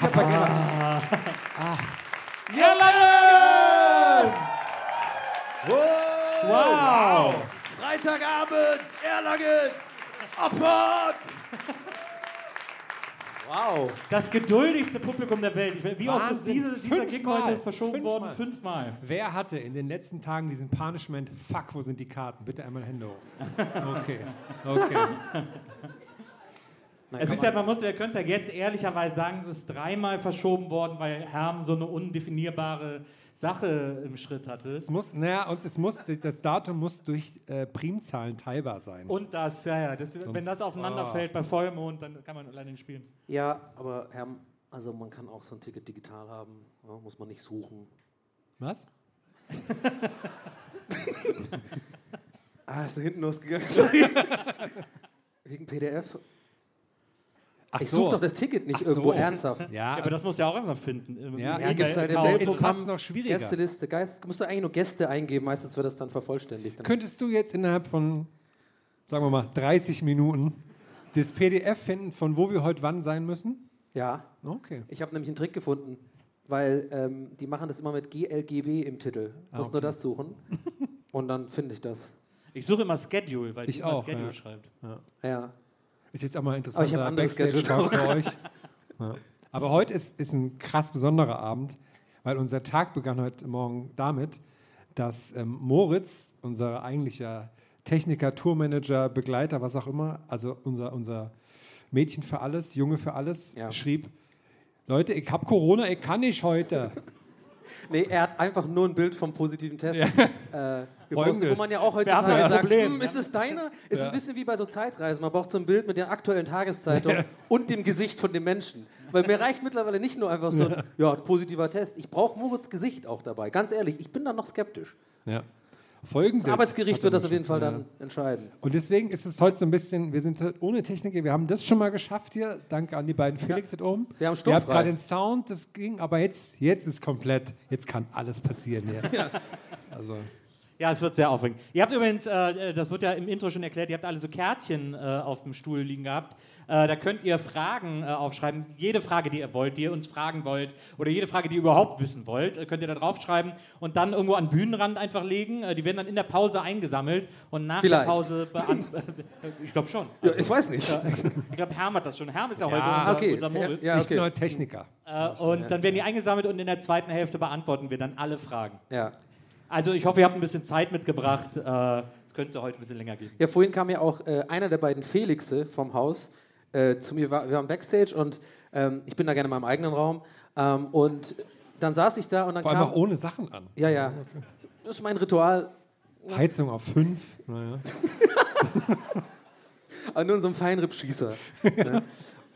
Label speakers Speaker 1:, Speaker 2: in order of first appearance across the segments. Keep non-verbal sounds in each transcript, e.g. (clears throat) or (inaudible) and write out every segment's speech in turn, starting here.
Speaker 1: Der Podcast. Ah.
Speaker 2: Ja, Langen!
Speaker 1: Wow.
Speaker 2: Freitagabend, Erlangen, Abfahrt! Wow.
Speaker 1: Das geduldigste Publikum der Welt. Ich- Wie oft ist
Speaker 3: Wahnsinn.
Speaker 1: diese, dieser Gig
Speaker 3: Fünfmal.
Speaker 1: heute verschoben
Speaker 3: Fünfmal.
Speaker 1: worden? Fünfmal.
Speaker 3: Wer hatte in den letzten Tagen diesen Punishment? Fuck, wo sind die Karten? Bitte einmal Hände hoch. Okay, okay.
Speaker 1: es ist ja, man muss, wir können es ja jetzt ehrlicherweise sagen, es ist dreimal verschoben worden, weil Herm so eine undefinierbare Sache im Schritt hatte.
Speaker 3: Es muss, naja, und es muss, das Datum muss durch äh, Primzahlen teilbar sein.
Speaker 1: Und das, ja, ja. Das, wenn das
Speaker 3: oh.
Speaker 1: aufeinander fällt bei Vollmond, dann kann man allein nicht spielen.
Speaker 2: Ja, aber Herr, also man kann auch so ein Ticket digital haben. Ja, muss man nicht suchen.
Speaker 3: Was?
Speaker 2: Ah, ist nach hinten losgegangen. (laughs) Sorry. Wegen PDF.
Speaker 3: Ach
Speaker 2: Ich suche doch das Ticket nicht
Speaker 3: Ach so.
Speaker 2: irgendwo ernsthaft.
Speaker 1: Ja,
Speaker 3: Ja,
Speaker 1: aber das muss ja auch irgendwann finden.
Speaker 3: Ja,
Speaker 1: Irgendwie
Speaker 2: gibt's halt
Speaker 1: im
Speaker 2: dasselbe
Speaker 1: Kauf.
Speaker 3: ist
Speaker 2: Programm.
Speaker 3: fast noch schwieriger.
Speaker 2: Gästeliste, Geist. Musst du eigentlich nur Gäste eingeben, meistens wird das dann vervollständigt. Dann
Speaker 3: Könntest du jetzt innerhalb von, sagen wir mal, 30 Minuten das PDF finden, von wo wir heute wann sein müssen?
Speaker 2: ja,
Speaker 3: Okay.
Speaker 2: ich habe nämlich einen Trick gefunden, weil ähm, die machen das immer mit GLGB im Titel. Muss nur das suchen und dann finde ich das.
Speaker 1: Ich suche immer Schedule, weil
Speaker 3: Ich
Speaker 1: ich immer
Speaker 3: auch,
Speaker 1: Schedule
Speaker 3: ja.
Speaker 1: schreibt.
Speaker 2: Ja.
Speaker 3: Ist jetzt auch mal interessant.
Speaker 2: Aber ich hab anderes
Speaker 3: Backstage-Talk für
Speaker 2: (laughs)
Speaker 3: euch. Ja. Aber heute ist, ist ein krass besonderer Abend, weil unser Tag begann heute Morgen damit, dass ähm, Moritz, unser eigentlicher Techniker, Tourmanager, Begleiter, was auch immer, also unser, unser Mädchen für alles, Junge für alles,
Speaker 2: Ja.
Speaker 3: schrieb, Leute, ich hab Corona, ich kann nicht
Speaker 2: (laughs)
Speaker 3: heute.
Speaker 2: Nee, er hat einfach nur ein Bild vom positiven Test. Äh, gepostet,
Speaker 3: Folgendes.
Speaker 2: wo man ja auch
Speaker 1: haben ja
Speaker 2: heutzutage
Speaker 1: ein
Speaker 2: sagt,
Speaker 1: Problem.
Speaker 2: hm, ist es deiner? Ist ein bisschen wie bei so Zeitreisen. Man braucht so ein Bild mit der aktuellen Tageszeitung und dem Gesicht von dem Menschen. Weil mir reicht mittlerweile nicht nur einfach so ein ja, positiver Test. Ich brauche Moritz Gesicht auch dabei. Ganz ehrlich, ich bin da noch skeptisch.
Speaker 3: Ja. Folgendes.
Speaker 2: Das Arbeitsgericht
Speaker 3: hat er
Speaker 2: wird das auf
Speaker 3: geschrieben,
Speaker 2: jeden Fall
Speaker 3: ja.
Speaker 2: dann entscheiden.
Speaker 3: Und deswegen ist es heute so ein bisschen, wir sind heute ohne Techniker, wir haben das schon mal geschafft hier, danke an die beiden Felix und oben.
Speaker 2: Wir haben Sturm
Speaker 3: Ihr habt
Speaker 2: frei.
Speaker 3: gerade den Sound, das ging, aber jetzt, jetzt ist komplett, jetzt kann alles passieren
Speaker 1: (laughs)
Speaker 3: hier. Also,
Speaker 1: Ja, es wird sehr aufregend. Ihr habt übrigens, äh, das wird ja im Intro schon erklärt, ihr habt alle so Kärtchen äh, auf dem Stuhl liegen gehabt. Äh, da könnt ihr Fragen äh, aufschreiben. Jede Frage, die ihr wollt, die ihr uns fragen wollt oder jede Frage, die ihr überhaupt wissen wollt, äh, könnt ihr da draufschreiben und dann irgendwo an den Bühnenrand einfach legen. Äh, die werden dann in der Pause eingesammelt und nach
Speaker 2: Vielleicht.
Speaker 1: der Pause beantwortet. (laughs) ich glaube schon.
Speaker 2: Ja, ich weiß nicht.
Speaker 1: Ich glaube, Herm hat das schon. Herm ist ja,
Speaker 3: Ja,
Speaker 1: heute unser,
Speaker 2: okay.
Speaker 1: unser Moritz.
Speaker 2: Ja,
Speaker 3: ich bin
Speaker 2: okay.
Speaker 3: heute Techniker.
Speaker 1: Äh, und dann werden die eingesammelt und in der zweiten Hälfte beantworten wir dann alle Fragen.
Speaker 2: Ja.
Speaker 1: Also ich hoffe, ihr habt ein bisschen Zeit mitgebracht. Äh, Es könnte heute ein bisschen länger gehen.
Speaker 2: Ja, vorhin kam ja auch äh, einer der beiden Felixe vom Haus äh, zu mir. War, wir waren Backstage und ähm, ich bin da gerne in meinem eigenen Raum. Ähm, und dann saß ich da und dann
Speaker 3: Vor allem
Speaker 2: kam.
Speaker 3: auch ohne Sachen an.
Speaker 2: ja, ja. Das ist mein Ritual.
Speaker 3: Heizung auf 5. Naja.
Speaker 2: Aber nur in so einem Feinrippschießer. ne?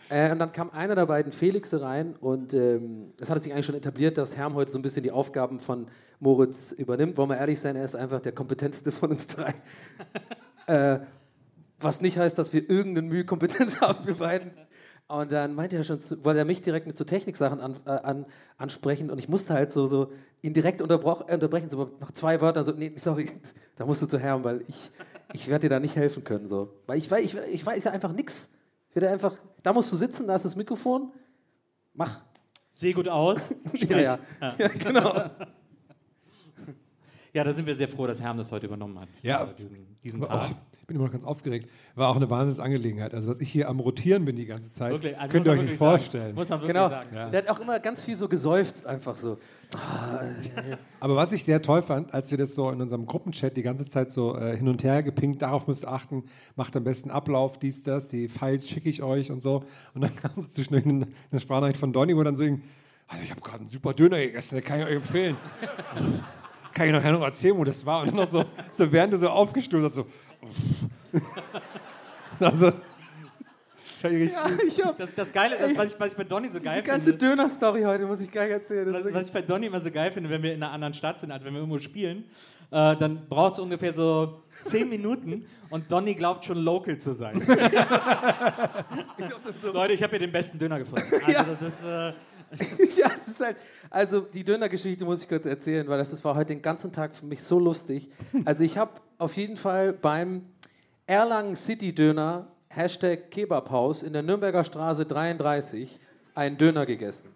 Speaker 2: äh, und dann kam einer der beiden Felixe rein und ähm, es hatte sich eigentlich schon etabliert, dass Herm heute so ein bisschen die Aufgaben von Moritz übernimmt. Wollen wir ehrlich sein, er ist einfach der kompetenteste von uns drei. äh, (laughs) was nicht heißt, dass wir irgendeine Mühe Kompetenz haben, wir beiden. Und dann meinte er schon, zu, wollte er mich direkt mit so Techniksachen an, äh, an, ansprechen und ich musste halt so, so ihn direkt unterbroch, äh, unterbrechen, so nach zwei Wörtern, so, nee, sorry, (laughs) da musst du zu Herrn, weil ich, ich werde dir da nicht helfen können. So. Weil ich, wei- ich, wei- ich weiß ja einfach nichts. Ich werde einfach, da musst du sitzen, da ist das Mikrofon, mach.
Speaker 1: Seh gut aus.
Speaker 2: Ja, ja. ja genau.
Speaker 1: Ja, da sind wir sehr froh, dass Herm das heute übernommen hat.
Speaker 3: Ja. Oh,
Speaker 1: äh, Diesen, diesen
Speaker 3: Aber
Speaker 1: Part.
Speaker 3: auch, ich bin immer noch ganz aufgeregt. War auch eine Wahnsinnsangelegenheit. Also, was ich hier am Rotieren bin die ganze Zeit,
Speaker 1: Wirklich, also
Speaker 3: könnt
Speaker 1: muss
Speaker 3: ihr
Speaker 1: man
Speaker 3: euch
Speaker 1: wirklich
Speaker 3: nicht
Speaker 1: sagen.
Speaker 3: vorstellen.
Speaker 1: Muss man wirklich
Speaker 2: genau.
Speaker 1: sagen.
Speaker 2: Der hat auch immer ganz viel so geseufzt, einfach so.
Speaker 3: Aber was ich sehr toll fand, als wir das so in unserem Gruppenchat die ganze Zeit so äh, hin und her gepinkt, darauf müsst ihr achten, macht am besten Ablauf, dies, das, die Files schicke ich euch und so. Und dann (laughs) kam so zwischendurch eine, eine Sprachnachricht von Donny, wo dann so, also ich habe gerade einen super Döner gegessen, den kann ich euch empfehlen. (laughs) kann ich nachher noch erzählen, wo das war. Und dann noch so, so während du so aufgestoßen hast, so. (laughs) also, das ich richtig
Speaker 2: Ich hab
Speaker 1: Das, das Geile, das, was, ich, was ich bei Donny so geil
Speaker 2: die ganze
Speaker 1: finde.
Speaker 2: Döner-Story heute, muss Also, ich gar nicht erzählen. Das ist
Speaker 1: Was,
Speaker 2: wirklich-
Speaker 1: was ich bei Donny immer so geil finde, wenn wir in einer anderen Stadt sind, als wenn wir irgendwo spielen, äh, dann braucht es ungefähr so zehn Minuten und Donny glaubt schon local zu
Speaker 2: (laughs)
Speaker 1: sein. Leute, ich habe hier den besten Döner
Speaker 2: (laughs)
Speaker 1: gefunden. Also das ist, äh,
Speaker 2: ja, es ist halt, also die Dönergeschichte muss ich kurz erzählen, weil das, das war heute den ganzen Tag für mich so lustig. Also ich habe auf jeden Fall beim Erlangen City Döner Hashtag Kebabhaus in der Nürnberger Straße 33 einen Döner gegessen.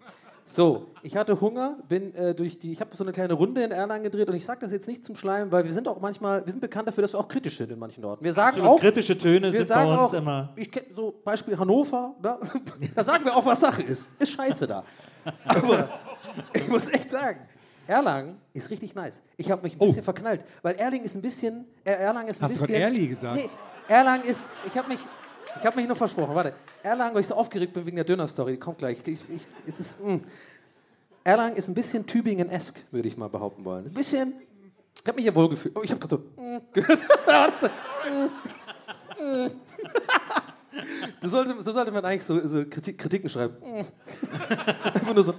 Speaker 2: So, ich hatte Hunger, bin äh, durch die, ich habe so eine kleine Runde in Erlangen gedreht und ich sage das jetzt nicht zum Schleim, weil wir sind auch manchmal, wir sind bekannt dafür, dass wir auch kritisch sind in manchen Orten. Wir sagen
Speaker 1: so
Speaker 2: auch,
Speaker 1: kritische Töne
Speaker 2: wir
Speaker 1: sind
Speaker 2: sagen
Speaker 1: bei uns
Speaker 2: auch,
Speaker 1: immer.
Speaker 2: ich kenne so Beispiel Hannover, ne? (laughs) da sagen wir auch, was Sache ist. Ist
Speaker 1: (laughs)
Speaker 2: scheiße da. Aber (laughs) ich muss echt sagen, Erlangen ist richtig nice. Ich habe mich ein bisschen verknallt, weil Erlangen ist ein bisschen, äh, Erlangen ist ein
Speaker 3: Oh. Hast du
Speaker 2: bisschen.
Speaker 3: gerade Erli gesagt?
Speaker 2: Nee, Erlangen ist, ich habe mich, ich habe mich nur versprochen. Warte, Erlangen, weil ich so aufgeregt bin wegen der Döner-Story, die kommt gleich. Ich, ich, es ist, mm. Erlangen ist ein bisschen Tübingen-esk, würde ich mal behaupten wollen. Ein bisschen. Ich habe mich hier wohl gefühlt. Oh, ich habe gerade so. Mm, (laughs) gehört. Warte. Das sollte, so sollte man eigentlich so, so Kritik,
Speaker 3: (laughs)
Speaker 2: Kritiken schreiben. Einfach nur so.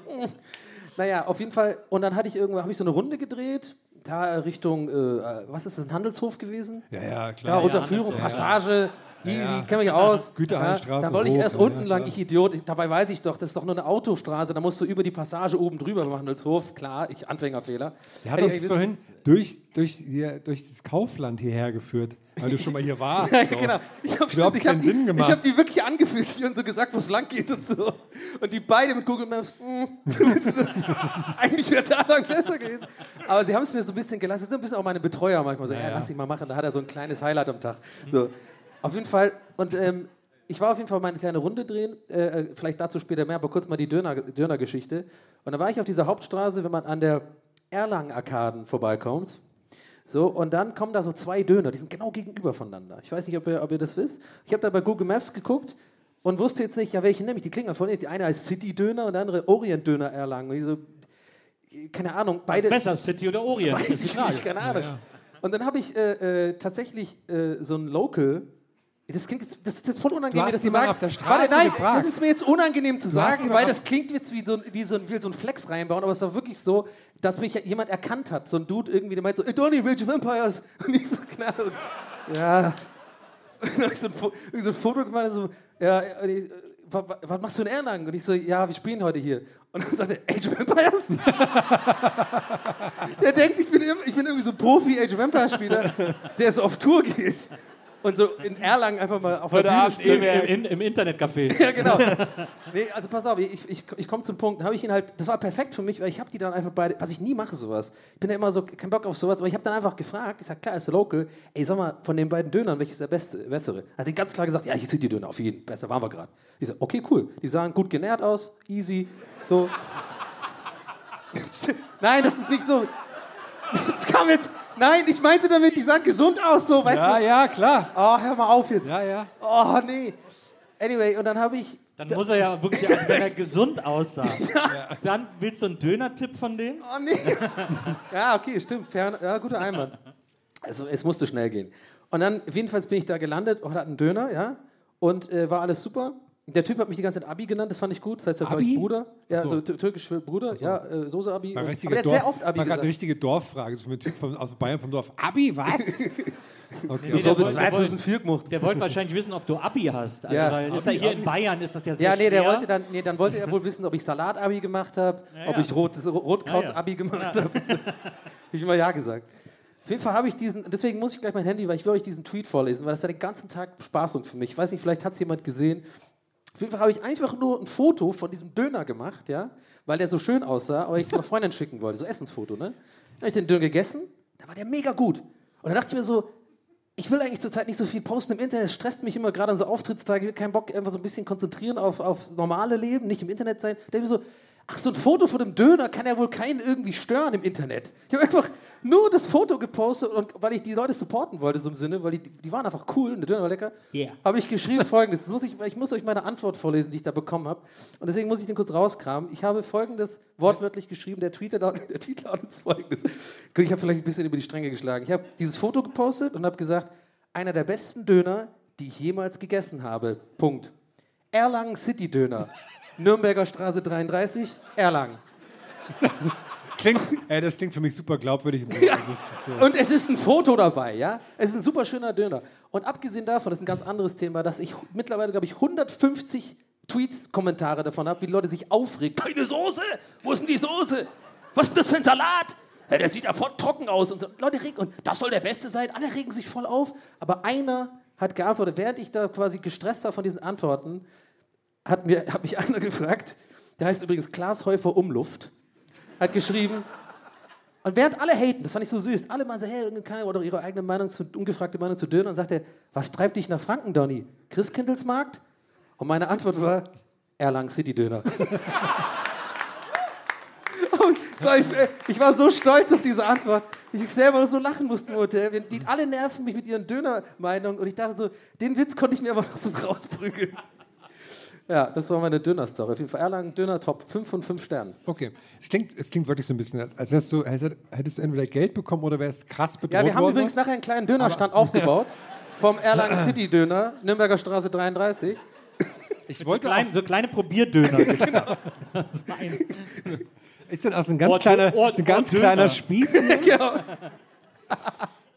Speaker 2: naja, auf jeden Fall. Und dann hatte ich irgendwann, habe ich so eine Runde gedreht, da Richtung, äh, äh, was ist das, ein Handelshof gewesen?
Speaker 3: Ja, ja,
Speaker 2: Ja,
Speaker 3: klar.
Speaker 2: Unterführung, Passage, easy,
Speaker 3: Ja, ja.
Speaker 2: kenne
Speaker 3: (laughs)
Speaker 2: mich aus.
Speaker 3: Güterhallenstraße
Speaker 2: Da wollte ich
Speaker 3: hoch,
Speaker 2: erst
Speaker 3: ja,
Speaker 2: unten
Speaker 3: klar.
Speaker 2: lang, ich Idiot. Ich, dabei weiß ich doch, das ist doch nur eine Autostraße, da musst du über die Passage oben drüber beim Handelshof. Klar, ich Anfängerfehler.
Speaker 3: Der hat
Speaker 2: Hätte
Speaker 3: uns
Speaker 2: ich-
Speaker 3: vorhin durch, durch, hier, durch das Kaufland hierher geführt, weil du schon mal hier warst.
Speaker 2: (laughs) (laughs) Ja,
Speaker 3: so.
Speaker 2: genau. Ich habe
Speaker 3: Überhaupt
Speaker 2: ich hab
Speaker 3: keinen
Speaker 2: die,
Speaker 3: Sinn gemacht.
Speaker 2: Ich habe die wirklich angefühlt die haben so gesagt, wo es lang geht und so. Und die beide mit Google Maps, mm, (laughs)
Speaker 3: (laughs)
Speaker 2: du bist so, (laughs) eigentlich wäre da lang besser gewesen. Aber sie haben es mir so ein bisschen gelassen. Das sind ein bisschen auch meine Betreuer manchmal so, ja, lass ihn mal machen. Da hat er so ein kleines Highlight am Tag. So. Auf jeden Fall. Und ähm, ich war auf jeden Fall meine kleine Runde drehen, äh, äh, vielleicht dazu später mehr, aber kurz mal die Döner- Döner-Geschichte. und da war ich auf dieser Hauptstraße, wenn man an der Erlangen-Arkaden vorbeikommt. So, und dann kommen da so zwei Döner, die sind genau gegenüber voneinander. Ich weiß nicht, ob ihr, ob ihr das wisst. Ich habe da bei Google Maps geguckt und wusste jetzt nicht, ja, welchen nehme ich. Die klingen von Die eine heißt City-Döner und der andere Orient-Döner Erlangen. Und ich so, äh, keine Ahnung, beide. (laughs)
Speaker 1: Besser City oder Orient?
Speaker 2: Weiß
Speaker 1: Das ist
Speaker 2: ich
Speaker 1: die Frage.
Speaker 2: nicht, keine Ahnung. Und dann habe ich äh, äh, tatsächlich äh, so ein Local. Das klingt jetzt, das ist jetzt voll unangenehm,
Speaker 3: hast
Speaker 2: dass die
Speaker 3: jemanden
Speaker 2: sagen.
Speaker 3: auf der Straße
Speaker 2: Warte, nein,
Speaker 3: gefragt.
Speaker 2: das ist mir jetzt unangenehm zu
Speaker 3: hast
Speaker 2: sagen,
Speaker 3: jemanden
Speaker 2: weil
Speaker 3: auf-
Speaker 2: das klingt jetzt wie so, ein, wie, so ein, wie so ein Flex reinbauen, aber es war wirklich so, dass mich jemand erkannt hat. So ein Dude irgendwie, der meint so, "Hey, Donny, Rage of Empires. (laughs) Und ich so, keine Ahnung. Ja. (laughs) Und dann hab ich so ein, Fo irgendwie so ein Foto gemacht, und so, ja, ja, und ich, äh, wa- wa- was machst du in Erlangen? Und ich so, ja, wir spielen heute hier. Und dann sagt er, Age of Empires? Der denkt, ich bin, irg- ich bin irgendwie so ein Profi-Age of Empires-Spieler, der so auf Tour geht und so in Erlangen einfach mal auf
Speaker 1: Heute
Speaker 2: der Bühne
Speaker 1: Abend
Speaker 2: spielt.
Speaker 1: im, im, im Internetcafé.
Speaker 2: Ja, genau. Nee, also pass auf, ich, ich, ich komme zum Punkt. Dann Hab ich ihn halt, das war perfekt für mich, weil ich habe die dann einfach beide, was ich nie mache, sowas. Ich bin ja immer so, kein Bock auf sowas, aber ich habe dann einfach gefragt, ich sag, klar, ist der Local, ey, sag mal, von den beiden Dönern, welches ist der beste, bessere? Hat den ganz klar gesagt, ja, ich ziehe die Döner, auf jeden, besser waren wir gerade. Ich sag, okay, cool. Die sahen gut genährt aus, easy, so. (laughs) Nein, das ist nicht so. Das kam jetzt, nein, ich meinte damit, die sahen gesund aus, so, weißt
Speaker 3: Ja,
Speaker 2: du.
Speaker 3: ja, klar.
Speaker 2: Oh, hör mal auf jetzt.
Speaker 3: Ja, ja.
Speaker 2: Oh, nee. Anyway, und dann habe ich
Speaker 1: Dann muss er ja wirklich, also wenn er gesund
Speaker 2: (laughs)
Speaker 1: aussah. Dann willst du einen Döner-Tipp von dem?
Speaker 2: Oh nee. (laughs) ja, okay, stimmt. Fair, ja, guter Einwand. Also es musste schnell gehen. Und dann, jedenfalls bin ich da gelandet und hatte einen Döner, ja. Und äh, war alles super. Der Typ hat mich die ganze Zeit Abi genannt, das fand ich gut. Das heißt, er war
Speaker 3: Abi?
Speaker 2: ich Bruder. Ja,
Speaker 3: Ach so.
Speaker 2: so, tü- türkisch für Bruder, ja, äh, Soße Abi.
Speaker 3: Mal
Speaker 2: Und-
Speaker 3: richtige
Speaker 2: Aber der hat
Speaker 3: Dorf-
Speaker 2: sehr oft Abi
Speaker 3: mal grad
Speaker 2: gesagt. (laughs)
Speaker 3: eine richtige Dorffrage. So ein Typ vom, aus Bayern vom Dorf. Abi, was? Okay.
Speaker 1: Nee,
Speaker 2: so
Speaker 1: der
Speaker 2: wird
Speaker 1: wollte- der wollte-
Speaker 2: 2004 gemacht.
Speaker 1: Der wollte wahrscheinlich wissen, ob du Abi hast. Also,
Speaker 2: Ja.
Speaker 1: weil ist ja hier in Bayern ist das ja sehr
Speaker 2: Ja, nee, der
Speaker 1: schwer.
Speaker 2: wollte dann, nee, dann wollte er wohl wissen, ob ich Salat-Abi gemacht habe, ob
Speaker 1: ja.
Speaker 2: ich rotes, Rotkraut-Abi
Speaker 1: Ja,
Speaker 2: (laughs) gemacht habe. ich immer Ja gesagt. Auf jeden Fall habe ich diesen, deswegen muss ich gleich mein Handy, weil ich will euch diesen Tweet vorlesen, weil das war den ganzen Tag Bespaßung für mich. Ich weiß nicht, vielleicht hat es jemand gesehen. Auf jeden Fall habe ich einfach nur ein Foto von diesem Döner gemacht, ja, weil der so schön aussah, aber ich es einer Freundin schicken wollte, so Essensfoto, ne? Dann habe ich den Döner gegessen, da war der mega gut. Und dann dachte ich mir so, ich will eigentlich zurzeit nicht so viel posten im Internet. Es stresst mich immer gerade an so Auftrittstage. Ich will keinen Bock, einfach so ein bisschen konzentrieren auf, aufs normale Leben, nicht im Internet sein. Da mir so, ach, so ein Foto von dem Döner kann ja wohl keinen irgendwie stören im Internet. Ich habe einfach nur das Foto gepostet, und, weil ich die Leute supporten wollte, so im Sinne, weil die, die waren einfach cool und der Döner war lecker.
Speaker 1: Yeah.
Speaker 2: Habe ich geschrieben folgendes. Das muss ich, ich muss euch meine Antwort vorlesen, die ich da bekommen habe. Und deswegen muss ich den kurz rauskramen. Ich habe folgendes wortwörtlich geschrieben. Der Tweet lautet, (laughs) der Tweet lautet folgendes. Gut, Ich habe vielleicht ein bisschen über die Stränge geschlagen. Ich habe dieses Foto gepostet und habe gesagt, einer der besten Döner, die ich jemals gegessen habe. Punkt. Erlangen City Döner. Nürnberger Straße 33, Erlangen.
Speaker 3: Klingt, äh, das klingt für mich super glaubwürdig. Und so. ja. also, es ist so.
Speaker 2: Und es ist ein Foto dabei, ja? Es ist ein super schöner Döner. Und abgesehen davon, das ist ein ganz anderes Thema, dass ich mittlerweile, glaube ich, 150 Tweets, Kommentare davon habe, wie die Leute sich aufregen. Keine Soße! Wo ist denn die Soße? Was ist denn das für ein Salat? Ja, der sieht ja voll trocken aus. Und so. Leute regen, und das soll der Beste sein. Alle regen sich voll auf. Aber einer hat geantwortet, während ich da quasi gestresst war von diesen Antworten, hat, mir, hat mich (laughs) einer gefragt, der heißt übrigens Klaas Häufer Umluft, hat geschrieben, und während alle haten, das fand ich so süß, alle mal so, hey, irgendeine keine oder ihre eigene Meinung, zu, ungefragte Meinung zu Döner, und sagt er, was treibt dich nach Franken, Donny? Christkindlesmarkt? Und meine Antwort war, Erlangen City Döner. (laughs) Und so, ich, äh, ich war so stolz auf diese Antwort. Ich selber so lachen musste im Hotel. Wir- Die, alle nerven mich mit ihren Dönermeinungen. Und ich dachte so, den Witz konnte ich mir aber noch so rausprügeln. Ja, das war meine Döner-Story. Auf jeden Fall Erlangen Döner Top. 5 von 5 Sternen.
Speaker 3: Okay, es klingt, es klingt wirklich so ein bisschen, als, als wärst du, als hätt- hättest du entweder Geld bekommen oder wärst krass bedroht
Speaker 2: Ja, wir haben
Speaker 3: worden.
Speaker 2: übrigens nachher einen kleinen Dönerstand (laughs) aufgebaut. Vom Erlangen City Döner, Nürnberger Straße 33.
Speaker 3: ich
Speaker 1: so,
Speaker 3: wollte
Speaker 1: klein, so kleine
Speaker 2: (laughs)
Speaker 1: Probierdöner. genau.
Speaker 3: auch, ist denn aus ein ganz
Speaker 1: Ort-
Speaker 3: kleiner,
Speaker 1: Ort-
Speaker 3: ist ein ganz
Speaker 1: Ort-
Speaker 3: kleiner
Speaker 1: Döner.
Speaker 2: (laughs)
Speaker 3: Spieß?
Speaker 2: Genau.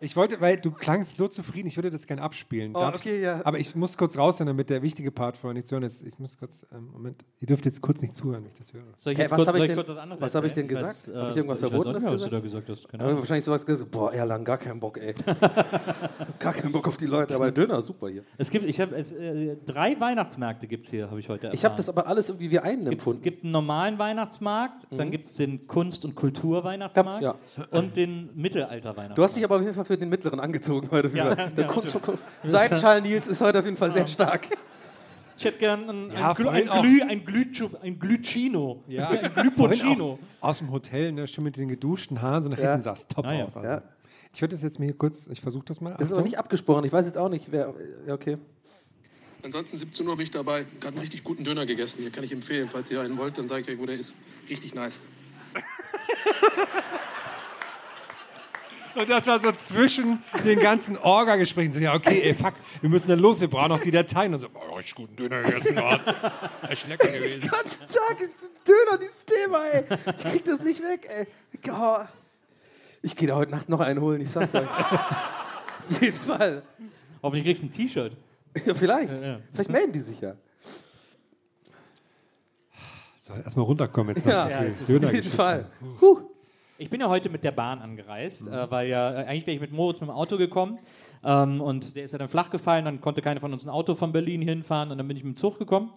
Speaker 3: Ich wollte, weil du klangst so zufrieden, ich würde das gerne abspielen. Darf ich-
Speaker 2: Oh, okay, ja.
Speaker 3: Aber ich muss kurz raus, sein, damit der wichtige Part vorher nicht zu hören ist. Ich muss kurz, ähm, Moment, ihr dürft jetzt kurz nicht zuhören, wenn ich das höre.
Speaker 1: Soll ich
Speaker 2: Hä,
Speaker 1: jetzt
Speaker 2: was
Speaker 1: kurz,
Speaker 2: hab ich
Speaker 1: soll
Speaker 2: denn-
Speaker 1: kurz was anderes
Speaker 2: was hab ich denn
Speaker 1: erzählen?
Speaker 2: gesagt?
Speaker 1: Ich
Speaker 2: Hab ich irgendwas
Speaker 1: äh, weiß
Speaker 2: Verbotenes
Speaker 1: nicht mehr,
Speaker 2: gesagt?
Speaker 1: Was du da gesagt hast, keine
Speaker 2: Da haben wir
Speaker 1: Ahnung.
Speaker 2: wahrscheinlich sowas gesagt, boah, Erlangen, gar keinen Bock, (laughs) ey. gar keinen Bock auf die Leute, aber der Döner, super hier.
Speaker 1: Es gibt, ich hab, es, äh, drei Weihnachtsmärkte gibt es hier, habe ich heute erfahren.
Speaker 2: Ich habe das aber alles irgendwie wie einen
Speaker 1: Es
Speaker 2: empfunden.
Speaker 1: gibt einen normalen Weihnachtsmarkt, dann gibt es den Kunst- und Kulturweihnachtsmarkt
Speaker 2: Mhm. Ja,
Speaker 1: und den Mittelalter-Weihnachtsmarkt.
Speaker 2: Du hast dich aber auf jeden Fall für den mittleren angezogen heute.
Speaker 1: Ja,
Speaker 2: (laughs)
Speaker 1: ja,
Speaker 2: der Kunst Seitenschal Nils ist heute auf jeden Fall sehr stark.
Speaker 1: ich hätte gern ein,
Speaker 3: Ja,
Speaker 1: ein, Glü,
Speaker 3: vor
Speaker 1: ein,
Speaker 3: allem auch-
Speaker 1: Glü, ein, Glüchu- ein Glücino.
Speaker 3: Ja.
Speaker 1: ein
Speaker 3: Vorhin
Speaker 1: Glüppuccino.
Speaker 3: auch Aus dem Hotel, ne, schon mit den geduschten Haaren, so eine
Speaker 2: Ja.
Speaker 3: Riesensaß. Top
Speaker 1: Ah, ja.
Speaker 3: aus. Also.
Speaker 2: Ja.
Speaker 3: Ich würde das jetzt mir hier kurz, ich versuche das mal.
Speaker 2: Das ist aber
Speaker 3: Achtung.
Speaker 2: nicht abgesprochen, ich weiß jetzt auch nicht, wer. ja, Okay.
Speaker 4: Ansonsten 17 Uhr bin ich dabei. Gerade einen richtig guten Döner gegessen. Hier kann ich empfehlen. Falls ihr einen wollt, dann sage ich euch, wo der ist. Richtig nice.
Speaker 3: Und das war so zwischen den ganzen Orga-Gesprächen. So, ja, okay, ey, fuck, wir müssen dann los, wir brauchen noch die Dateien. Und so, oh, richtig guten Döner gegessen, oh, echt lecker gewesen.
Speaker 2: ganzen Tag ist das Döner dieses Thema, ey. Ich krieg das nicht weg, ey. Oh. Ich gehe da heute Nacht noch einen holen, ich sag's euch. Auf jeden Fall.
Speaker 1: Hoffentlich kriegst du ein T-Shirt.
Speaker 2: Ja, vielleicht.
Speaker 1: ja.
Speaker 2: Vielleicht melden die sich ja.
Speaker 3: So, erstmal runterkommen jetzt. nach
Speaker 2: Ja,
Speaker 3: so
Speaker 1: ja,
Speaker 3: viel
Speaker 1: jetzt ist-
Speaker 2: Auf jeden
Speaker 3: Dönergeschichten.
Speaker 2: Fall. Huh.
Speaker 1: Ich bin ja heute mit der Bahn angereist, äh, weil ja, äh, eigentlich wäre ich mit Moritz mit dem Auto gekommen ähm, und der ist ja dann flach gefallen, dann konnte keiner von uns ein Auto von Berlin hinfahren und dann bin ich mit dem Zug gekommen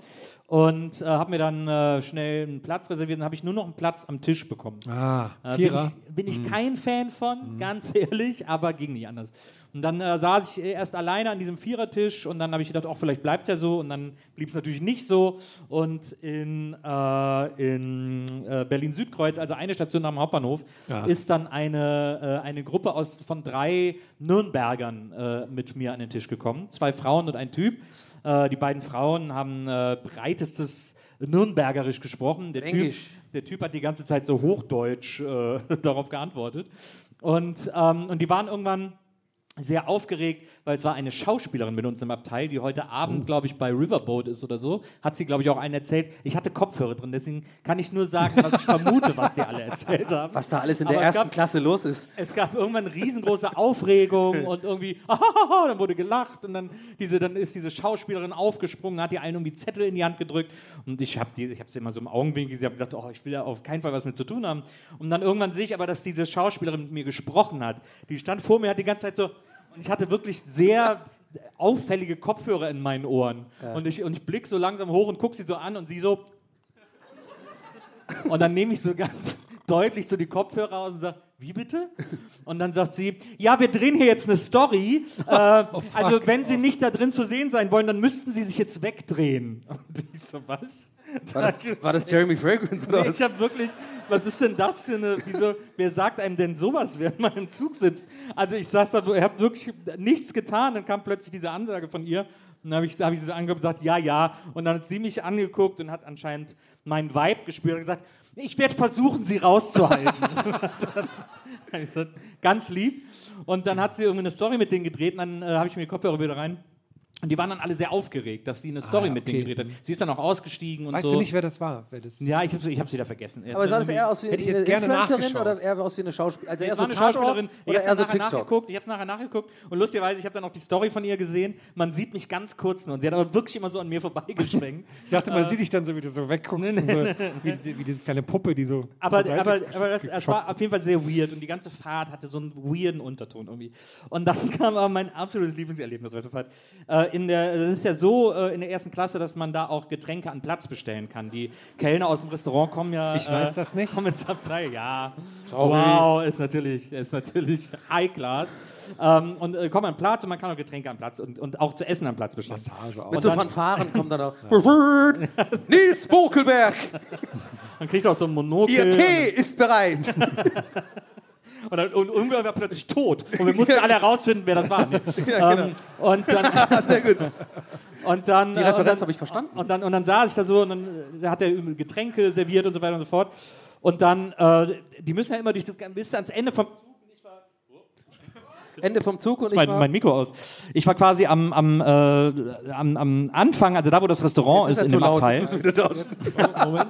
Speaker 1: und äh, habe mir dann äh, schnell einen Platz reserviert und habe ich nur noch einen Platz am Tisch bekommen.
Speaker 3: Ah,
Speaker 1: Äh, bin
Speaker 3: Vierer.
Speaker 1: ich, bin ich kein Fan von, ganz (laughs) ehrlich, aber ging nicht anders. Und dann äh, saß ich erst alleine an diesem Vierertisch und dann habe ich gedacht, oh, vielleicht bleibt es ja so. Und dann blieb es natürlich nicht so. Und in, äh, in äh, Berlin-Südkreuz, also eine Station am Hauptbahnhof, ist dann eine, äh, eine Gruppe aus, von drei Nürnbergern äh, mit mir an den Tisch gekommen. Zwei Frauen und ein Typ. Äh, die beiden Frauen haben äh, breitestes Nürnbergerisch gesprochen. Der
Speaker 2: Englisch.
Speaker 1: Typ, der Typ hat die ganze Zeit (laughs) so hochdeutsch äh, darauf geantwortet. Und, ähm, und die waren irgendwann sehr aufgeregt, weil es war eine Schauspielerin mit uns im Abteil, die heute Abend, glaube ich, bei Riverboat ist oder so. Hat sie, glaube ich, auch einen erzählt. Ich hatte Kopfhörer drin, deswegen kann ich nur sagen, was ich vermute, was sie alle erzählt haben.
Speaker 2: Was da alles in der
Speaker 1: Aber es
Speaker 2: ersten
Speaker 1: gab-
Speaker 2: Klasse los ist.
Speaker 1: Es gab irgendwann riesengroße Aufregung und irgendwie, ah, dann wurde gelacht und dann, diese, dann ist diese Schauspielerin aufgesprungen, hat die allen irgendwie Zettel in die Hand gedrückt und ich habe die, ich habe sie immer so im Augenwinkel gesehen, habe gedacht, oh, ich will da auf keinen Fall was mit zu tun haben. Und dann irgendwann sehe ich aber, dass diese Schauspielerin mit mir gesprochen hat. Die stand vor mir, hat die ganze Zeit so, und ich hatte wirklich sehr auffällige Kopfhörer in meinen Ohren und ich und ich blick so langsam hoch und guck sie so an und sie so und dann nehme ich so ganz deutlich so die Kopfhörer aus und sage, wie bitte? Und dann sagt sie, ja, wir drehen hier jetzt eine Story. Äh, also wenn Sie nicht da drin zu sehen sein wollen, dann müssten Sie sich jetzt wegdrehen. Und ich so, was?
Speaker 2: War das, war das Jeremy Fragrance oder was?
Speaker 1: Ich habe wirklich, was ist denn das für eine, wieso, wer sagt einem denn sowas, während man im Zug sitzt? Also ich saß da, habe wirklich nichts getan, dann kam plötzlich diese Ansage von ihr und dann habe ich, hab ich sie angehört und gesagt, ja, ja. Und dann hat sie mich angeguckt und hat anscheinend meinen Vibe gespürt und gesagt, ich werde versuchen, sie
Speaker 3: (laughs)
Speaker 1: rauszuhalten. (laughs) Hab ich gesagt, Ganz lieb. Und dann hat sie irgendwie eine Story mit denen gedreht und dann äh, habe ich mir die Kopfhörer wieder rein. Und die waren dann alle sehr aufgeregt, dass sie eine Story mit denen gedreht hat. Sie ist dann auch ausgestiegen und
Speaker 3: Ah, Weißt
Speaker 1: so.
Speaker 3: du nicht, wer das war? Wer das
Speaker 1: Ja, ich hab's, ich hab's wieder vergessen. Äh,
Speaker 2: Aber sah das eher aus wie
Speaker 3: Hätte ich
Speaker 2: eine
Speaker 3: jetzt gerne
Speaker 2: Influencerin
Speaker 3: nachgeschaut.
Speaker 2: oder eher aus wie eine Schauspielerin? Also eher
Speaker 1: Es
Speaker 2: so
Speaker 1: war eine
Speaker 2: Tatort
Speaker 1: Schauspielerin. Ich
Speaker 2: oder
Speaker 1: hab's
Speaker 2: eher so
Speaker 1: nachher
Speaker 2: TikTok?
Speaker 1: nachgeguckt. Ich hab's nachher nachgeguckt. Und lustigerweise, ich habe dann auch die Story von ihr gesehen. Man sieht mich ganz kurz nur. Und sie hat aber wirklich immer so an mir (laughs) vorbeigeschwenkt.
Speaker 3: Ich dachte, man sieht dich dann so, wie du so wegguckst. und so, wie, diese, wie diese kleine Puppe, die so.
Speaker 1: aber
Speaker 3: zur Seite
Speaker 1: aber, aber das, es
Speaker 3: geschockt
Speaker 1: war auf jeden Fall sehr weird und die ganze Fahrt hatte so einen weirden Unterton irgendwie. Und dann (laughs) kam aber mein absolutes Lieblingserlebnis auf der Fahrt. Äh, in der, das ist ja so äh, in der ersten Klasse, dass man da auch Getränke an Platz bestellen kann. Die Kellner aus dem Restaurant kommen ja. äh,
Speaker 3: Ich weiß das nicht.
Speaker 1: Kommen ins Abteil, ja. Wow, ist natürlich, ist natürlich (laughs) High Class. Ähm, und äh, kommen an Platz und man kann auch Getränke an Platz und, und auch zu essen an Platz bestellen.
Speaker 3: Massage auch.
Speaker 2: Mit so Fanfaren kommt dann auch
Speaker 1: (laughs)
Speaker 2: Nils Bokelberg,
Speaker 1: Man kriegt auch so ein Monokel.
Speaker 2: Ihr Tee
Speaker 1: (laughs)
Speaker 2: ist bereit.
Speaker 1: Und, dann, und irgendwer war plötzlich tot. Und
Speaker 2: (laughs)
Speaker 1: wir mussten alle herausfinden, wer das war. Nee. ähm, und
Speaker 2: (laughs)
Speaker 1: dann,
Speaker 2: Sehr gut.
Speaker 1: und dann,
Speaker 2: genau. Die Referenz habe ich verstanden.
Speaker 1: Und dann, und dann saß ich da so und dann äh, hat er Getränke serviert und so weiter und so fort. Und dann, äh, die müssen ja immer durch das Gan- bis ans Ende vom
Speaker 2: Ende vom Zug und ich
Speaker 1: mein,
Speaker 2: war...
Speaker 1: mein Mikro aus. Ich war quasi am, am, äh, am, am Anfang, also da wo das Restaurant
Speaker 2: Jetzt
Speaker 1: ist,
Speaker 2: ist
Speaker 1: in
Speaker 2: er
Speaker 1: dem
Speaker 2: zu laut,
Speaker 1: Abteil.
Speaker 2: jetzt müssen wir wieder tauschen.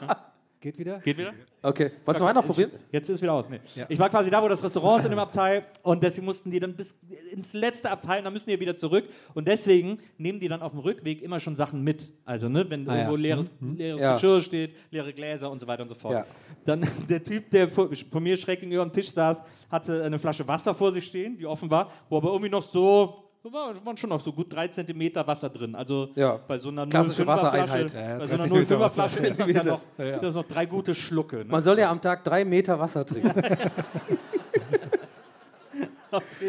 Speaker 3: Geht wieder?
Speaker 1: Geht wieder?
Speaker 2: Okay, was wir noch probieren?
Speaker 1: Jetzt ist wieder aus. Nee. Ich war quasi da, wo das Restaurant ist in dem Abteil und deswegen mussten die dann bis ins letzte Abteil und dann müssen die wieder zurück und deswegen nehmen die dann auf dem Rückweg immer schon Sachen mit. Also, ne, wenn
Speaker 2: Ah,
Speaker 1: irgendwo leeres, leeres
Speaker 2: Mhm. Ja.
Speaker 1: Geschirr steht, leere Gläser und so weiter und so fort.
Speaker 2: Ja.
Speaker 1: Dann (laughs) der Typ, der vor, vor mir schräg gegenüber am Tisch saß, hatte eine Flasche Wasser vor sich stehen, die offen war, wo aber irgendwie noch so da war- waren schon noch so gut drei Zentimeter Wasser drin. Also
Speaker 2: Ja.
Speaker 1: bei so einer
Speaker 2: Klassische
Speaker 1: 0,5er Flasche,
Speaker 2: Wassereinheit.
Speaker 1: bei so einer
Speaker 3: 30 Liter
Speaker 1: 0,5er
Speaker 3: Wasser.
Speaker 1: Flasche ist das ja noch, das ist noch drei gute Schlucke. Ne?
Speaker 2: Man soll ja am Tag drei Meter Wasser trinken.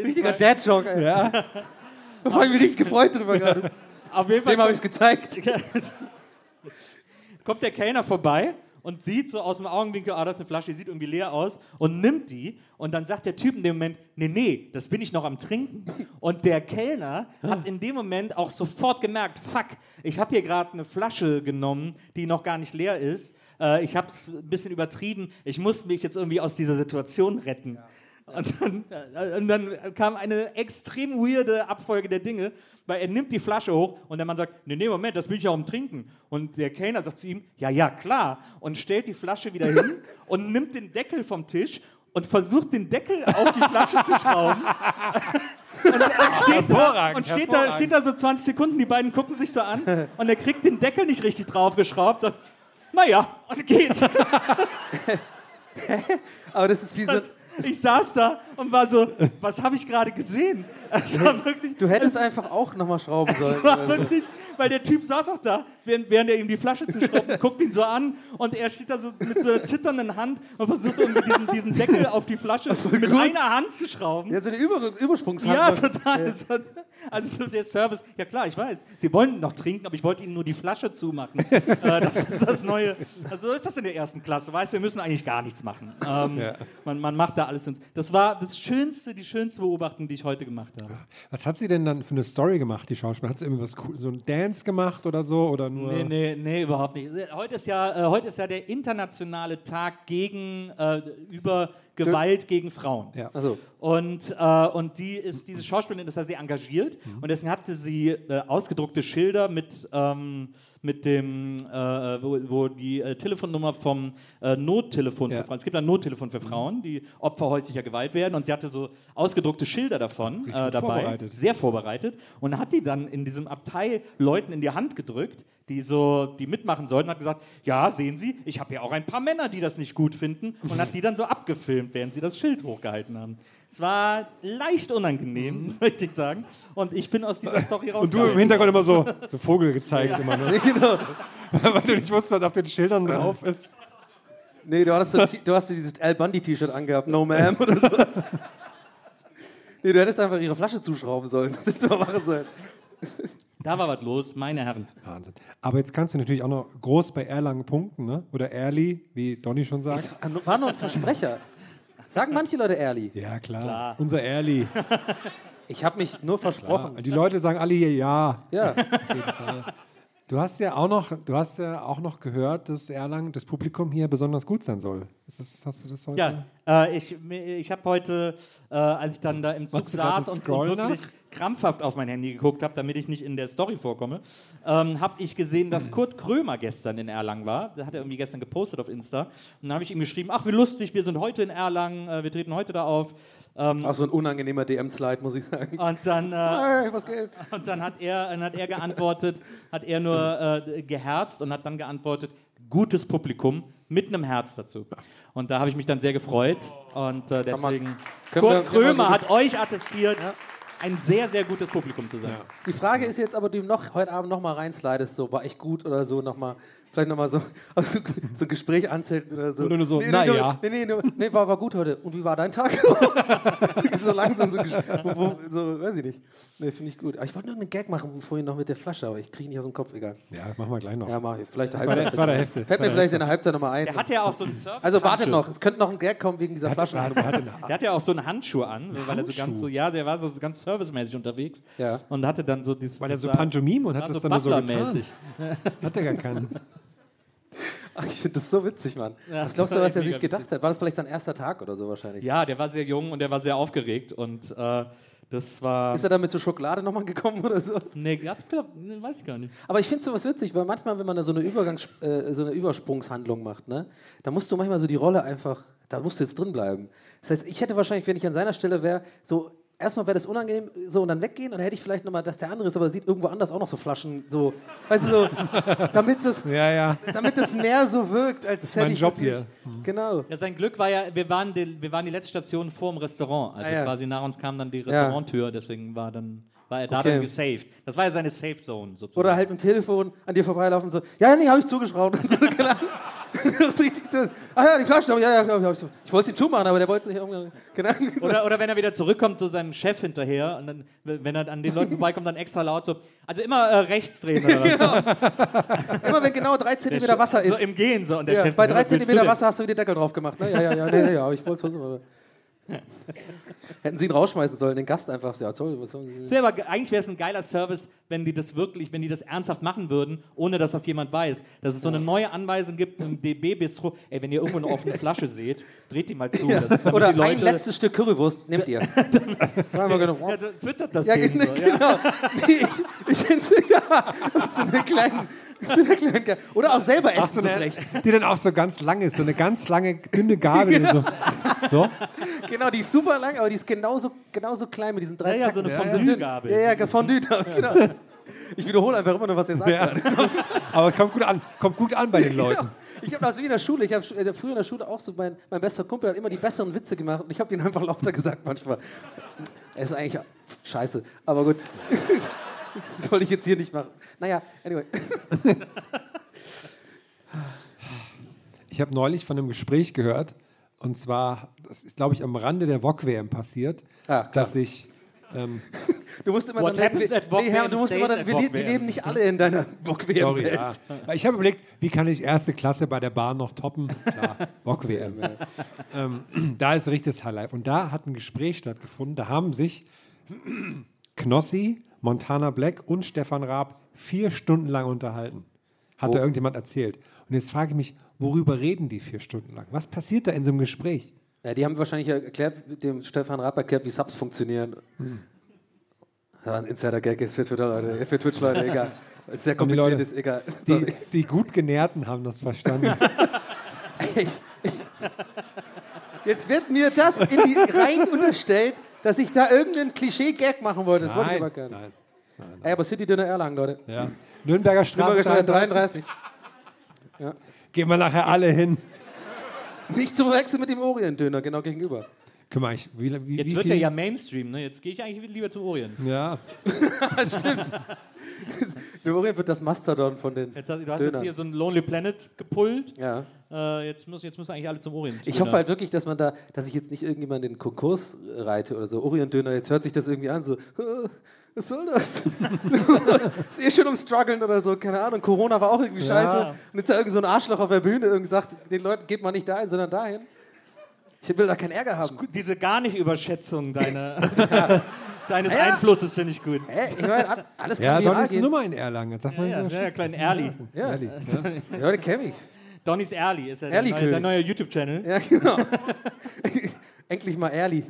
Speaker 2: Richtiger Dad-Joke, ey. Ja. Da habe ich mich richtig gefreut drüber gerade.
Speaker 1: Auf jeden Fall
Speaker 2: Dem habe ich es gezeigt.
Speaker 1: kommt der Kellner vorbei und sieht so aus dem Augenwinkel, ah, das ist eine Flasche, die sieht irgendwie leer aus und nimmt die und dann sagt der Typ in dem Moment, nee, nee, das bin ich noch am Trinken. Und der Kellner hat in dem Moment auch sofort gemerkt, fuck, ich habe hier gerade eine Flasche genommen, die noch gar nicht leer ist. Äh, ich habe es ein bisschen übertrieben. Ich muss mich jetzt irgendwie aus dieser Situation retten. Und dann, äh, und dann kam eine extrem weirde Abfolge der Dinge, weil er nimmt die Flasche hoch und der Mann sagt, nee, nee, Moment, das bin ich ja auch am Trinken. Und der Kellner sagt zu ihm, ja, ja, klar. Und stellt die Flasche wieder hin und nimmt den Deckel vom Tisch und versucht, den Deckel auf die Flasche zu schrauben. Und, und, steht, da, und steht, da, steht da so 20 Sekunden, die beiden gucken sich so an und er kriegt den Deckel nicht richtig draufgeschraubt, sagt, naja, und geht.
Speaker 2: Aber das ist wie so...
Speaker 1: Das- Ich saß da und war so, was habe ich gerade gesehen? Es war wirklich,
Speaker 2: Du hättest einfach auch nochmal schrauben sollen.
Speaker 1: es war wirklich, weil der Typ saß auch da, während, während er ihm die Flasche zuschraubt, guckt ihn so an und er steht da so mit so einer zitternden Hand und versucht irgendwie diesen, diesen Deckel auf die Flasche mit einer Hand zu schrauben.
Speaker 2: Ja, so eine Über Übersprungshand.
Speaker 1: Ja, total. Es hat- (laughs) Also so der Service, ja klar, ich weiß, Sie wollen noch trinken, aber ich wollte Ihnen nur die Flasche zumachen. äh, das ist das Neue. Also so ist das in der ersten Klasse, weißt du, wir müssen eigentlich gar nichts machen. Ähm, man, man macht da alles. ins- Das war das Schönste, die schönste Beobachtung, die ich heute gemacht habe.
Speaker 3: Was hat sie denn dann für eine Story gemacht, die Schauspielerin? Hat sie irgendwas cool, so ein Dance gemacht oder so? Oder nur.
Speaker 1: Nee, nee, nee, überhaupt nicht. Heute ist ja, äh, heute ist ja der internationale Tag gegen, äh, über Gewalt gegen Frauen.
Speaker 3: Ja.
Speaker 2: Also,
Speaker 1: Und, äh, und die ist, diese Schauspielerin ist da sehr engagiert
Speaker 3: Mhm.
Speaker 1: und deswegen hatte sie äh, ausgedruckte Schilder mit, ähm, mit dem, äh, wo, wo die äh, Telefonnummer vom äh, Nottelefon
Speaker 3: Ja. Mhm.
Speaker 1: für Frauen, es gibt ein Nottelefon für Frauen, die Opfer häuslicher Gewalt werden und sie hatte so ausgedruckte Schilder davon
Speaker 3: Richtig
Speaker 1: äh, dabei,
Speaker 3: vorbereitet.
Speaker 1: sehr vorbereitet und hat die dann in diesem Abteil Leuten in die Hand gedrückt, die so, die mitmachen sollten, hat gesagt, ja, sehen Sie, ich habe ja auch ein paar Männer, die das nicht gut finden und hat die dann so abgefilmt, während sie das Schild hochgehalten haben. Es war leicht unangenehm, (laughs) möchte ich sagen. Und ich bin aus dieser Story raus.
Speaker 3: Mhm. Und du im Hintergrund immer so, so Vogel gezeigt immer, ne?
Speaker 1: (laughs)
Speaker 2: genau.
Speaker 3: weil du nicht wusstest, was auf den Schildern drauf ist.
Speaker 2: Nee, du hast, du hast dieses Al Bundy-T-Shirt angehabt, No Ma'am oder (laughs) sowas. Nee, du hättest einfach ihre Flasche zuschrauben sollen. Das hättest du mal machen sollen.
Speaker 1: Da war was los, meine Herren.
Speaker 3: Wahnsinn. Aber jetzt kannst du natürlich auch noch groß bei Erlangen punkten, ne? Oder Erli, wie Donny schon sagt.
Speaker 2: Das war nur ein Versprecher. Sagen manche Leute ehrlich.
Speaker 3: Ja, klar. Unser Erli.
Speaker 2: Ich habe mich nur versprochen.
Speaker 3: Die Leute sagen alle hier ja.
Speaker 2: Ja.
Speaker 3: Du hast ja auch noch, du hast ja auch noch gehört, dass Erlangen, das Publikum hier besonders gut sein soll. Ist das, hast du das heute?
Speaker 1: Ja, äh, ich, mir- ich habe heute, äh, als ich dann da im Zug
Speaker 3: Machst du grad
Speaker 1: saß
Speaker 3: das
Speaker 1: und, und
Speaker 3: Scrollen
Speaker 1: wirklich krampfhaft auf mein Handy geguckt habe, damit ich nicht in der Story vorkomme, ähm, habe ich gesehen,
Speaker 3: Mhm.
Speaker 1: dass Kurt Krömer gestern in Erlangen war. Da hat er irgendwie gestern gepostet auf Insta. Und dann habe ich ihm geschrieben, ach wie lustig, wir sind heute in Erlangen, äh, wir treten heute da auf. Ähm,
Speaker 2: Auch so ein unangenehmer DM-Slide, muss ich sagen.
Speaker 1: und dann...
Speaker 3: Ah,
Speaker 1: Äh,
Speaker 2: Hey, was geht?
Speaker 1: und dann hat er, dann hat er geantwortet, hat er nur äh, geherzt und hat dann geantwortet, gutes Publikum mit einem Herz dazu. Und da habe ich mich dann sehr gefreut und äh, deswegen.
Speaker 2: können
Speaker 1: Kurt
Speaker 2: wir- können wir so
Speaker 1: Krömer
Speaker 2: gut-
Speaker 1: hat euch attestiert, ein sehr, sehr gutes Publikum zu sein.
Speaker 2: Die Frage ist jetzt, aber du noch heute Abend nochmal reinslidest, so war ich gut oder so, nochmal, vielleicht nochmal so, (laughs) also, so ein Gespräch anzählen oder so.
Speaker 3: nur so,
Speaker 2: nee,
Speaker 3: na
Speaker 2: nee, nur-
Speaker 3: ja.
Speaker 2: Nee, nee, nur- nee war, war gut heute. Und wie war dein Tag? (laughs) so langsam, so, gesch- wo, wo, so, weiß ich nicht. Nee, finde ich gut. Aber ich wollte nur einen Gag machen vorhin noch mit der Flasche, aber ich kriege nicht aus dem Kopf, egal.
Speaker 3: Ja, machen wir gleich noch.
Speaker 2: Ja, mach ich. Vielleicht
Speaker 3: war der- das war der Hälfte.
Speaker 2: Fällt mir
Speaker 3: Das war der
Speaker 2: vielleicht in der Halbzeit nochmal ein.
Speaker 1: Der hat ja auch so einen Surf
Speaker 2: also wartet noch, es könnte noch ein Gag kommen wegen dieser Flasche.
Speaker 1: Der hatte ja auch so einen Handschuh an, weil er so ganz so, ja, der war so ganz servicemäßig unterwegs
Speaker 2: Ja.
Speaker 1: und hatte dann so dieses.
Speaker 3: Weil er so Pantomime und hat das dann nur so getan.
Speaker 1: mäßig.
Speaker 3: Hat er gar keinen.
Speaker 2: Ach, (laughs) ich finde das so witzig, Mann.
Speaker 1: Ja,
Speaker 2: was glaubst
Speaker 1: das
Speaker 2: du,
Speaker 1: war
Speaker 2: was er
Speaker 1: echt
Speaker 2: sich
Speaker 1: mega
Speaker 2: gedacht hat? War das vielleicht sein erster Tag oder so wahrscheinlich?
Speaker 1: Ja, der war sehr jung und der war sehr aufgeregt und äh, das war.
Speaker 2: Ist er damit zur Schokolade nochmal gekommen oder so?
Speaker 1: Nee, gab's, glaub, nee, weiß ich gar nicht.
Speaker 2: Aber ich finde sowas witzig, weil manchmal, wenn man da so eine, Übergangs äh, so eine Übersprungshandlung macht, ne, da musst du manchmal so die Rolle einfach, da musst du jetzt drin bleiben. Das heißt, ich hätte wahrscheinlich, wenn ich an seiner Stelle wäre, so erstmal wäre das unangenehm, so und dann weggehen und dann hätte ich vielleicht nochmal, dass der andere ist, aber sieht irgendwo anders auch noch so Flaschen, so, weißt
Speaker 3: (laughs)
Speaker 2: du, so, damit das,
Speaker 3: Ja, ja.
Speaker 2: damit das mehr so wirkt, als das
Speaker 3: mein
Speaker 2: hätte ich das
Speaker 3: Job hier. Mhm.
Speaker 2: nicht. Genau.
Speaker 1: Ja, sein Glück war ja, wir waren, die, wir waren die letzte Station vor dem Restaurant. Also
Speaker 2: Ah, ja.
Speaker 1: quasi nach uns kam dann die Restauranttür, deswegen war, dann, war er da
Speaker 2: Okay.
Speaker 1: dann gesaved. Das war ja seine Safe Zone sozusagen.
Speaker 2: Oder halt mit dem Telefon an dir vorbeilaufen und so, ja, ja, nee, habe ich zugeschraubt. Und so, (laughs) keine Ahnung. Das ist richtig dumm. Ah ja, die Flasche, ja, ja, glaub ich, hab ich, so. ich wollte sie zumachen, aber der wollte es nicht umgehen. Keine Ahnung.
Speaker 1: oder, oder wenn er wieder zurückkommt zu seinem Chef hinterher und dann, wenn er an den Leuten vorbeikommt, dann extra laut so. Also immer äh, rechts drehen oder was?
Speaker 2: (laughs) Immer wenn genau drei Zentimeter Wasser
Speaker 1: so
Speaker 2: ist.
Speaker 1: im Gehen so. Und der
Speaker 2: (laughs) ja,
Speaker 1: Chef
Speaker 2: bei
Speaker 1: so,
Speaker 2: drei
Speaker 1: "Was willst du
Speaker 2: Zentimeter
Speaker 1: denn?"
Speaker 2: Wasser hast du den Deckel drauf gemacht. Ne? Ja, ja, ja, nee, nee, ja, aber ich wollte
Speaker 1: (laughs)
Speaker 2: es versuchen. aber- Hätten sie ihn rausschmeißen sollen, den Gast einfach. Ja, sorry, was sollen sie?
Speaker 1: Das wär aber, ge- eigentlich wäre es ein geiler Service, wenn die das wirklich, wenn die das ernsthaft machen würden, ohne dass das jemand weiß. Dass es so eine neue Anweisung gibt im DB-Bistro. Ey, wenn ihr irgendwo eine offene Flasche seht, dreht die mal zu. Das
Speaker 2: (laughs)
Speaker 1: ist, damit
Speaker 2: Oder
Speaker 1: die Leute,
Speaker 2: ein letztes Stück Currywurst,
Speaker 1: (laughs)
Speaker 2: nehmt ihr. Sagen wir genau,
Speaker 1: Ja, so Füttert Also das
Speaker 2: Ja,
Speaker 1: Ding
Speaker 2: genau.
Speaker 1: so. Ja.
Speaker 2: genau. Nee, ich ich finde es (laughs) ja. Mit so einer kleinen, mit so einer kleinen Ge- Oder auch selber essen.
Speaker 3: Hast du
Speaker 2: so
Speaker 3: eine,
Speaker 1: (laughs)
Speaker 2: frech.
Speaker 3: die dann auch so ganz lang ist, so eine ganz lange, dünne Gabel. die So. so?
Speaker 2: (laughs) Genau, die ist super lang, aber die ist genauso, genauso klein mit diesen drei
Speaker 1: Ja, ja, so
Speaker 2: Zacken.
Speaker 1: eine
Speaker 2: ja,
Speaker 1: Fondue-Gabel.
Speaker 2: ja, ja, Fondue, genau. Ich wiederhole einfach immer nur, was ihr sagt. Genau.
Speaker 3: Ja. (laughs) Aber es kommt gut an, kommt gut an bei den Leuten.
Speaker 2: Ich habe das wie in der Schule. Ich habe früher in der Schule auch so mein, mein bester Kumpel hat immer die besseren Witze gemacht und ich habe den einfach lauter gesagt manchmal. Er ist eigentlich scheiße, aber gut. (laughs) Das wollte ich jetzt hier nicht machen. Naja, anyway.
Speaker 3: Ich habe neulich von einem Gespräch gehört, und zwar, das ist, glaube ich, am Rande der VOG-WM passiert,
Speaker 2: Ah, klar.
Speaker 3: dass ich. Ähm,
Speaker 2: Du musst immer
Speaker 1: What
Speaker 2: dann
Speaker 1: happens at Bock
Speaker 2: Herr,
Speaker 1: WM
Speaker 2: du musst immer
Speaker 1: stays
Speaker 2: dann,
Speaker 1: at
Speaker 2: wir,
Speaker 1: Bock
Speaker 2: le- wir
Speaker 1: WM.
Speaker 2: leben nicht alle in deiner (laughs)
Speaker 3: sorry,
Speaker 2: Bock-WM-Welt.
Speaker 3: ja. Weil Ich habe überlegt, wie kann ich erste Klasse bei der Bahn noch toppen? (laughs) Klar, VOG-WM. ähm, (clears throat) da ist richtiges Highlife. Und da hat ein Gespräch stattgefunden. Da haben sich (clears throat) Knossi, Montana Black und Stefan Raab vier Stunden lang unterhalten. Hat da irgendjemand erzählt. Und jetzt frage ich mich, worüber reden die vier Stunden lang? Was passiert da in so einem Gespräch?
Speaker 2: Ja, die haben wahrscheinlich erklärt, dem Stefan Raab erklärt, wie Subs funktionieren.
Speaker 1: Hm.
Speaker 2: Das war ein Insider-Gag ist für Twitter, Leute. Für Twitch, Leute, egal. Ist sehr
Speaker 3: Kommen die
Speaker 2: kompliziert,
Speaker 3: Leute.
Speaker 2: ist egal.
Speaker 3: Die, (laughs) die gut Genährten haben (laughs) das verstanden.
Speaker 2: Jetzt wird mir das in die rein unterstellt, dass ich da irgendeinen Klischee-Gag machen wollte. Das wollte ich aber gar nicht.
Speaker 3: nein.
Speaker 2: Ey, aber City Döner Erlangen, Leute.
Speaker 3: Ja. Nürnberger
Speaker 2: Nürnberger
Speaker 3: Straße
Speaker 2: Straße 33.
Speaker 3: Gehen wir nachher alle hin.
Speaker 2: Nicht zu verwechseln mit dem Orient-Döner, genau gegenüber.
Speaker 3: Guck mal, ich, wie, wie,
Speaker 1: Jetzt
Speaker 3: wie
Speaker 1: wird
Speaker 3: viel?
Speaker 1: der ja Mainstream, ne? Jetzt gehe ich eigentlich lieber zum Orient.
Speaker 2: Hm.
Speaker 3: Ja.
Speaker 2: Der Orient wird das Mastodon von den.
Speaker 1: Jetzt hast, du hast
Speaker 2: Döner.
Speaker 1: jetzt hier so einen Lonely Planet gepullt.
Speaker 2: Ja.
Speaker 1: Äh, jetzt, muss, jetzt müssen eigentlich alle zum Orient.
Speaker 2: Ich hoffe halt wirklich, dass man da, dass ich jetzt nicht irgendjemanden in den Konkurs reite oder so. Orient-Döner, jetzt hört sich das irgendwie an, so, "Äh, was soll das? (laughs) ist eh schon um Struggeln oder so, keine Ahnung. Corona war auch irgendwie scheiße. Und jetzt ist da irgend so ein Arschloch auf der Bühne irgendwie sagt, den Leuten geht man nicht dahin, sondern dahin. Ich will da keinen Ärger haben.
Speaker 1: Gut, Diese gar nicht Überschätzung deiner,
Speaker 2: (laughs)
Speaker 1: deines
Speaker 2: Ja.
Speaker 1: Einflusses finde ich gut.
Speaker 2: Hä? Ich meine, an- alles
Speaker 3: Ja,
Speaker 2: kann viral
Speaker 3: Donny ist eine
Speaker 2: gehen.
Speaker 3: Nummer in Erlangen. Jetzt darf man
Speaker 1: Ja,
Speaker 3: nicht
Speaker 1: ja, ja
Speaker 3: unterschätzen.
Speaker 1: kleinen Erli.
Speaker 2: Ja.
Speaker 3: Erli, ne?
Speaker 2: Die Leute kenne ich.
Speaker 1: Donnys Erli ist ja der
Speaker 2: Erli
Speaker 1: neue,
Speaker 2: König.
Speaker 1: der neue YouTube-Channel.
Speaker 2: Ja, genau. (laughs) Endlich mal ehrlich.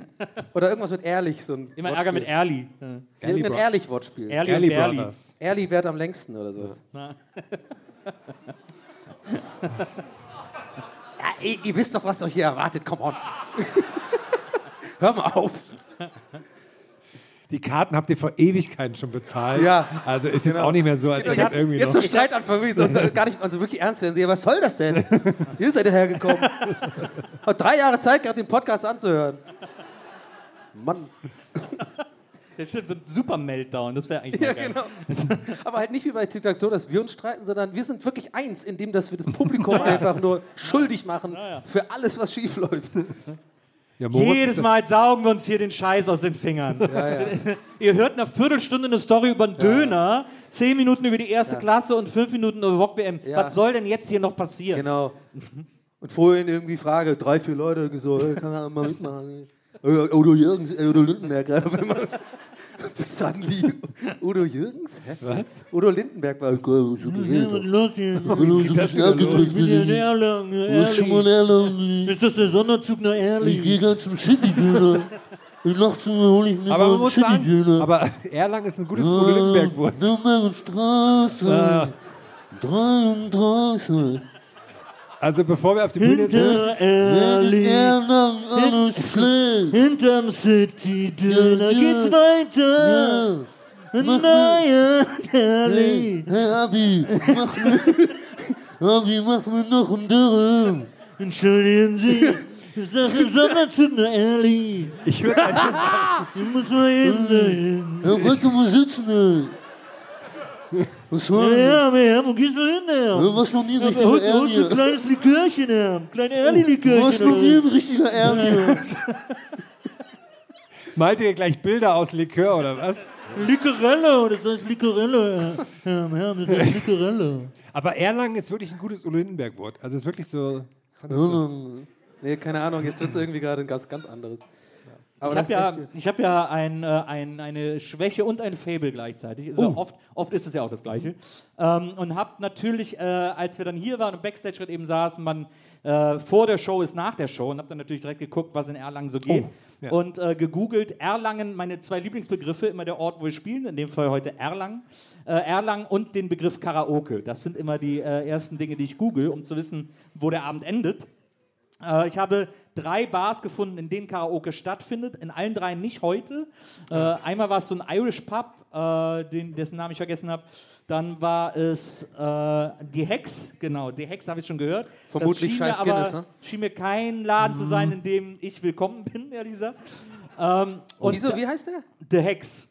Speaker 2: Oder irgendwas mit ehrlich. So ein
Speaker 1: Immer Ärger mit Erli. Ja.
Speaker 2: Erli. Irgendein
Speaker 3: Bro-
Speaker 2: ehrlich Wortspiel.
Speaker 1: Erli,
Speaker 3: Erli
Speaker 1: und Berli.
Speaker 3: Brothers.
Speaker 2: Ehrlich wert am längsten oder sowas. (laughs) Ja, ey, ihr wisst doch, was euch hier erwartet. Come on. (laughs) Hör mal auf.
Speaker 3: Die Karten habt ihr vor Ewigkeiten schon bezahlt.
Speaker 2: Ja. Genau.
Speaker 3: Also ist jetzt auch nicht mehr so, als ob
Speaker 2: Jetzt,
Speaker 3: jetzt irgendwie
Speaker 2: jetzt so
Speaker 3: noch.
Speaker 2: Streit an Verwiesen und gar nicht, also wirklich ernst werden sie. Ja, was soll das denn? Ihr seid hergekommen. Hat drei Jahre Zeit gehabt, den Podcast anzuhören. Mann.
Speaker 1: Das stimmt, so ein Super-Meltdown, das wäre eigentlich mal
Speaker 2: Ja,
Speaker 1: geil.
Speaker 2: genau. Aber halt nicht wie bei TikTok, dass wir uns streiten, sondern wir sind wirklich eins, indem dass wir das Publikum einfach nur schuldig machen für alles, was schief läuft.
Speaker 3: Ja, Moritz-
Speaker 1: Jedes Mal saugen wir uns hier den Scheiß aus den Fingern. (laughs) Ihr hört nach Viertelstunde eine Story über einen Döner, zehn Minuten über die erste Klasse und fünf Minuten über Rock WM.
Speaker 2: Ja.
Speaker 1: Was soll denn jetzt hier noch passieren?
Speaker 2: Genau. Und vorhin irgendwie Frage, drei, vier Leute irgendwie so, ey, kann man mal mitmachen. ey. Äh, Udo Jürgens, äh, Udo Lindenberg. gerade auf einmal. (laughs) Bis dann die Udo Jürgens? Hä?
Speaker 3: Was?
Speaker 2: Udo Lindenberg war so gewählt.
Speaker 1: Los hier.
Speaker 3: Das wieder los.
Speaker 1: Ich bin hier in Erlangen, Erli. Ist das der Sonderzug nach Erli?
Speaker 5: Ich gehe ganz zum City-Döner. Und nachts hole ich
Speaker 3: Aber man
Speaker 5: mir aber einen
Speaker 3: muss sagen,
Speaker 5: City-Döner.
Speaker 3: aber Erlangen ist ein gutes Udo Lindenberg wurde.
Speaker 5: Nürnbergstraße. 33.
Speaker 3: Also bevor wir auf die Bühne sind,
Speaker 5: Wenn in Erlangen alles schlägt.
Speaker 1: Hinterm City-Döner
Speaker 5: geht's
Speaker 1: weiter.
Speaker 5: Ja. Mach mir, hey, hey Abi, mach mir, (laughs) Abi, mach mir noch einen Dürren.
Speaker 1: Entschuldigen Sie, ist das ein Sonderzug nach Erli?
Speaker 3: ich würde einfach
Speaker 1: (laughs) Hier muss man eben dahin.
Speaker 5: Ja, warte mal sitzen, ey.
Speaker 1: (laughs)
Speaker 5: Was war denn?
Speaker 1: Ja, aber Herr, wo gehst du hin, Herr?
Speaker 5: Ja, Was noch nie richtig
Speaker 1: Holst, holst du ein
Speaker 5: Ernie?
Speaker 1: kleines Likörchen, Herr? Ein kleines Erli-Likörchen?
Speaker 5: Was noch
Speaker 1: oder
Speaker 5: nie
Speaker 1: was?
Speaker 5: ein richtiger Ernie?
Speaker 3: malte ihr gleich Bilder aus Likör oder was?
Speaker 1: Licorello, das heißt Licorello, Herr. Herr, Herr, das heißt Licorello.
Speaker 3: Aber Erlangen ist wirklich ein gutes Udo Lindenberg wurde. Also ist wirklich so.
Speaker 2: Nee, keine Ahnung, jetzt wird es irgendwie gerade ein ganz, ganz anderes. Aber
Speaker 1: Ich habe
Speaker 2: das ist
Speaker 1: ja,
Speaker 2: echt gut.
Speaker 1: ich hab ja ein, äh, ein, eine Schwäche und ein Fable gleichzeitig. Also
Speaker 2: Oh.
Speaker 1: oft, oft ist es ja auch das Gleiche. Ähm, und habe natürlich, äh, als wir dann hier waren und Backstage gerade eben saßen, man äh, vor der Show ist nach der Show und habe dann natürlich direkt geguckt, was in Erlangen so
Speaker 2: Oh,
Speaker 1: geht.
Speaker 3: ja.
Speaker 1: Und äh, gegoogelt Erlangen, meine zwei Lieblingsbegriffe, immer der Ort, wo wir spielen, in dem Fall heute Erlangen. Äh, Erlangen und den Begriff Karaoke. Das sind immer die äh, ersten Dinge, die ich google, um zu wissen, wo der Abend endet. Äh, ich habe drei Bars gefunden, in denen Karaoke stattfindet. In allen dreien nicht heute. Äh, einmal war es so ein Irish Pub, äh, den, dessen Namen ich vergessen habe. Dann war es äh, die Hex, genau, die Hex habe ich schon gehört.
Speaker 2: Vermutlich
Speaker 1: das schien
Speaker 2: scheiß
Speaker 1: mir aber,
Speaker 2: Guinness, ne?
Speaker 1: schien mir kein Laden zu sein, in dem ich willkommen bin, ehrlich gesagt. Ähm, und
Speaker 2: Wieso, wie heißt der?
Speaker 1: The Hex,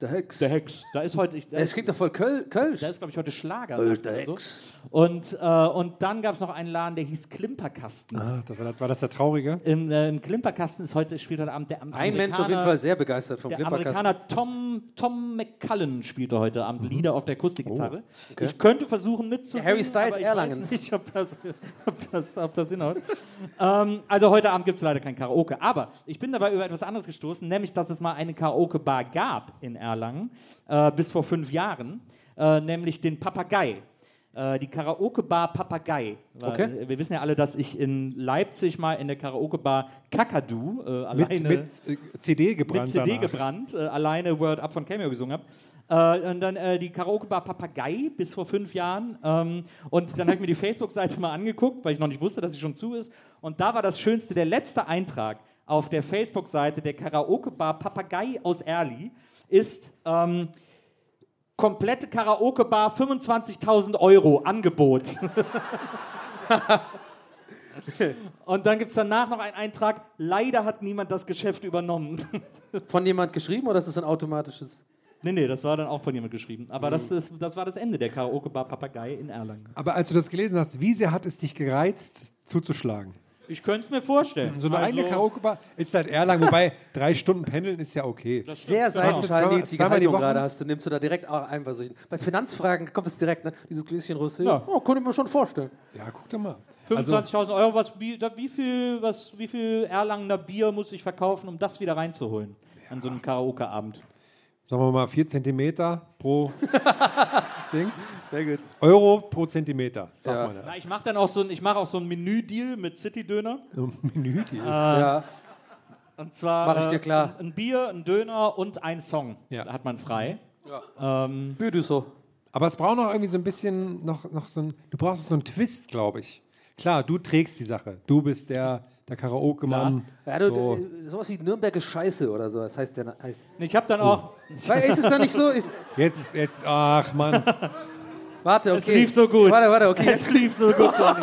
Speaker 2: Der Hex.
Speaker 1: The Hex, da ist heute, ich, da
Speaker 2: Es
Speaker 1: ist,
Speaker 2: klingt doch voll Köl Kölsch.
Speaker 1: da ist glaube ich heute Schlager.
Speaker 2: Äh, der
Speaker 1: oder so.
Speaker 2: Hex.
Speaker 1: Und, äh, und dann gab es noch einen Laden, der hieß Klimperkasten.
Speaker 3: Ah, das war, war das der traurige?
Speaker 1: Im, äh, im Klimperkasten ist heute, spielt heute Abend der Am-
Speaker 2: Ein
Speaker 1: Amerikaner.
Speaker 2: Mensch auf jeden Fall sehr begeistert vom
Speaker 1: Der
Speaker 2: Klimperkasten.
Speaker 1: Amerikaner Tom, Tom McCullen spielte heute Abend Lieder auf der Akustikgitarre. Ich könnte versuchen mitzusingen,
Speaker 2: Mhm. Oh, Harry Styles
Speaker 1: aber ich
Speaker 2: Erlangen.
Speaker 1: weiß nicht, ob das, (laughs) ob das, ob das hinhaut. ähm, also heute Abend gibt es leider kein Karaoke. Aber ich bin dabei über etwas anderes gestoßen, nämlich, dass es mal eine Karaoke-Bar gab in Erlangen, äh, bis vor fünf Jahren, äh, nämlich den Papagei. Äh, die Karaoke-Bar Papagei. Weil,
Speaker 2: Okay.
Speaker 1: äh, Wir wissen ja alle, dass ich in Leipzig mal in der Karaoke-Bar Kakadu äh, alleine
Speaker 3: Mit, mit äh, CD gebrannt.
Speaker 1: mit CD
Speaker 3: danach.
Speaker 1: gebrannt, äh, alleine Word Up von Cameo gesungen habe. Äh, und dann äh, die Karaoke-Bar Papagei bis vor fünf Jahren. Ähm, und dann habe ich mir die (laughs) Facebook-Seite mal angeguckt, weil ich noch nicht wusste, dass sie schon zu ist. Und da war das Schönste, der letzte Eintrag auf der Facebook-Seite der Karaoke-Bar Papagei aus Erli ist ähm, komplette Karaoke-Bar 25.000 Euro Angebot. Und dann gibt es danach noch einen Eintrag, leider hat niemand das Geschäft übernommen.
Speaker 2: Von jemand geschrieben oder ist das ein automatisches?
Speaker 3: Genau.
Speaker 1: Nee, nee, das war dann auch von jemand geschrieben. Aber das, ist, das war das Ende der Karaoke-Bar Papagei in Erlangen.
Speaker 3: Aber als du das gelesen hast, wie sehr hat es dich gereizt, zuzuschlagen?
Speaker 1: Ich könnte es mir vorstellen. Also
Speaker 3: So eine eigene Karaoke-Bar ist halt Erlangen, wobei drei Stunden pendeln ist ja okay.
Speaker 2: Sehr seitenscheinmäßige
Speaker 3: Zweimal die
Speaker 2: Haltung
Speaker 3: Woche.
Speaker 2: gerade hast du, nimmst du da direkt auch ein bei solchen. Bei Finanzfragen kommt es direkt, ne? Dieses Gläschen Rosé.
Speaker 1: Ja.
Speaker 2: Oh, konnte ich mir schon vorstellen.
Speaker 3: Ja, guck doch mal.
Speaker 1: 25.000 Euro, was, wie, da- wie, viel, was, wie viel Erlangener Bier muss ich verkaufen, um das wieder reinzuholen? An so einem Karaoke-Abend.
Speaker 3: Sagen wir mal 4 Zentimeter pro (laughs) Dings.
Speaker 2: Sehr gut.
Speaker 3: Euro pro Zentimeter, sagt
Speaker 2: Ja.
Speaker 3: man ja.
Speaker 1: Na, Ich mache dann auch so, ein- ich mach auch so einen Menü-Deal mit City-Döner. Äh,
Speaker 3: So ein Menü. die-
Speaker 2: Ja.
Speaker 1: Und zwar äh,
Speaker 2: Mach ich dir klar.
Speaker 1: ein, ein Bier, ein Döner und ein Song
Speaker 3: Ja.
Speaker 1: hat man frei.
Speaker 2: Büdüso.
Speaker 3: Aber es braucht noch irgendwie so ein bisschen, noch, noch so ein, du brauchst so einen Twist, glaube ich. Klar, du trägst die Sache. Du bist der, der Karaoke-Mann.
Speaker 2: Ja, du,
Speaker 3: so.
Speaker 2: du- Äh, sowas wie Nürnberg ist scheiße oder so. Das heißt, der, heißt (laughs)
Speaker 1: Ich habe dann auch, (laughs)
Speaker 2: Weil ist es da nicht so? Ist,
Speaker 3: Jetzt, jetzt, ach Mann.
Speaker 2: warte, okay.
Speaker 1: Es lief so gut.
Speaker 2: Warte, warte, okay.
Speaker 1: Es lief so gut. Toni.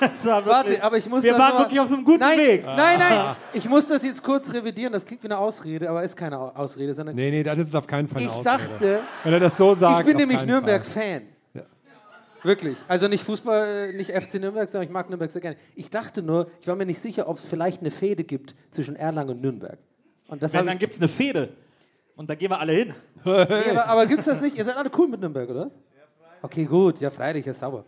Speaker 1: Es war wirklich-
Speaker 2: Warte, aber ich muss
Speaker 1: Wir
Speaker 2: das
Speaker 1: waren
Speaker 2: noch mal-
Speaker 1: wirklich auf so einem guten
Speaker 2: nein,
Speaker 1: Weg. Ah.
Speaker 2: Nein, nein, ich muss das jetzt kurz revidieren. Das klingt wie eine Ausrede, aber ist keine Au- Ausrede, sondern
Speaker 3: Nee, nee, das ist auf keinen Fall eine
Speaker 2: ich
Speaker 3: Ausrede.
Speaker 2: dachte,
Speaker 3: Wenn er das so sagt.
Speaker 2: ich bin
Speaker 3: auf
Speaker 2: nämlich
Speaker 3: keinen
Speaker 2: Nürnberg-Fan. Wirklich. Also nicht Fußball, äh, nicht FC Nürnberg, sondern ich mag Nürnberg sehr gerne. Ich dachte nur, ich war mir nicht sicher, ob es vielleicht eine Fehde gibt zwischen Erlangen und Nürnberg. Und das
Speaker 1: Wenn,
Speaker 2: hab
Speaker 1: dann
Speaker 2: ich,
Speaker 1: gibt es eine Fehde. Und da gehen wir alle hin.
Speaker 2: nee, aber, aber gibt's das nicht? Ihr seid alle cool mit Nürnberg, oder? Okay, gut, ja, freilich, ja, sauber.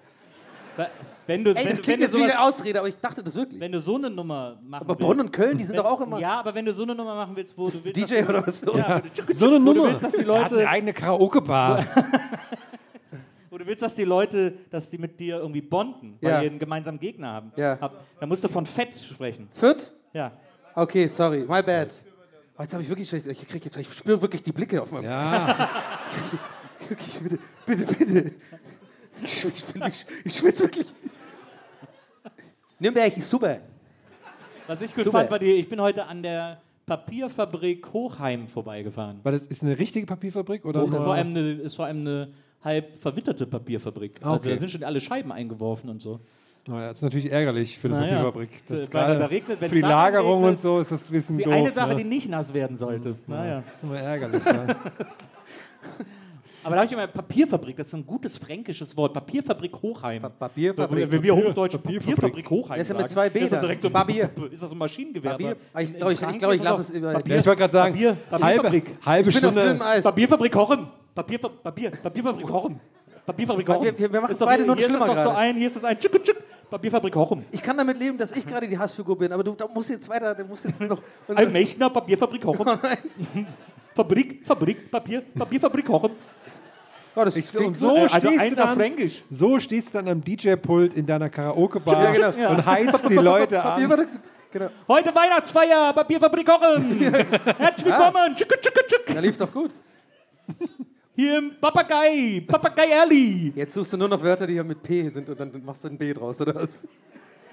Speaker 1: Da- Wenn du,
Speaker 2: Ey,
Speaker 1: wenn,
Speaker 2: das
Speaker 1: wenn
Speaker 2: klingt
Speaker 1: du
Speaker 2: jetzt wie eine
Speaker 1: sowas,
Speaker 2: Ausrede, aber ich dachte das wirklich.
Speaker 1: wenn du so eine Nummer machen
Speaker 2: Aber
Speaker 1: willst.
Speaker 2: Bonn und Köln, die sind doch auch immer
Speaker 1: Ja, aber wenn du so eine Nummer machen willst, wo du willst,
Speaker 2: DJ oder was? Ja.
Speaker 3: Fall. So eine Nummer.
Speaker 1: willst, dass die
Speaker 3: Er hat
Speaker 1: Leute-
Speaker 3: eine eigene Karaoke-Bar.
Speaker 1: wo du willst, dass die Leute, dass die mit dir irgendwie bonden, weil
Speaker 2: Ja.
Speaker 1: die einen gemeinsamen Gegner haben.
Speaker 2: Ja.
Speaker 1: Hab- Dann musst du von Fett sprechen.
Speaker 2: Fürth?
Speaker 1: Ja.
Speaker 2: Okay, sorry, my bad. Oh, jetzt habe ich wirklich schlecht. Ich, krieg jetzt, ich spüre wirklich die Blicke auf meinem.
Speaker 3: ja.
Speaker 2: Wirklich, bitte, bitte, bitte. Ich, ich, bin, ich, ich schwitze wirklich. Nürnberg ist super.
Speaker 1: Was ich gut
Speaker 2: Super.
Speaker 1: fand, war die, ich bin heute an der Papierfabrik Hochheim vorbeigefahren.
Speaker 3: Weil das ist eine richtige Papierfabrik
Speaker 2: Oh
Speaker 3: oder?
Speaker 1: Oh, Das ist
Speaker 3: nur-
Speaker 1: vor allem eine, ist vor allem eine halb verwitterte Papierfabrik.
Speaker 3: Ah,
Speaker 1: Also
Speaker 3: okay.
Speaker 1: da sind schon alle Scheiben eingeworfen und so.
Speaker 3: Na ja, das ist natürlich ärgerlich für eine
Speaker 1: Naja.
Speaker 3: Papierfabrik. Das
Speaker 1: Weil
Speaker 3: ist gerade
Speaker 1: da regnet, wenn's
Speaker 3: für die
Speaker 1: dann
Speaker 3: Lagerung
Speaker 1: regnet,
Speaker 3: und so ist das Wissen
Speaker 1: Die
Speaker 3: doof.
Speaker 1: eine Sache,
Speaker 3: ne?
Speaker 1: die nicht nass werden sollte.
Speaker 2: Mhm.
Speaker 1: Naja.
Speaker 3: das ist immer ärgerlich. ne? ja.
Speaker 1: Aber da habe ich immer Papierfabrik, das ist ein gutes fränkisches Wort. Papierfabrik Hochheim.
Speaker 2: Papierfabrik.
Speaker 1: Wenn wir Hochdeutsche Papierfabrik Hochheim
Speaker 2: Das ist ja
Speaker 1: sagen,
Speaker 2: mit zwei B
Speaker 1: ist das
Speaker 2: dann.
Speaker 1: direkt so
Speaker 2: Papier.
Speaker 1: Ist das ein Maschinengewehr?
Speaker 2: Papier.
Speaker 1: Aber
Speaker 2: Ah, ich
Speaker 1: in- in
Speaker 2: glaub, ich- ich
Speaker 1: Frankreich
Speaker 2: glaub, ich
Speaker 1: ist
Speaker 2: lass
Speaker 1: das
Speaker 2: es über-
Speaker 1: Papier-
Speaker 3: Ja, ich wollte gerade sagen,
Speaker 1: Papier,
Speaker 3: halbe,
Speaker 1: Papierfabrik.
Speaker 3: halbe
Speaker 2: Ich bin auf dünnem
Speaker 3: Stunde.
Speaker 2: Eis.
Speaker 1: Papierfabrik Hochheim. Papier, Papier, Papierfabrik Hochheim. Papierfabrik Hochheim.
Speaker 2: Wir- wir- wir machen
Speaker 1: Ist doch
Speaker 2: beide
Speaker 1: hier-
Speaker 2: nur
Speaker 1: hier ist
Speaker 2: schlimmer
Speaker 1: das doch so
Speaker 2: gerade.
Speaker 1: ein, hier ist das ein. Tschick, tschick. Papierfabrik Hochheim.
Speaker 2: Ich kann damit leben, dass ich gerade die Hassfigur bin, aber du da musst jetzt weiter, du musst jetzt noch.
Speaker 1: Almechner Papierfabrik
Speaker 2: (laughs) Oh
Speaker 1: Hochheim. Fabrik, Fabrik, Papier, Papierfabrik Hochheim.
Speaker 2: Oh, das
Speaker 3: Ich-
Speaker 2: klingt
Speaker 3: und so
Speaker 2: gut.
Speaker 1: Also
Speaker 3: stehst
Speaker 1: eins
Speaker 3: du
Speaker 1: auf
Speaker 3: dann,
Speaker 1: Fränkisch.
Speaker 3: So stehst du dann am DJ-Pult in deiner Karaoke-Bar
Speaker 2: Ja, genau.
Speaker 3: und
Speaker 2: (laughs)
Speaker 3: heizt die Leute an.
Speaker 2: Papierfabrik. Genau.
Speaker 1: Heute Weihnachtsfeier, Papierfabrik
Speaker 2: (laughs)
Speaker 1: Hochen. Herzlich willkommen. Tschicke, tschicke,
Speaker 2: Da
Speaker 1: tschicke.
Speaker 2: lief doch gut.
Speaker 1: Hier im Papagei, Papagei Alley.
Speaker 2: Jetzt suchst du nur noch Wörter, die ja mit P sind und dann machst du ein B draus, oder was?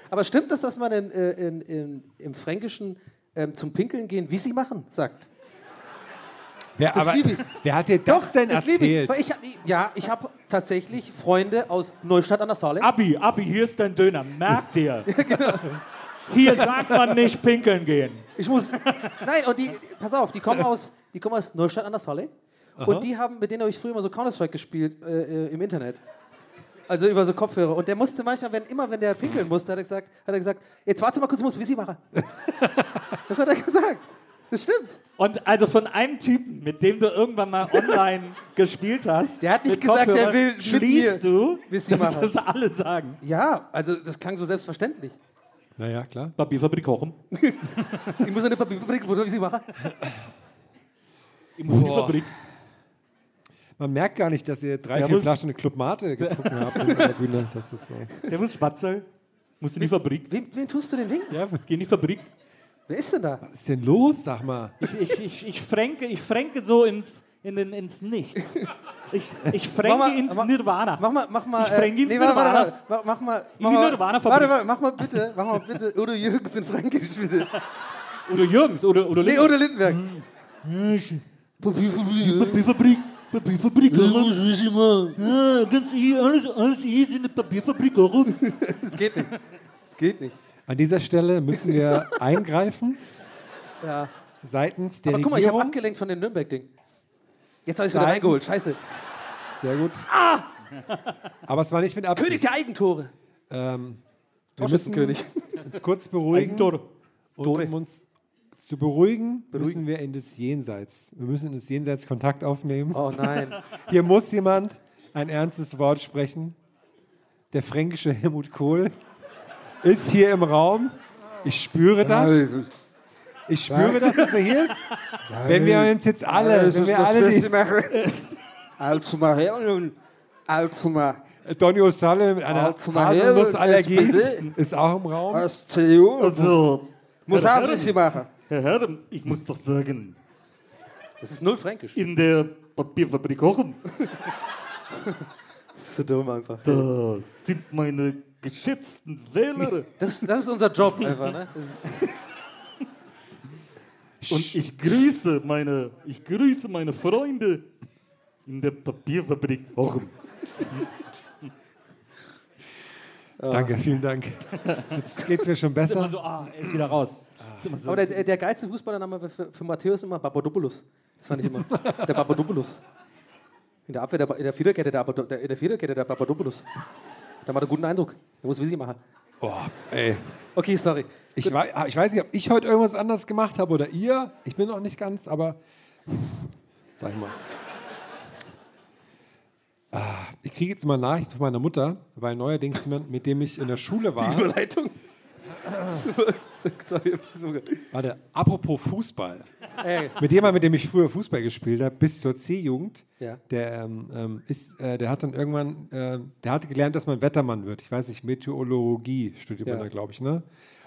Speaker 2: Aber stimmt das, dass man in, äh, in, in, im Fränkischen ähm, zum Pinkeln gehen, wie sie machen, sagt?
Speaker 3: Wer,
Speaker 2: Das
Speaker 3: aber,
Speaker 2: lieb ich.
Speaker 3: wer hat dir das denn
Speaker 2: das liebe
Speaker 3: erzählt?
Speaker 2: ich. Weil ich hab- ja, ich habe tatsächlich Freunde aus Neustadt an der Saale.
Speaker 1: Abi, Abi, hier ist dein Döner. Merk
Speaker 2: (laughs)
Speaker 1: dir.
Speaker 2: Genau.
Speaker 1: Hier sagt man nicht pinkeln gehen.
Speaker 2: Ich muss. Nein, und die, pass auf, die kommen aus, die kommen aus Neustadt an der Saale. Und die haben, mit denen habe ich früher immer so Counter-Strike gespielt äh, äh, im Internet. Also über so Kopfhörer. Und der musste manchmal, wenn immer, wenn der pinkeln musste, hat er gesagt, hat er gesagt, jetzt warte mal kurz, ich muss Wissi (laughs) machen. das hat er gesagt. Das stimmt.
Speaker 1: Und also von einem Typen, mit dem du irgendwann
Speaker 2: (laughs)
Speaker 1: mal online gespielt hast.
Speaker 2: Der hat nicht
Speaker 1: mit
Speaker 2: gesagt, der
Speaker 1: Kopfhörern,
Speaker 2: will mit
Speaker 1: Schließt
Speaker 2: mir
Speaker 1: du,
Speaker 2: Wissi
Speaker 1: dass
Speaker 2: machen.
Speaker 1: das alle sagen.
Speaker 2: Ja, also das klang so selbstverständlich.
Speaker 3: Naja, klar.
Speaker 1: Papierfabrik Hochen.
Speaker 2: Ich muss eine Papierfabrik, wo Wissi machen.
Speaker 1: Papierfabrik.
Speaker 3: Man merkt gar nicht, dass ihr drei, vier
Speaker 1: Servus.
Speaker 3: Flaschen Club
Speaker 2: (laughs)
Speaker 3: Mate getrunken habt auf der Bühne. Das ist so.
Speaker 1: Servus, Spatzel. Musst in die Fabrik.
Speaker 2: Wem, wen tust du denn winken?
Speaker 3: Ja, was
Speaker 1: Geh in die Fabrik.
Speaker 2: Wer ist denn da?
Speaker 3: ist denn los, sag mal?
Speaker 1: Ich, ich, ich, ich, fränke, ich fränke so ins, in den, ins Nichts. Ich, ich fränke
Speaker 2: Mach mal-
Speaker 1: ins
Speaker 2: mach-
Speaker 1: Nirvana.
Speaker 2: Mach mal, mach mal. äh,
Speaker 1: Ich fränke ins
Speaker 2: warte, warte,
Speaker 1: Nirvana.
Speaker 2: warte, Mach, mach mal.
Speaker 1: die
Speaker 2: Mach mal
Speaker 1: Nirvana-Fabrik.
Speaker 2: warte, warte, mach mal bitte, mach mal bitte Udo Jürgens in Fränkisch, bitte.
Speaker 1: Oder Jürgens, oder, oder
Speaker 2: Nee,
Speaker 1: Lindner.
Speaker 2: Udo Lindenberg.
Speaker 5: Papierfabrik.
Speaker 1: Papierfabrik. Papierfabrik.
Speaker 5: Das muss ich immer. Ja, ganz easy, alles, alles easy in der Papierfabrik auch.
Speaker 2: Das geht nicht. Das geht nicht.
Speaker 3: An dieser Stelle müssen
Speaker 2: (laughs)
Speaker 3: wir eingreifen. Seitens der
Speaker 2: Aber guck mal, ich habe
Speaker 3: Regierung.
Speaker 2: abgelenkt von dem Nürnberg-Ding. Jetzt habe ich wieder
Speaker 3: Seitens-
Speaker 2: reingeholt. Scheiße.
Speaker 3: Sehr gut. Aber es war nicht mit
Speaker 2: Ah! König
Speaker 3: Absicht.
Speaker 2: der Eigentore.
Speaker 3: Ähm, wir müssen
Speaker 2: Torschützenkönig.
Speaker 3: uns kurz beruhigen. Und
Speaker 2: Tore.
Speaker 3: um uns zu beruhigen, müssen wir in das Jenseits. Wir müssen in das Jenseits Kontakt aufnehmen.
Speaker 2: (laughs) Oh nein.
Speaker 3: Hier muss jemand ein ernstes Wort sprechen. Der fränkische Helmut Kohl ist hier im Raum. Ich spüre das. Ich spüre das, dass er hier ist. Wenn wir uns jetzt alle, wenn wir alle die,
Speaker 2: machen? Also mal her und also mal
Speaker 3: Donny O'Sullivan mit einer
Speaker 2: Als mal her, Ah.
Speaker 3: Haselnussallergie
Speaker 2: SPD.
Speaker 3: ist auch im Raum.
Speaker 2: aus CDU.
Speaker 5: Also,
Speaker 2: Muss auch ein bisschen machen.
Speaker 5: Herr Herr, ich muss doch sagen,
Speaker 2: Das ist null fränkisch.
Speaker 5: in der Papierfabrik Hochem,
Speaker 2: Das ist so dumm einfach.
Speaker 1: Äh,
Speaker 5: da sind meine geschätzten Wähler.
Speaker 2: Das, das ist unser Job einfach, ne? Das ist-
Speaker 5: Und ich grüße meine, ich grüße meine Freunde in der Papierfabrik Hochem.
Speaker 3: Danke, vielen Dank. Jetzt geht's mir schon besser.
Speaker 1: Also, ah, er ist wieder raus. Ist immer so.
Speaker 2: Aber der, der geilste Fußballername für, für Matthäus immer Papadopoulos. Das fand ich immer. Der Papadopoulos. In der Abwehr, der, Ba- in der Viererkette der, Papado- der, in der, Viererkette der Papadopoulos. Da macht einen guten Eindruck. Der muss Visi machen.
Speaker 3: Boah, Oh, ey.
Speaker 2: Okay, sorry.
Speaker 3: Ich, wei- ah, ich weiß nicht, ob ich heute irgendwas anders gemacht habe oder ihr. Ich bin noch nicht ganz, aber sag ich mal. Ah, Ich kriege jetzt mal Nachricht von meiner Mutter, weil neuerdings jemand, mit dem ich in der Schule war.
Speaker 2: Überleitung. sorry, ich hab das so ge-
Speaker 3: Warte, apropos Fußball.
Speaker 2: Ey.
Speaker 3: Mit jemandem, mit dem ich früher Fußball gespielt habe, bis zur C-Jugend,
Speaker 2: Ja.
Speaker 3: der, ähm, ähm, ist, äh, der hat dann irgendwann, äh, der hat gelernt, dass man Wettermann wird. Ich weiß nicht, Meteorologie studiert man
Speaker 2: Ja.
Speaker 3: da, glaube ich, ne?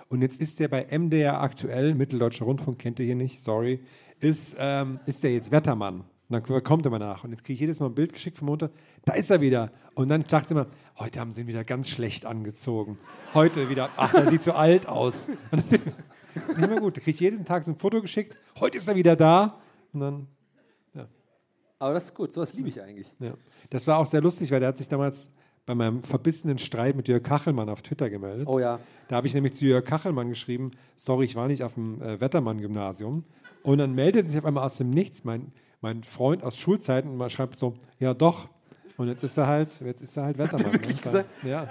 Speaker 3: Und jetzt ist der bei MDR aktuell, Mitteldeutscher Rundfunk kennt ihr hier nicht, sorry, ist, ähm, ist der jetzt Wettermann. Und dann kommt er mal nach. Und jetzt kriege ich jedes Mal ein Bild geschickt von Mutter, da ist er wieder. Und dann sagt sie immer, heute haben sie ihn wieder ganz schlecht angezogen. Heute wieder, ach, er sieht so alt aus. (laughs) Und dann, nicht mehr gut. Da kriege ich jeden Tag so ein Foto geschickt. Heute ist er wieder da. Und dann,
Speaker 2: Aber das ist gut, sowas liebe ich eigentlich.
Speaker 3: ja. Das war auch sehr lustig, weil der hat sich damals bei meinem verbissenen Streit mit Jörg Kachelmann auf Twitter gemeldet.
Speaker 2: Oh ja.
Speaker 3: Da habe ich nämlich zu Jörg Kachelmann geschrieben, sorry, ich war nicht auf dem äh, Wettermann-Gymnasium. Und dann meldet sich auf einmal aus dem Nichts mein, mein Freund aus Schulzeiten und man schreibt so, ja doch. Und jetzt ist er halt, jetzt ist er halt Wettermann.
Speaker 2: wirklich
Speaker 3: ne?
Speaker 2: gesagt?
Speaker 3: Ja.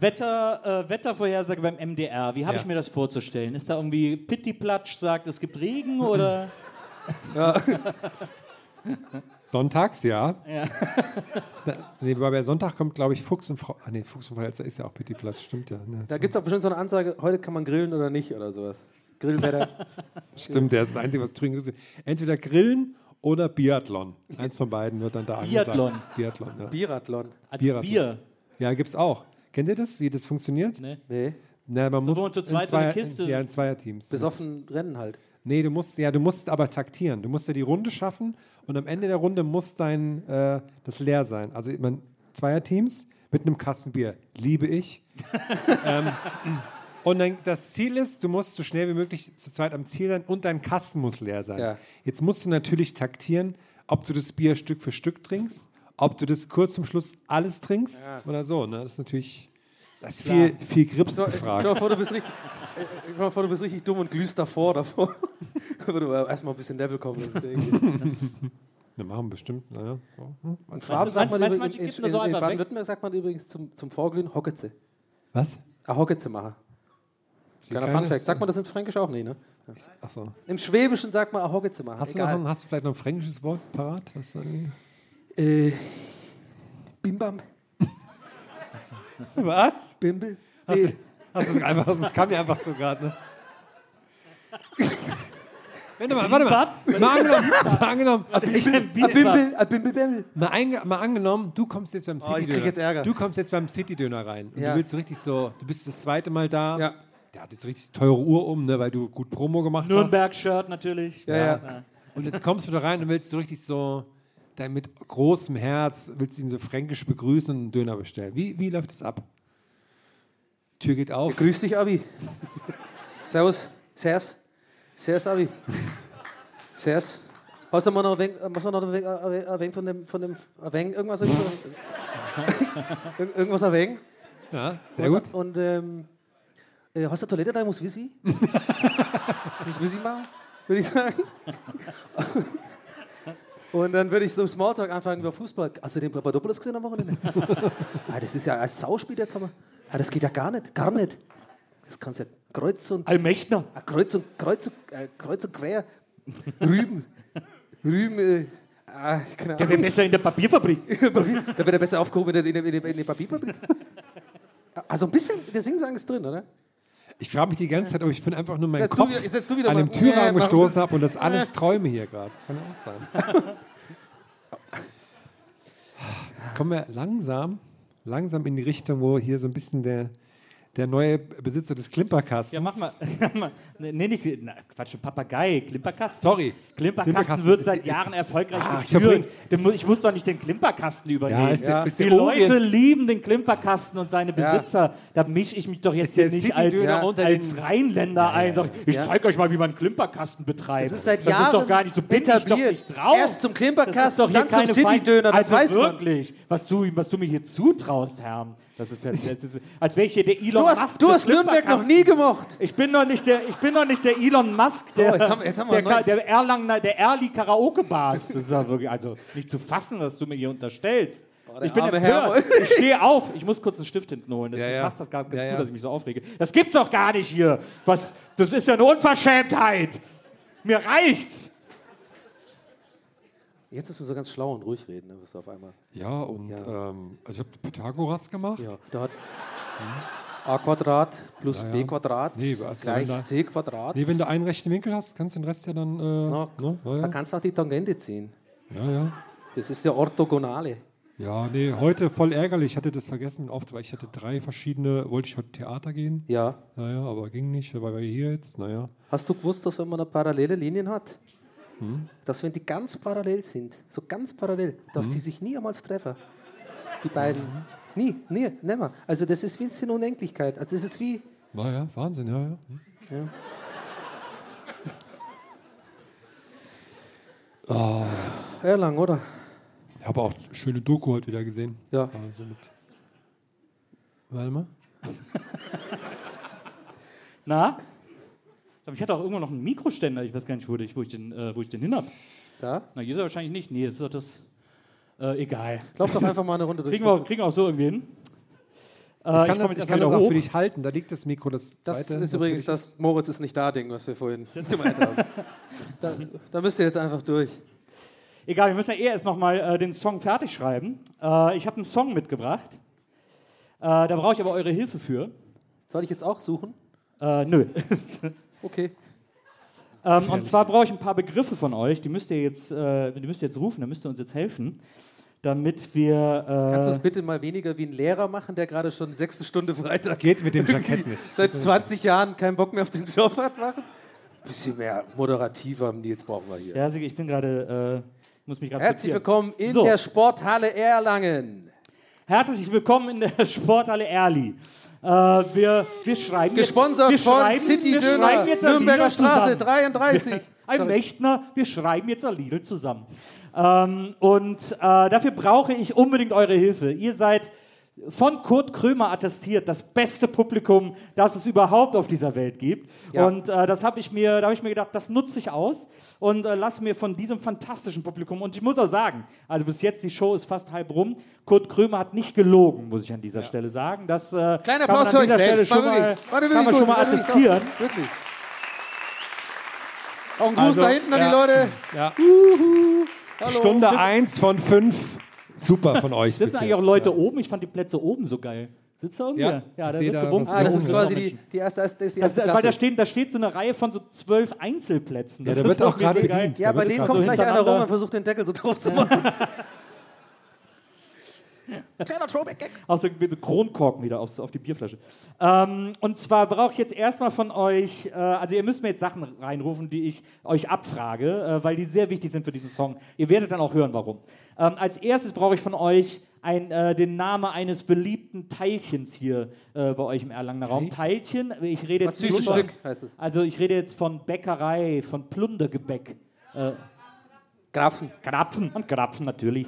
Speaker 1: Wetter, äh, Wettervorhersage beim MDR. Wie habe
Speaker 3: Ja.
Speaker 1: ich mir das vorzustellen? Ist da irgendwie Pittiplatsch sagt, es gibt Regen oder?
Speaker 3: Sonntags, ja. (laughs) Da, nee, weil bei Sonntag kommt, glaube ich, Fuchs und Frau. Ah, nee, Fuchs und Frau Elster ist ja auch Pitti Platz, stimmt ja. Ne,
Speaker 2: Da gibt es auch bestimmt so eine Ansage, heute kann man grillen oder nicht oder sowas. Grillwetter.
Speaker 3: stimmt, der ist das Einzige, was dringend ist. Entweder Grillen oder Biathlon. Eins von beiden wird dann da angesagt.
Speaker 1: Biathlon.
Speaker 3: Biathlon, ja.
Speaker 2: Biathlon.
Speaker 1: Also
Speaker 3: Bier.
Speaker 1: Bier.
Speaker 3: Ja, gibt's auch. Kennt ihr das, wie das funktioniert?
Speaker 1: Nee.
Speaker 2: Nee,
Speaker 3: Na, man muss
Speaker 1: wo man zu zweit
Speaker 3: in
Speaker 1: so eine
Speaker 3: Zweier-
Speaker 1: Kiste-
Speaker 3: In, ja, in Zweierteams.
Speaker 2: besoffen rennen halt.
Speaker 3: Nee, du musst, ja, du musst aber taktieren. Du musst ja die Runde schaffen und am Ende der Runde muss dein, äh, das leer sein. Also man, Zweierteams mit einem Kastenbier, liebe ich. ähm, und dann, das Ziel ist, du musst so schnell wie möglich zu zweit am Ziel sein und dein Kasten muss leer sein.
Speaker 2: Ja.
Speaker 3: Jetzt musst du natürlich taktieren, ob du das Bier Stück für Stück trinkst, ob du das kurz zum Schluss alles trinkst oder so. Ne? Das ist natürlich, das ist viel, viel Grips
Speaker 2: äh, Stell
Speaker 3: gefragt.
Speaker 2: dir mal vor, du bist richtig, äh, äh, stell dir mal vor, du bist richtig dumm und glühst davor davor. (laughs) Würde du äh, erstmal ein bisschen Level kommen. und irgendwie.
Speaker 3: Wir machen bestimmt, naja. so, hm.
Speaker 2: Und Farben sagt
Speaker 1: meinst du,
Speaker 2: man
Speaker 1: meinst du,
Speaker 2: übrigens,
Speaker 1: manche
Speaker 2: in,
Speaker 1: gibt's
Speaker 2: in,
Speaker 1: nur so
Speaker 2: in
Speaker 1: einfach weg?
Speaker 2: Baden-Württemberg sagt man übrigens zum, zum Vorglühen Hocketze.
Speaker 3: Was?
Speaker 2: Ah, Hocketze machen. Kleiner
Speaker 3: keine-
Speaker 2: Funfact. Sagt man das in Fränkisch auch nicht, ne?
Speaker 3: Achso.
Speaker 2: Im Schwäbischen sagt man ah, Hocketze machen.
Speaker 3: Hast du, noch
Speaker 2: Egal.
Speaker 3: ein, hast du vielleicht noch ein fränkisches Wort parat? Was da irgendwie-
Speaker 2: Äh, Bimbam,
Speaker 3: Was?
Speaker 2: Bimbel.
Speaker 3: Hast du, hast du es einfach, das kam mir einfach so gerade. Ne? (laughs) Warte mal, warte mal. Mal angenommen, mal angenommen, ich,
Speaker 2: Abimbel, Abimbel,
Speaker 3: mal, einge- mal angenommen, du kommst jetzt beim City-Döner.
Speaker 2: Oh, ich krieg jetzt Ärger.
Speaker 3: Du kommst jetzt beim City-Döner rein. Und
Speaker 2: Ja.
Speaker 3: du willst so richtig so, du bist das zweite Mal da.
Speaker 2: Ja.
Speaker 3: Der hat jetzt richtig teure Uhr um, ne, weil du gut Promo gemacht hast.
Speaker 1: Nürnberg-Shirt natürlich.
Speaker 2: Ja, ja.
Speaker 3: Und jetzt kommst du da rein und willst so richtig so, dein mit großem Herz, willst ihn so fränkisch begrüßen und einen Döner bestellen. Wie, wie läuft das ab? Tür geht auf.
Speaker 2: Grüß dich, Abi. Servus. Servus. Servus, Abi. Servus. Hast du mal noch ein wenig, äh, hast du noch ein wenig, ein wenig- ein wenig von dem, von dem, ein wenig (laughs) irgendwas? Irgend- irgendwas ein wenig?
Speaker 3: Ja, sehr gut.
Speaker 2: Und ähm, äh, hast du eine Toilette da? Ich
Speaker 3: (laughs)
Speaker 2: muss Wissi. Ich muss Wissi machen, würde ich sagen. (laughs) Und dann würde ich so Smalltalk anfangen über Fußball. Hast du den Papadopoulos gesehen
Speaker 3: (laughs)
Speaker 2: am Wochenende? ah, das ist ja ein Sauspiel jetzt einmal. Ah, das geht ja gar nicht, gar nicht. Das kannst du ja kreuz und,
Speaker 1: Allmächtner.
Speaker 2: ah, kreuz und, kreuz und, äh, kreuz und quer. Rüben. Rüben, äh, ah, keine Ahnung.
Speaker 1: Der wäre besser in der Papierfabrik.
Speaker 2: Da wird er besser aufgehoben in der, in der, in der Papierfabrik. Also ein bisschen, der Singsang ist drin, oder?
Speaker 3: Ich frage mich die ganze Zeit, ob ich bin einfach nur meinen
Speaker 2: Jetzt setzt du
Speaker 3: Kopf
Speaker 2: wieder- jetzt setzt du wieder
Speaker 3: an
Speaker 2: mal-
Speaker 3: dem Türrahmen
Speaker 2: Nee, mach
Speaker 3: gestoßen
Speaker 2: das-
Speaker 3: habe und das alles Träume hier gerade. Das kann ja auch sein. Jetzt kommen wir langsam, langsam in die Richtung, wo hier so ein bisschen der, der neue Besitzer des Klimperkastens.
Speaker 1: Ja, mach mal. (laughs) nee, nee, nicht. die- Na, Quatsch, ein Papagei. Klimperkasten.
Speaker 3: Sorry.
Speaker 1: Klimperkasten,
Speaker 3: Klimperkasten
Speaker 1: wird
Speaker 3: ist-
Speaker 1: seit
Speaker 3: ist-
Speaker 1: Jahren erfolgreich
Speaker 3: Ah, ich
Speaker 1: geführt.
Speaker 3: verbring-
Speaker 1: Den mu- Ich muss doch nicht den Klimperkasten
Speaker 3: Ja,
Speaker 1: übernehmen.
Speaker 3: ist, ja. ist
Speaker 1: Die
Speaker 3: der
Speaker 1: Leute
Speaker 3: Orient-
Speaker 1: lieben den Klimperkasten und seine Besitzer. Da mische ich mich doch jetzt
Speaker 3: Ist der
Speaker 1: hier nicht als,
Speaker 3: City-Döner unter
Speaker 1: als
Speaker 3: den-
Speaker 1: Rheinländer ein. Sag, ich zeige euch mal, wie man einen Klimperkasten betreibt.
Speaker 2: Das ist seit
Speaker 1: Das ist doch
Speaker 2: Jahren
Speaker 1: gar nicht so. Bin ich doch
Speaker 2: etabliert.
Speaker 1: nicht drauf.
Speaker 2: Erst zum
Speaker 1: Das ist
Speaker 2: Klimperkasten,
Speaker 1: doch hier
Speaker 2: dann zum
Speaker 1: keine Fein-
Speaker 2: City-Döner, das
Speaker 1: also
Speaker 2: weiß man.
Speaker 1: wirklich, was du, was du mir hier zutraust, Herr. Das
Speaker 2: (laughs)
Speaker 1: ist jetzt, jetzt ist, als wäre ich hier der Elon
Speaker 2: Du
Speaker 1: Musk.
Speaker 2: hast, du
Speaker 1: des
Speaker 2: hast Nürnberg noch
Speaker 1: Klimperkastens.
Speaker 2: nie gemocht.
Speaker 1: Ich bin noch nicht der, ich bin noch nicht der Elon Musk, der,
Speaker 2: jetzt haben- jetzt haben wir
Speaker 1: der,
Speaker 2: einen neuen-
Speaker 1: Ka- der Erlanger, der Erli Karaoke Bars. Das ist ja wirklich, also nicht zu fassen, was du mir hier unterstellst. ich bin
Speaker 2: arme
Speaker 1: empört.
Speaker 2: Herr.
Speaker 1: Ich stehe auf. Ich muss kurz einen Stift hinten holen. Deswegen
Speaker 3: ja.
Speaker 1: passt das gar, ganz
Speaker 3: Ja,
Speaker 1: gut,
Speaker 3: ja.
Speaker 1: dass ich mich so aufrege. Das gibt's doch gar nicht hier. Was, das ist ja eine Unverschämtheit. Mir reicht's.
Speaker 2: (laughs) Jetzt müssen wir so ganz schlau und ruhig reden, ne? Bist du auf einmal.
Speaker 3: Ja, und Ähm, also ich habe Pythagoras gemacht.
Speaker 2: Ja, da hat a Quadrat plus b Quadrat
Speaker 3: Nee, also
Speaker 2: gleich
Speaker 3: wenn da-
Speaker 2: c Quadrat.
Speaker 3: Nee, wenn du einen rechten Winkel hast, kannst du den Rest ja dann. Äh,
Speaker 2: Ja.
Speaker 3: ne?
Speaker 2: Da
Speaker 3: ja,
Speaker 2: kannst du auch die Tangente ziehen.
Speaker 3: ja, ja, ja.
Speaker 2: Das ist ja orthogonale.
Speaker 3: Ja, nee, heute voll ärgerlich. Ich hatte das vergessen mit Auftritt, weil ich hatte drei verschiedene. Wollte ich heute Theater gehen?
Speaker 2: Ja.
Speaker 3: Naja, aber ging nicht, weil wir hier jetzt, naja.
Speaker 2: Hast du gewusst, dass wenn man eine parallele Linien hat, dass wenn die ganz parallel sind, so ganz parallel, dass die sich niemals treffen? Die beiden. Nie, nie, nimmer. Also das ist wie ein Sinn Unendlichkeit. Also das ist wie,
Speaker 3: Naja, Wahnsinn, ja, ja.
Speaker 2: Erlang, oder?
Speaker 3: Ich habe auch schöne Doku heute wieder gesehen.
Speaker 2: Ja.
Speaker 3: War so mit- Warte mal.
Speaker 1: Na? Aber Ich hatte auch irgendwo noch einen Mikroständer. Ich weiß gar nicht, wo ich, wo ich, den, äh, wo ich den hin habe.
Speaker 2: Da.
Speaker 1: Na, hier ist er wahrscheinlich nicht. Nee, das ist doch das. Äh, egal.
Speaker 2: Lauf doch einfach mal eine Runde durch.
Speaker 1: Kriegen wir, auch- kriegen wir auch so irgendwie hin. Äh, komm
Speaker 3: Ich kann, das,
Speaker 1: jetzt
Speaker 3: ich
Speaker 1: erstmal
Speaker 3: kann das
Speaker 1: wieder
Speaker 3: auch
Speaker 1: hoch.
Speaker 3: für dich halten. Da liegt das Mikro. Das,
Speaker 2: Das
Speaker 3: zweite,
Speaker 2: ist übrigens
Speaker 3: für dich-
Speaker 2: das Moritz ist nicht da Ding, was wir vorhin gemeint haben. (laughs) Da, da müsst ihr jetzt einfach durch.
Speaker 1: Egal, wir müssen ja eh erst nochmal äh, den Song fertig schreiben. Äh, ich habe einen Song mitgebracht. Äh, da brauche ich aber eure Hilfe für.
Speaker 2: Soll ich jetzt auch suchen?
Speaker 1: Äh, nö. (laughs)
Speaker 2: Okay.
Speaker 1: ähm, und zwar brauche ich ein paar Begriffe von euch. Die müsst ihr jetzt, äh, die müsst ihr jetzt rufen, da müsst ihr uns jetzt helfen, damit
Speaker 2: Kannst du
Speaker 1: wir. äh,
Speaker 2: es bitte mal weniger wie ein Lehrer machen, der gerade schon sechste Stunde Freitag
Speaker 3: Geht mit dem
Speaker 2: (laughs)
Speaker 3: Jackett nicht.
Speaker 2: seit 20 Jahren keinen Bock mehr auf den Job hat machen? Bisschen mehr moderativer Nils brauchen wir hier.
Speaker 1: Äh, ja, Sigi, ich bin gerade. Äh, muss mich gerade
Speaker 2: Herzlich
Speaker 1: sortieren.
Speaker 2: willkommen in
Speaker 1: So.
Speaker 2: der Sporthalle Erlangen.
Speaker 1: Herzlich willkommen in der (laughs) Sporthalle Erli. Äh, wir, wir schreiben
Speaker 2: Gesponsert
Speaker 1: jetzt, wir
Speaker 2: von
Speaker 1: schreiben,
Speaker 2: City
Speaker 1: wir
Speaker 2: Döner,
Speaker 1: schreiben jetzt ein
Speaker 2: Nürnberger
Speaker 1: Lied
Speaker 2: Straße
Speaker 1: zusammen.
Speaker 2: 33.
Speaker 1: (laughs) Ein Mächtner, wir schreiben jetzt ein Lied zusammen. Ähm, und äh, dafür brauche ich unbedingt eure Hilfe. Ihr seid von Kurt Krömer attestiert, das beste Publikum, das es überhaupt auf dieser Welt gibt.
Speaker 2: Ja.
Speaker 1: Und äh, das habe ich mir, da habe ich mir gedacht, das nutze ich aus und äh, lasse mir von diesem fantastischen Publikum. Und ich muss auch sagen, also bis jetzt die Show ist fast halb rum. Kurt Krömer hat nicht gelogen, muss ich an dieser Stelle sagen. Das äh,
Speaker 2: Kleiner
Speaker 1: kann man
Speaker 2: Applaus
Speaker 1: an
Speaker 2: für euch
Speaker 1: dieser Stelle
Speaker 2: selbst.
Speaker 1: schon
Speaker 2: War
Speaker 1: mal,
Speaker 2: wirklich- war
Speaker 1: kann
Speaker 2: wirklich
Speaker 1: man
Speaker 2: gut,
Speaker 1: schon mal
Speaker 2: war wirklich top.
Speaker 1: attestieren.
Speaker 2: Wirklich. Auch ein Gruß
Speaker 3: Also,
Speaker 2: da hinten an
Speaker 3: ja.
Speaker 2: die Leute.
Speaker 3: Ja.
Speaker 2: Hallo.
Speaker 3: Stunde 1 von 5. Super von euch.
Speaker 1: Sitzen
Speaker 3: bis (laughs)
Speaker 1: eigentlich auch
Speaker 3: jetzt.
Speaker 1: Leute oben? Ich fand die Plätze oben so geil.
Speaker 6: Sitzt da unten?
Speaker 3: Ja,
Speaker 6: Ja, ja
Speaker 3: ich
Speaker 6: da
Speaker 3: seh
Speaker 6: wird
Speaker 3: da
Speaker 6: gebumst.
Speaker 3: was
Speaker 2: Ah, das
Speaker 3: Warum
Speaker 2: ist
Speaker 3: denn?
Speaker 2: quasi die, die erste, das ist die
Speaker 1: Das,
Speaker 2: erste
Speaker 1: Also, weil da
Speaker 2: Klasse.
Speaker 1: steht, da steht so eine Reihe von so zwölf Einzelplätzen.
Speaker 3: Ja,
Speaker 1: Das
Speaker 3: da
Speaker 1: ist
Speaker 3: wird
Speaker 1: doch
Speaker 3: auch gerade
Speaker 1: mega geil.
Speaker 3: bedient.
Speaker 2: Ja,
Speaker 3: Da
Speaker 2: bei
Speaker 3: wird
Speaker 2: denen
Speaker 3: gerade
Speaker 2: kommt
Speaker 3: so
Speaker 2: gleich einer rum
Speaker 1: hintereinander.
Speaker 2: und versucht den Deckel so
Speaker 3: (laughs)
Speaker 2: drauf zu machen. Kleiner Throwback-Gag.
Speaker 1: Auch so Also mit Kronkorken wieder aufs, auf die Bierflasche. Ähm, und zwar brauche ich jetzt erstmal von euch, äh, also ihr müsst mir jetzt Sachen reinrufen, die ich euch abfrage, äh, weil die sehr wichtig sind für diesen Song. Ihr werdet dann auch hören, warum. Ähm, als erstes brauche ich von euch ein, äh, den Namen eines beliebten Teilchens hier äh, bei euch im Erlangener Raum. Teilchen, ich rede
Speaker 2: Was
Speaker 1: jetzt
Speaker 2: süßes
Speaker 1: von-
Speaker 2: Stück heißt es.
Speaker 1: Also ich rede jetzt von Bäckerei, von Plundergebäck. Äh,
Speaker 2: Grafen.
Speaker 1: Krapfen, an Krapfen natürlich.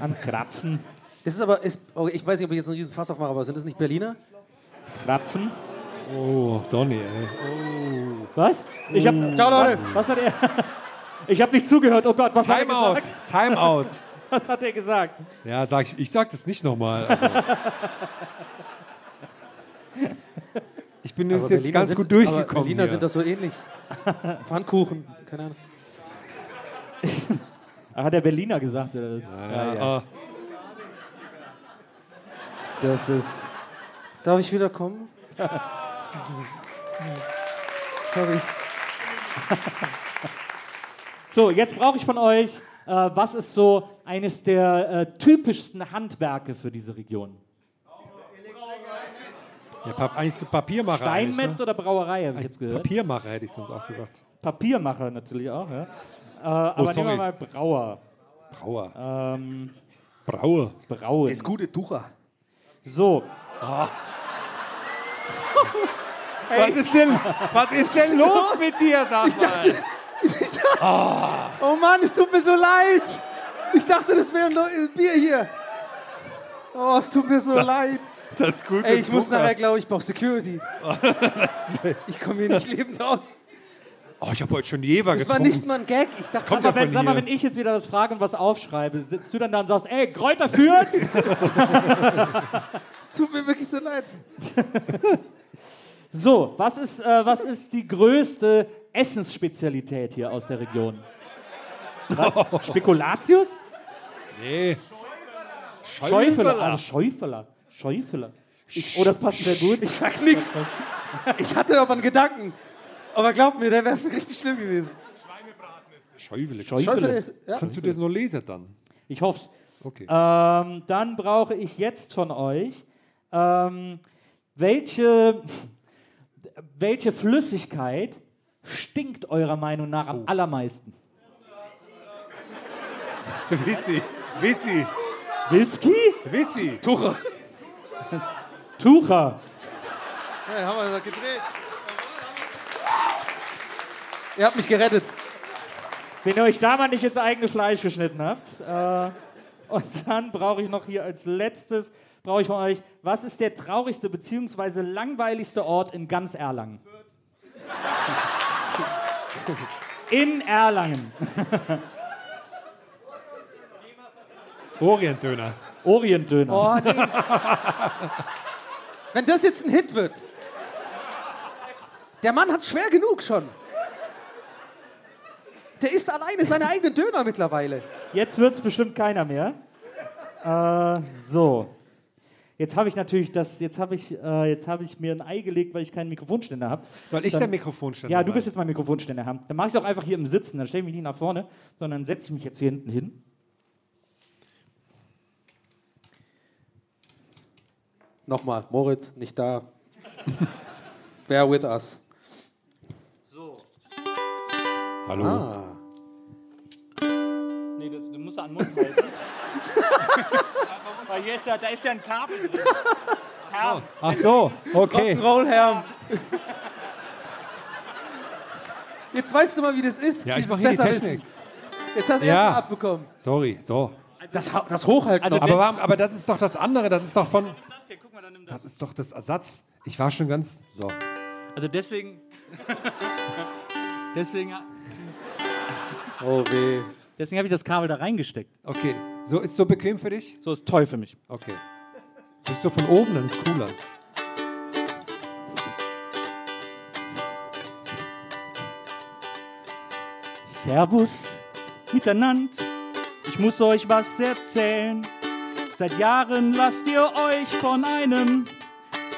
Speaker 1: An Krapfen,
Speaker 2: Das ist aber, ist, oh, ich weiß nicht, ob ich jetzt einen riesen Fass aufmache, aber sind das nicht Berliner?
Speaker 1: Krapfen.
Speaker 3: Oh, Donny, ey.
Speaker 1: Was? Ich hab,
Speaker 2: Ciao, Leute.
Speaker 1: (laughs) Was, was hat er? Ich habe nicht zugehört. Oh Gott, was hat er
Speaker 3: Timeout,
Speaker 1: gesagt?
Speaker 3: Timeout.
Speaker 1: Was hat er gesagt?
Speaker 3: Ja, sag ich, ich sag das nicht nochmal. Also. Ich bin jetzt,
Speaker 2: Aber
Speaker 3: jetzt
Speaker 2: Berliner
Speaker 3: ganz
Speaker 2: sind-
Speaker 3: gut
Speaker 2: aber
Speaker 3: durchgekommen.
Speaker 2: Berliner
Speaker 3: Hier.
Speaker 2: sind doch so
Speaker 3: (laughs)
Speaker 2: ähnlich. Pfannkuchen. Keine Ahnung.
Speaker 1: Ah, Hat der Berliner gesagt oder das?
Speaker 3: ja, ja.
Speaker 1: Das ist.
Speaker 2: Darf ich wiederkommen? Sorry.
Speaker 1: So, jetzt brauche ich von euch, äh, was ist so eines der äh, typischsten Handwerke für diese Region?
Speaker 3: Ja, Pap eigentlich so Papiermacher. eigentlich,
Speaker 1: Steinmetz oder Brauerei, habe ich jetzt
Speaker 3: ne?
Speaker 1: gehört.
Speaker 3: Papiermacher hätte ich sonst auch gesagt.
Speaker 1: Papiermacher natürlich auch, ja. Äh, aber nehmen
Speaker 3: Oh, sorry.
Speaker 1: wir mal Brauer.
Speaker 3: Brauer.
Speaker 1: Ähm,
Speaker 3: Brauer.
Speaker 1: Brauen.
Speaker 2: Das gute Tucher.
Speaker 1: So,
Speaker 3: was, ist denn, was ist denn los mit dir, sag
Speaker 2: Ich dachte, das- ich dachte
Speaker 3: Ah.
Speaker 2: oh. Mann, es tut mir so leid. Ich dachte, das wäre ein neues Bier hier. Oh, es tut mir so leid.
Speaker 3: Das ist gut.
Speaker 2: Ey, ich muss nachher, glaube ich,
Speaker 3: (laughs)
Speaker 2: brauche Security. ich komme hier nicht lebend raus.
Speaker 3: Oh, ich habe heute schon Jever
Speaker 2: Das war
Speaker 3: getrunken.
Speaker 2: nicht mal ein Gag. Ich dachte,
Speaker 3: Kommt
Speaker 1: aber
Speaker 3: ja
Speaker 1: wenn,
Speaker 3: von
Speaker 1: sag mal,
Speaker 3: hier.
Speaker 1: wenn ich jetzt wieder was frage und was aufschreibe, sitzt du dann da und sagst, ey, Kräuter führt?
Speaker 2: es tut mir wirklich so leid.
Speaker 1: So, was ist, äh, was ist die größte Essensspezialität hier aus der Region? Was? Spekulatius?
Speaker 3: Nee.
Speaker 1: Schäufeler.
Speaker 2: Ah,
Speaker 1: Also Schäufeler. Schäufeler. Ich, oh, das passt sehr gut.
Speaker 2: Ich sag nichts. Ich hatte aber einen Gedanken. Aber glaub mir, der wäre (laughs) richtig schlimm gewesen.
Speaker 3: Schäufele.
Speaker 2: Schäufele
Speaker 1: Schäufele.
Speaker 2: ist, ja.
Speaker 3: Kannst du das noch lesen dann?
Speaker 1: Ich hoff's.
Speaker 3: Okay.
Speaker 1: Ähm, dann brauche ich jetzt von euch, ähm, welche, welche Flüssigkeit stinkt eurer Meinung nach am allermeisten?
Speaker 3: Wissi. Wissi.
Speaker 1: Whisky?
Speaker 3: Wissi.
Speaker 2: Tucher.
Speaker 1: Tucher.
Speaker 2: Ja, haben wir das gedreht. Ihr habt mich gerettet.
Speaker 1: Wenn ihr euch da mal nicht ins eigene Fleisch geschnitten habt. Äh, und dann brauche ich noch hier als letztes, brauche ich von euch, was ist der traurigste bzw. langweiligste Ort in ganz Erlangen? In Erlangen.
Speaker 3: Orientdöner.
Speaker 1: Orientdöner.
Speaker 2: Oh, nee. Wenn das jetzt ein Hit wird. Der Mann hat schwer genug schon. Der isst alleine seine eigenen Döner mittlerweile.
Speaker 1: Jetzt wird es bestimmt keiner mehr. Äh, so. Jetzt habe ich natürlich das, jetzt habe ich, äh, jetzt habe ich mir ein Ei gelegt, weil ich keinen Mikrofonständer habe.
Speaker 3: Soll ich
Speaker 1: Dann-
Speaker 3: der Mikrofonständer
Speaker 1: Ja, du
Speaker 3: sein?
Speaker 1: bist jetzt mein Mikrofonständer haben. Dann mache ich es auch einfach hier im Sitzen. Dann stelle ich mich nicht nach vorne, sondern setze ich mich jetzt hier hinten hin.
Speaker 2: Nochmal, Moritz, nicht da. Bear with us.
Speaker 3: Hallo.
Speaker 1: Nee, das, du musst an den Mund (laughs) halten. Weil hier ist ja, da ist ja ein Kabel drin.
Speaker 3: Ach so,
Speaker 2: (laughs)
Speaker 3: okay.
Speaker 2: Rock'n'Roll, Herr. Jetzt weißt du mal, wie das ist.
Speaker 3: Ja, ich
Speaker 2: dieses
Speaker 3: mache hier die
Speaker 2: Besserwissen.
Speaker 3: Technik.
Speaker 2: Jetzt hast du
Speaker 3: Ja.
Speaker 2: erstmal abbekommen.
Speaker 3: Sorry, so.
Speaker 2: Das, Hau- das Hochhalten.
Speaker 1: Also
Speaker 2: noch.
Speaker 3: Aber, warum, aber das ist doch das andere, das ist doch von.
Speaker 1: Das hier, guck mal, dann nimm
Speaker 3: Das ist doch das Ersatz. Ich war schon ganz. So.
Speaker 1: Also (laughs) deswegen. deswegen
Speaker 2: oh weh.
Speaker 1: deswegen habe ich das Kabel da reingesteckt.
Speaker 3: Okay. So ist so bequem für dich?
Speaker 1: So ist toll für mich.
Speaker 3: Okay. Bist so von oben, dann ist cooler.
Speaker 1: Servus miteinander, ich muss euch was erzählen. Seit Jahren lasst ihr euch von einem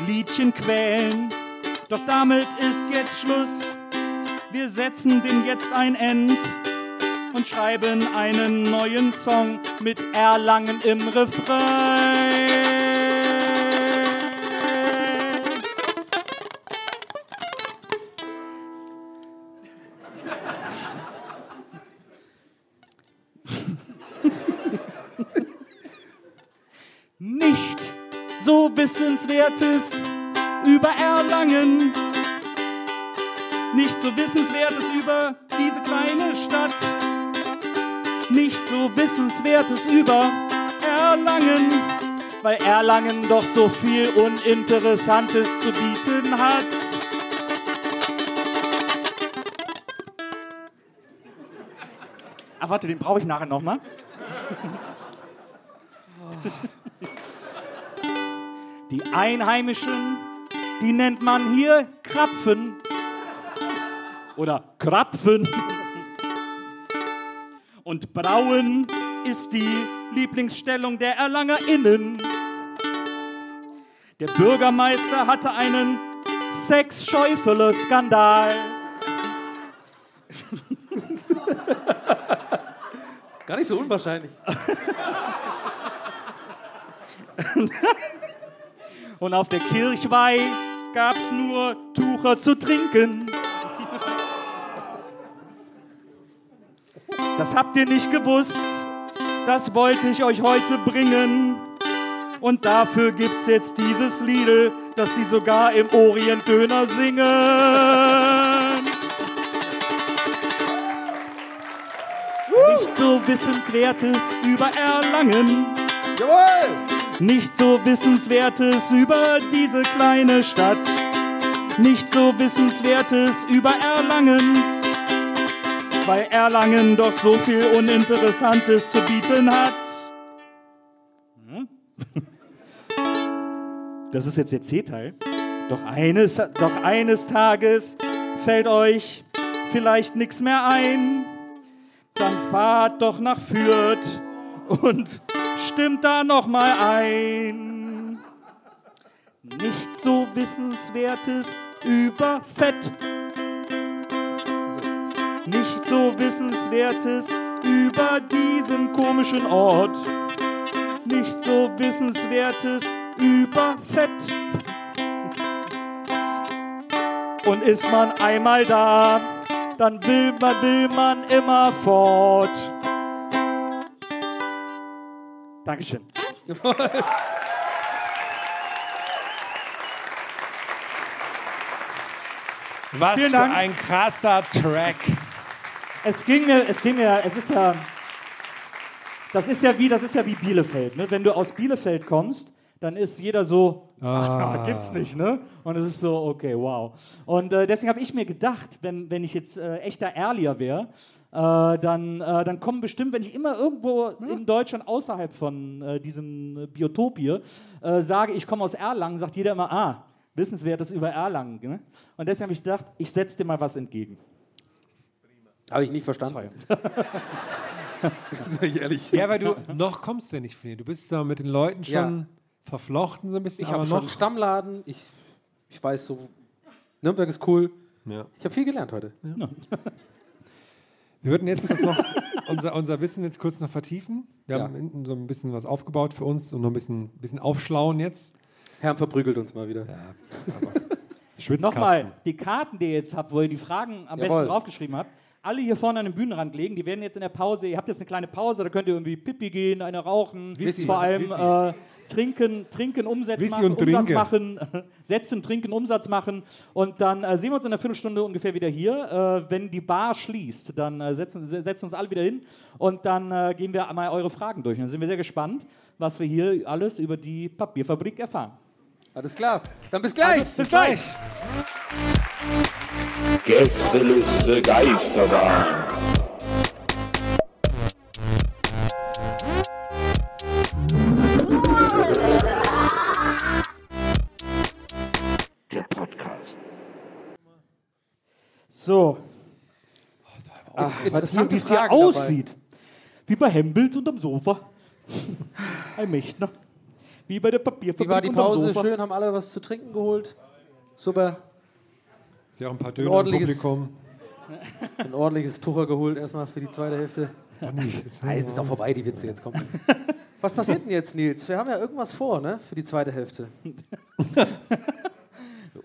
Speaker 1: Liedchen quälen. Doch damit ist jetzt Schluss. Wir setzen dem jetzt ein End und schreiben einen neuen Song mit Erlangen im Refrain. Nicht so Wissenswertes über Erlangen nicht so Wissenswertes über diese kleine Stadt. Nicht so Wissenswertes über Erlangen, weil Erlangen doch so viel Uninteressantes zu bieten hat. Ach, Ah, warte, den brauche ich nachher nochmal. Die Einheimischen, die nennt man hier Krapfen oder Krapfen. Und Brauen ist die Lieblingsstellung der ErlangerInnen. Der Bürgermeister hatte einen Sexschäufele-Skandal.
Speaker 2: Gar nicht so unwahrscheinlich.
Speaker 1: Und auf der Kirchweih gab's nur Tucher zu trinken. Das habt ihr nicht gewusst, das wollte ich euch heute bringen. Und dafür gibt's jetzt dieses Lied, das sie sogar im Orientdöner singen. Nicht so Wissenswertes über Erlangen. Nicht so Wissenswertes über diese kleine Stadt. Nicht so Wissenswertes über Erlangen weil Erlangen doch so viel Uninteressantes zu bieten hat. Hm? (laughs) Das ist jetzt der C-Teil. Doch eines, doch eines Tages fällt euch vielleicht nichts mehr ein. Dann fahrt doch nach Fürth und stimmt da noch mal ein. Nicht so Wissenswertes über Fett nicht so Wissenswertes über diesen komischen Ort. Nicht so Wissenswertes über Fett. Und ist man einmal da, dann will man, will man immer fort. Dankeschön.
Speaker 3: Was
Speaker 1: Vielen
Speaker 3: für
Speaker 1: Dank.
Speaker 3: ein krasser Track.
Speaker 7: Es ging mir, es ging mir, es ist ja, das ist ja wie, das ist ja wie Bielefeld. Ne? Wenn du aus Bielefeld kommst, dann ist jeder so, (laughs) ah. gibt's nicht, ne? Und es ist so, okay, wow. Und äh, deswegen habe ich mir gedacht, wenn, wenn ich jetzt äh, echter Erlier wäre, äh, dann, äh, dann kommen bestimmt, wenn ich immer irgendwo in Deutschland außerhalb von äh, diesem äh, Biotop hier äh, sage, ich komme aus Erlangen, sagt jeder immer, ah, Wissenswertes über Erlangen. Ne? Und deswegen habe ich gedacht, ich setze dir mal was entgegen.
Speaker 2: Habe ich nicht verstanden. (laughs) Sag ich ehrlich.
Speaker 3: Ja, weil du noch kommst du ja nicht von hier. Du bist da mit den Leuten schon
Speaker 2: Ja.
Speaker 3: verflochten so ein bisschen.
Speaker 2: Ich habe
Speaker 3: aber
Speaker 2: schon einen
Speaker 3: noch.
Speaker 2: Stammladen. Ich, ich weiß so, Nürnberg ist cool.
Speaker 3: Ja.
Speaker 2: Ich habe viel gelernt heute.
Speaker 3: Wir würden jetzt das noch (laughs) unser, unser Wissen jetzt kurz noch vertiefen. Wir haben hinten so ein bisschen was aufgebaut für uns und noch ein bisschen, bisschen aufschlauen jetzt.
Speaker 2: Herm verprügelt uns mal wieder.
Speaker 3: Schwitzkasten.
Speaker 7: Nochmal, die Karten, die ihr jetzt habt, wo ihr die Fragen am
Speaker 2: Jawohl.
Speaker 7: besten draufgeschrieben habt, alle hier vorne an den Bühnenrand legen. Die werden jetzt in der Pause, ihr habt jetzt eine kleine Pause, da könnt ihr irgendwie Pipi gehen, eine rauchen,
Speaker 2: Wissi,
Speaker 7: vor allem
Speaker 2: Wissi.
Speaker 7: äh, trinken, trinken, Umsatz
Speaker 3: Wissi
Speaker 7: machen,
Speaker 3: und
Speaker 7: Umsatz
Speaker 3: trinke.
Speaker 7: machen, (laughs) setzen, trinken, Umsatz machen. Und dann äh, sehen wir uns in einer Viertelstunde ungefähr wieder hier. Äh, wenn die Bar schließt, dann äh, setzen, se- setzen uns alle wieder hin und dann äh, gehen wir mal eure Fragen durch. Und dann sind wir sehr gespannt, was wir hier alles über die Papierfabrik erfahren.
Speaker 2: Alles klar. Dann bis gleich.
Speaker 3: Also,
Speaker 7: Bis gleich!
Speaker 8: Gästeliste Geisterbahn. Der Podcast.
Speaker 7: So,
Speaker 3: Ah,
Speaker 2: Interessante
Speaker 7: wie es hier
Speaker 1: (laughs)
Speaker 2: Fragen
Speaker 7: aussieht. Wie bei Hembels unterm Sofa. Ein Mächtner.
Speaker 1: Wie bei der Papierfabrik
Speaker 2: Wie war die
Speaker 1: unterm
Speaker 2: Pause?
Speaker 1: Sofa.
Speaker 2: Schön, haben alle was zu trinken geholt? Super.
Speaker 3: Ist ja auch ein paar Döner im
Speaker 2: ordentliches-
Speaker 3: Publikum.
Speaker 2: Ein ordentliches Tucher geholt erstmal für die zweite Hälfte.
Speaker 3: Oh,
Speaker 2: Ah, jetzt ist auch vorbei, die Witze
Speaker 3: (laughs)
Speaker 2: jetzt kommen. Was passiert denn jetzt, Nils? Wir haben ja irgendwas vor, ne? Für die zweite Hälfte.
Speaker 1: Oh.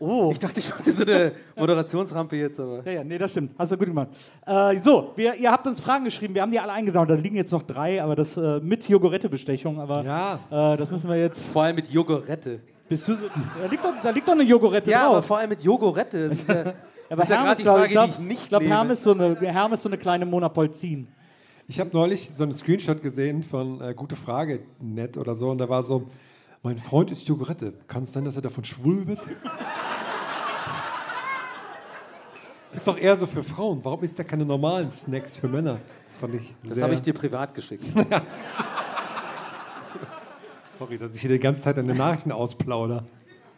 Speaker 3: Oh.
Speaker 2: Ich dachte, ich mache so eine Moderationsrampe jetzt, aber.
Speaker 1: Ja, ja, nee, das stimmt. Hast du gut gemacht. Äh, so, wir, ihr habt uns Fragen geschrieben, wir haben die alle eingesammelt. Da liegen jetzt noch drei, aber das äh, mit Jogurette-Bestechung, aber
Speaker 3: Ja.
Speaker 1: äh, das müssen wir jetzt.
Speaker 2: Vor allem mit Jogorette.
Speaker 1: Bist du so, da, liegt doch, da liegt doch eine Jogurette
Speaker 2: Ja, aber
Speaker 1: drauf.
Speaker 2: vor allem
Speaker 1: (laughs)
Speaker 2: mit Jogorette. Das ist ja-
Speaker 1: aber
Speaker 2: ist ja gerade die
Speaker 1: glaub
Speaker 2: Frage, die
Speaker 1: glaub-
Speaker 2: ich nicht
Speaker 1: Ich glaube,
Speaker 2: nehme.
Speaker 1: Hermes, so eine- Hermes so eine kleine Mona Polzin.
Speaker 3: Ich habe neulich so einen Screenshot gesehen von äh, Gute Frage net oder so und da war so, mein Freund ist Jogurette. Kann es sein, dass er davon schwul wird? (laughs) ist doch eher so für Frauen. Warum isst er keine normalen Snacks für Männer? Das fand ich
Speaker 2: Das
Speaker 3: sehr...
Speaker 2: habe ich dir
Speaker 1: (laughs)
Speaker 2: privat geschickt.
Speaker 3: sorry, dass ich hier die ganze Zeit deine Nachrichten ausplaudere.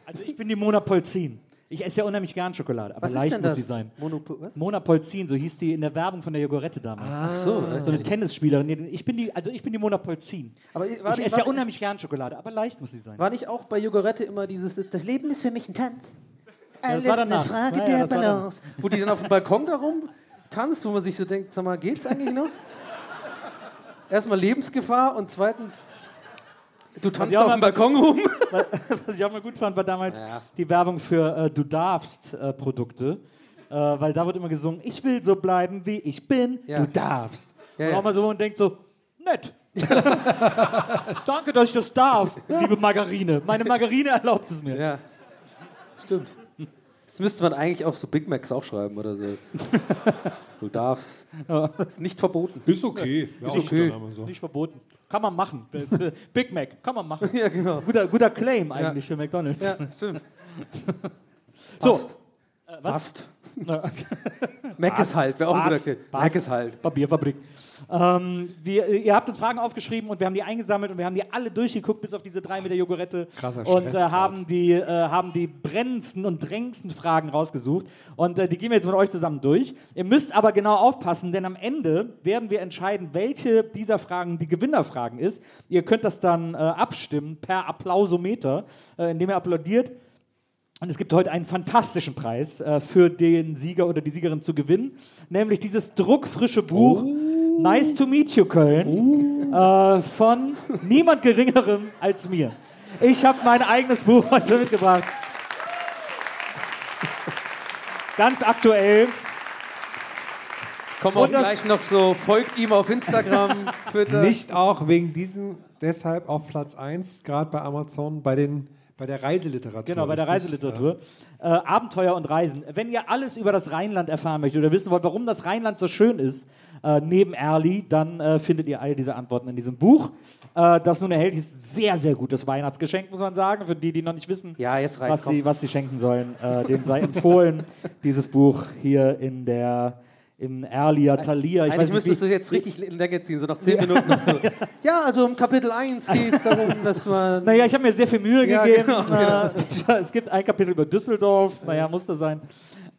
Speaker 1: Also ich bin die Mona Polzin. Ich esse ja unheimlich gern Schokolade, aber
Speaker 2: Was
Speaker 1: leicht
Speaker 2: ist denn
Speaker 1: muss
Speaker 2: das?
Speaker 1: sie sein.
Speaker 2: Monopo was?
Speaker 1: Mona Polzin, so hieß die in der Werbung von der Jogurette damals.
Speaker 2: Ach so. äh,
Speaker 1: So eine Tennisspielerin. Nee, Ich bin die, also ich bin die Mona Polzin.
Speaker 2: Aber
Speaker 1: ich
Speaker 2: war die-
Speaker 1: esse
Speaker 2: war
Speaker 1: ja
Speaker 2: die-
Speaker 1: unheimlich gern Schokolade, aber leicht muss sie sein.
Speaker 2: War nicht auch bei Jogorette immer dieses, das Leben ist für mich ein Tanz? Alles
Speaker 1: das war
Speaker 2: eine
Speaker 1: danach.
Speaker 2: Frage
Speaker 1: Ja, ja,
Speaker 2: der
Speaker 1: das war dann-
Speaker 2: Balance. Wo die dann auf dem Balkon darum tanzt, wo man sich so denkt, sag mal, geht's eigentlich noch? Erstmal Lebensgefahr und zweitens, du tanzt
Speaker 1: die haben
Speaker 2: auf dem
Speaker 1: aber-
Speaker 2: Balkon rum.
Speaker 1: (laughs) Was ich auch mal gut fand, war damals
Speaker 2: Ja.
Speaker 1: die Werbung für äh, Du darfst äh, Produkte. Äh, weil da wird immer gesungen, ich will so bleiben, wie ich bin,
Speaker 2: Ja.
Speaker 1: du darfst.
Speaker 2: Ja,
Speaker 1: und
Speaker 2: ja.
Speaker 1: auch mal so und denkt so, nett. (laughs) Danke, dass ich das darf, liebe Margarine. Meine Margarine erlaubt es mir.
Speaker 2: Ja, stimmt. Das müsste man eigentlich auf so Big Macs auch schreiben oder so.
Speaker 1: (laughs)
Speaker 2: Du darfst. Ist nicht verboten.
Speaker 3: Ist okay. Ja, ist
Speaker 2: okay.
Speaker 3: So.
Speaker 1: Nicht verboten. Kann man machen. Jetzt, äh, Big Mac, kann man
Speaker 2: (laughs)
Speaker 1: (laughs) machen.
Speaker 2: Ja, genau.
Speaker 1: Guter, guter Claim eigentlich für McDonalds.
Speaker 2: Ja, stimmt.
Speaker 1: So,
Speaker 2: Passt. Mac ist halt, wäre auch ein guter
Speaker 1: Passt,
Speaker 2: Kill. Mac
Speaker 1: passt.
Speaker 2: ist
Speaker 1: (laughs)
Speaker 2: halt.
Speaker 1: Papierfabrik. Ähm, wir, ihr habt uns Fragen aufgeschrieben und wir haben die eingesammelt und wir haben die alle durchgeguckt, bis auf diese drei mit der Jogurette.
Speaker 3: Krasser
Speaker 1: Und äh,
Speaker 3: Stressgrad.
Speaker 1: haben, die, äh, haben die brennendsten und drängendsten Fragen rausgesucht. Und äh, die gehen wir jetzt mit euch zusammen durch. Ihr müsst aber genau aufpassen, denn am Ende werden wir entscheiden, welche dieser Fragen die Gewinnerfragen ist. Ihr könnt das dann äh, abstimmen per Applausometer, äh, indem ihr applaudiert. Und es gibt heute einen fantastischen Preis äh, für den Sieger oder die Siegerin zu gewinnen, nämlich dieses druckfrische Buch Nice to Meet You Köln äh, von niemand Geringerem als mir. Ich habe mein eigenes Buch heute mitgebracht. Ganz aktuell.
Speaker 2: Kommen auch
Speaker 1: Und das-
Speaker 2: gleich noch so, folgt ihm auf Instagram, Twitter.
Speaker 3: Nicht auch wegen diesem, deshalb auf Platz 1, gerade bei Amazon, bei, den, bei der Reiseliteratur.
Speaker 1: Genau, bei der
Speaker 3: richtig?
Speaker 1: Reiseliteratur. Äh, Abenteuer und Reisen. Wenn ihr alles über das Rheinland erfahren möchtet oder wissen wollt, warum das Rheinland so schön ist, äh, neben Erli, dann äh, findet ihr all diese Antworten in diesem Buch. Äh, das nun erhältlich ist sehr, sehr gutes Weihnachtsgeschenk, muss man sagen, für die, die noch nicht wissen,
Speaker 2: Ja, jetzt reicht's,
Speaker 1: was, sie,
Speaker 2: komm.
Speaker 1: was sie schenken sollen. Äh, denen sei
Speaker 2: (laughs)
Speaker 1: empfohlen, dieses Buch hier in der im Erlier Thalia. Ich
Speaker 2: Eigentlich
Speaker 1: weiß nicht,
Speaker 2: müsstest du
Speaker 1: wie,
Speaker 2: jetzt richtig in Länge ziehen, so nach 10 Minuten. Noch so. Ja, also um Kapitel 1 geht es darum, dass man.
Speaker 1: Naja, ich habe mir sehr viel Mühe
Speaker 2: Ja,
Speaker 1: gegeben.
Speaker 2: genau, genau.
Speaker 1: Äh, (laughs) ich, es gibt ein Kapitel über Düsseldorf. Naja, muss das sein.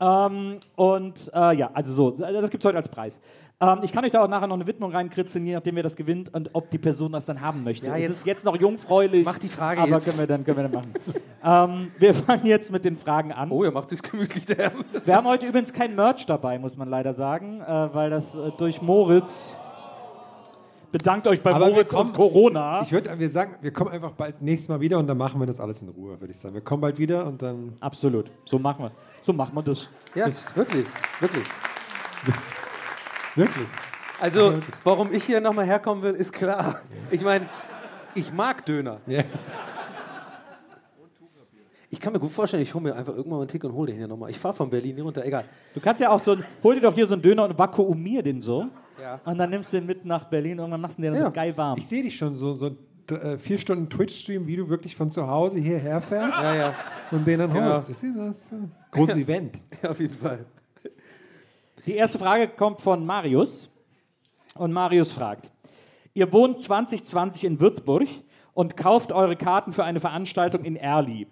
Speaker 1: Ähm, und äh, ja, also so, das gibt es heute als Preis. Ähm, ich kann euch da auch nachher noch eine Widmung reinkritzen, je nachdem, wer das gewinnt und ob die Person das dann haben möchte.
Speaker 2: Ja,
Speaker 1: es
Speaker 2: jetzt-
Speaker 1: ist jetzt noch jungfräulich.
Speaker 2: Mach die Frage
Speaker 1: aber
Speaker 2: jetzt.
Speaker 1: Können wir dann, können wir dann machen. ähm, wir (laughs) fangen jetzt mit den Fragen an.
Speaker 2: Oh, er macht sich's gemütlich, der Hermes.
Speaker 1: Wir haben heute übrigens kein Merch dabei, muss man leider sagen, äh, weil das äh, durch Moritz. Bedankt euch bei
Speaker 3: Aber wir
Speaker 1: Moritz
Speaker 3: kommen-
Speaker 1: und Corona.
Speaker 3: äh, Ich würde wir sagen, wir kommen einfach bald nächstes Mal wieder und dann machen wir das alles in Ruhe, würde ich sagen. Wir kommen bald wieder und dann.
Speaker 1: Absolut. So machen wir. So machen wir das.
Speaker 2: Ja, wirklich, wirklich.
Speaker 3: Wirklich.
Speaker 2: Also, warum ich hier nochmal herkommen will, ist klar. Ich meine, ich mag Döner.
Speaker 3: Ja.
Speaker 2: Ich kann mir gut vorstellen, ich hole mir einfach irgendwann mal einen Tick und hole den hier nochmal. Ich fahre von Berlin hier runter, egal.
Speaker 1: Du kannst ja auch so, ein- hol dir doch hier so einen Döner und vakuumier den so.
Speaker 2: Ja.
Speaker 1: Und dann nimmst du den mit nach Berlin und dann machst du den
Speaker 2: Ja.
Speaker 1: so geil warm.
Speaker 3: Ich sehe dich schon so, so d- äh, vier Stunden Twitch-Stream, wie du wirklich von zu Hause hierher fährst
Speaker 2: Ja, ja,
Speaker 3: und den dann
Speaker 2: Genau.
Speaker 3: holst. Das ist das äh, großes Event.
Speaker 2: (laughs) auf jeden Fall.
Speaker 1: Die erste Frage kommt von Marius. Und Marius fragt: Ihr wohnt 2020 in Würzburg und kauft eure Karten für eine Veranstaltung in Erli.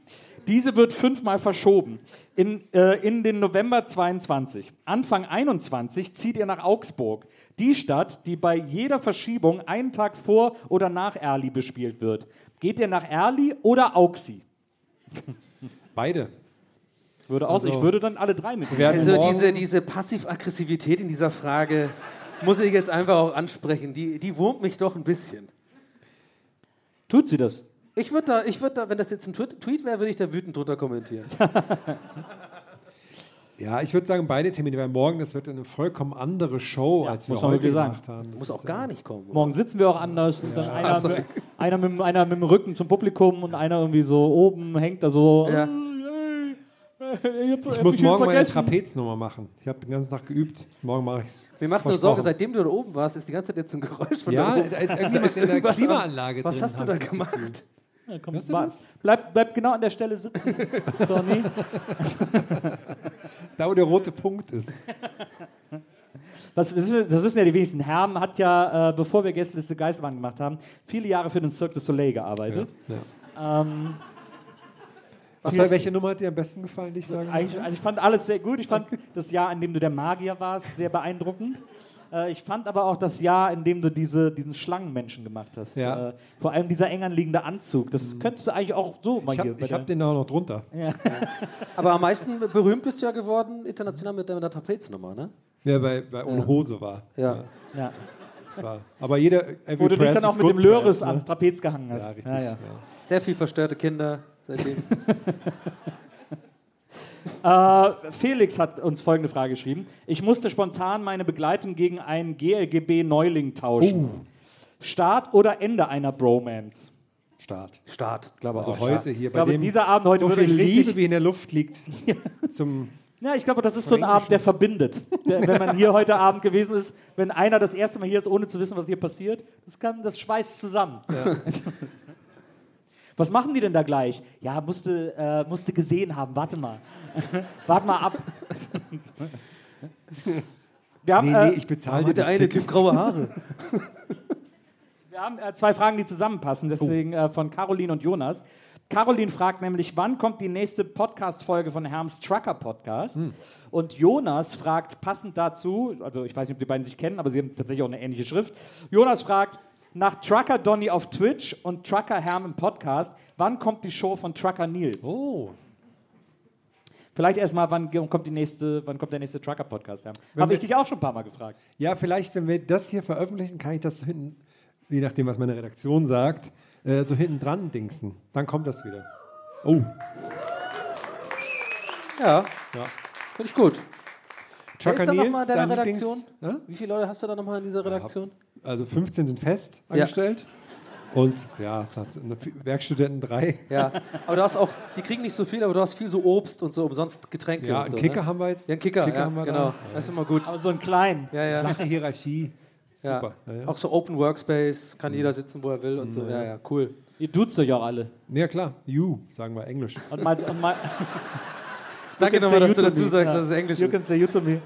Speaker 1: Diese wird fünfmal verschoben. In, äh, in den November 22. Anfang 21 zieht ihr nach Augsburg. Die Stadt, die bei jeder Verschiebung einen Tag vor oder nach Erli bespielt wird. Geht ihr nach Erli oder Auxi?
Speaker 3: Beide.
Speaker 1: Würde aus, ich würde dann alle drei mitnehmen.
Speaker 3: Werden
Speaker 2: Also
Speaker 3: morgen,
Speaker 2: diese, diese Passiv-Aggressivität in dieser Frage muss ich jetzt einfach auch ansprechen. Die, die wurmt mich doch ein bisschen.
Speaker 1: Tut sie das?
Speaker 2: Ich würde da, ich würd da, wenn das jetzt ein Tweet, Tweet wäre, würde ich da wütend drunter kommentieren.
Speaker 3: ja, ich würde sagen, beide Termine, weil morgen, das wird eine vollkommen andere Show, als wir
Speaker 1: muss man
Speaker 3: heute
Speaker 1: wirklich
Speaker 3: gemacht haben. Das
Speaker 2: Muss auch
Speaker 3: ist,
Speaker 2: gar nicht kommen.
Speaker 1: Morgen sitzen wir auch anders. Und dann einer, mit, einer, mit, dem- einer mit dem Rücken zum Publikum und einer irgendwie so oben hängt da so. Äh,
Speaker 2: Ja.
Speaker 3: Ich muss morgen meine Trapeznummer machen. Ich habe den ganzen Tag geübt. Morgen mache ich es.
Speaker 2: Mir macht nur Sorge, seitdem du da oben warst, ist die ganze Zeit jetzt so ein Geräusch von
Speaker 3: Ja,
Speaker 2: da oben. (laughs)
Speaker 3: da ist irgendjemand in der
Speaker 2: irgendwas am-
Speaker 3: Klimaanlage
Speaker 2: Was
Speaker 3: drin,
Speaker 2: hast du
Speaker 3: hab
Speaker 2: da
Speaker 3: ich
Speaker 2: gemacht?
Speaker 1: Komm,
Speaker 3: Hörst du
Speaker 1: wa-
Speaker 3: das?
Speaker 1: Bleib, bleib genau an der Stelle
Speaker 3: (laughs)
Speaker 1: sitzen, Donny.
Speaker 3: Da, wo der rote Punkt ist.
Speaker 1: Das, das, das wissen ja die wenigsten. Herm hat ja, äh, bevor wir Gästeliste Geisterbahn gemacht haben, viele Jahre für den Cirque du Soleil gearbeitet. Ähm,
Speaker 3: Was, war- welche Nummer hat dir am besten gefallen, die ich sagen
Speaker 1: eigentlich, also ich fand alles sehr gut. Ich fand das Jahr, in dem du der Magier warst, sehr beeindruckend. Äh, ich fand aber auch das Jahr, in dem du diese, diesen Schlangenmenschen gemacht hast.
Speaker 3: Ja. Mhm.
Speaker 1: Äh, vor allem dieser eng anliegende Anzug. Das könntest du eigentlich auch so mal
Speaker 3: Ich
Speaker 1: hier
Speaker 3: habe
Speaker 1: bei
Speaker 3: hab
Speaker 1: der-
Speaker 3: den auch noch drunter.
Speaker 2: Aber am meisten berühmt bist du ja geworden international mit deiner Trapeznummer, ne?
Speaker 3: Wer bei, bei ohne Hose war.
Speaker 2: Ja.
Speaker 1: ja.
Speaker 3: Das war. Aber jeder. every
Speaker 1: Wo du dich
Speaker 3: press
Speaker 1: dann auch
Speaker 3: is
Speaker 1: mit
Speaker 3: good
Speaker 1: dem Löris
Speaker 3: press, ne?
Speaker 1: ans Trapez gehangen hast.
Speaker 3: Ja, richtig.
Speaker 1: Ja, ja.
Speaker 3: ja.
Speaker 2: Sehr viel verstörte Kinder
Speaker 3: (laughs)
Speaker 2: seitdem.
Speaker 1: Äh, Felix hat uns folgende Frage geschrieben. Ich musste spontan meine Begleitung gegen einen GLGB-Neuling
Speaker 3: Oh.
Speaker 1: tauschen. Start oder Ende einer Bromance?
Speaker 3: Start.
Speaker 2: Start.
Speaker 1: Glaube
Speaker 3: Also
Speaker 1: auch.
Speaker 3: heute hier
Speaker 1: Ich
Speaker 3: bei
Speaker 1: glaube,
Speaker 3: dem
Speaker 1: dieser Abend heute
Speaker 3: so
Speaker 1: würde
Speaker 3: viel
Speaker 1: ich richtig-
Speaker 3: Liebe, wie in der Luft liegt. Zum
Speaker 1: Ja, ich glaube, das ist so ein Abend, der
Speaker 3: ne?
Speaker 1: verbindet. Der, wenn man hier heute Abend gewesen ist, wenn einer das erste Mal hier ist, ohne zu wissen, was hier passiert, das, kann, das schweißt zusammen. (laughs) Was machen die denn da gleich? Ja, musste, äh, musste gesehen haben, warte mal. (laughs) warte mal ab. Wir haben,
Speaker 3: nee,
Speaker 1: äh,
Speaker 3: nee, ich bezahle dir
Speaker 2: Der
Speaker 3: das
Speaker 2: eine
Speaker 3: Ticket.
Speaker 2: Typ graue
Speaker 3: (laughs)
Speaker 2: Haare.
Speaker 1: Wir haben äh, zwei Fragen, die zusammenpassen,
Speaker 3: Oh.
Speaker 1: deswegen äh, von Caroline und Jonas. Caroline fragt nämlich, wann kommt die nächste Podcast-Folge von Herms Trucker Podcast?
Speaker 3: Hm.
Speaker 1: Und Jonas fragt passend dazu, also ich weiß nicht, ob die beiden sich kennen, aber sie haben tatsächlich auch eine ähnliche Schrift. Jonas fragt nach Trucker Donny auf Twitch und Trucker Herm im Podcast, wann kommt die Show von Trucker Nils?
Speaker 3: Oh,
Speaker 1: Vielleicht erstmal, wann ge- kommt, die nächste, wann kommt der nächste Trucker Podcast? Herm?
Speaker 3: Wenn
Speaker 1: Habe ich
Speaker 3: wir-
Speaker 1: dich auch schon ein paar Mal gefragt.
Speaker 3: Ja, vielleicht, wenn wir das hier veröffentlichen, kann ich das hinten, je nachdem, was meine Redaktion sagt, äh, so hinten dran dingsen. Dann kommt das wieder. Oh,
Speaker 2: Ja,
Speaker 3: ja.
Speaker 2: finde ich gut. Wer
Speaker 3: Chaka
Speaker 2: ist da
Speaker 3: Nils,
Speaker 2: nochmal in deiner
Speaker 3: dein
Speaker 2: Redaktion?
Speaker 3: Lieblings-
Speaker 2: Wie viele Leute hast du da nochmal in
Speaker 3: (laughs)
Speaker 2: dieser Redaktion?
Speaker 3: Hä? Also 15 sind fest angestellt. Und ja, das sind Werkstudenten drei.
Speaker 2: Ja. Aber du hast auch, die kriegen nicht so viel, aber du hast viel so Obst und so umsonst Getränke.
Speaker 3: Ja,
Speaker 2: und
Speaker 3: einen
Speaker 2: so,
Speaker 3: Kicker
Speaker 2: ne?
Speaker 3: haben wir jetzt.
Speaker 2: Ja, einen Kicker, ja,
Speaker 3: haben wir
Speaker 2: genau.
Speaker 3: da.
Speaker 2: Das ist immer gut.
Speaker 1: Aber so einen kleinen.
Speaker 2: Ja, ja.
Speaker 3: Flache Hierarchie.
Speaker 2: Ja.
Speaker 3: Super. Ja, ja. Mhm.
Speaker 2: Auch so Open Workspace, kann jeder sitzen, wo er will und so. Ja, ja, cool.
Speaker 1: Ihr duzt euch auch alle.
Speaker 3: Ja, klar. You, sagen wir Englisch.
Speaker 1: Und mal, und mal,
Speaker 2: Danke
Speaker 1: can
Speaker 2: nochmal,
Speaker 1: say
Speaker 2: Genau, dass du
Speaker 1: you to
Speaker 2: dazu
Speaker 1: me.
Speaker 2: sagst,
Speaker 1: Ja.
Speaker 2: dass es Englisch
Speaker 1: You
Speaker 2: ist.
Speaker 1: can say you to me.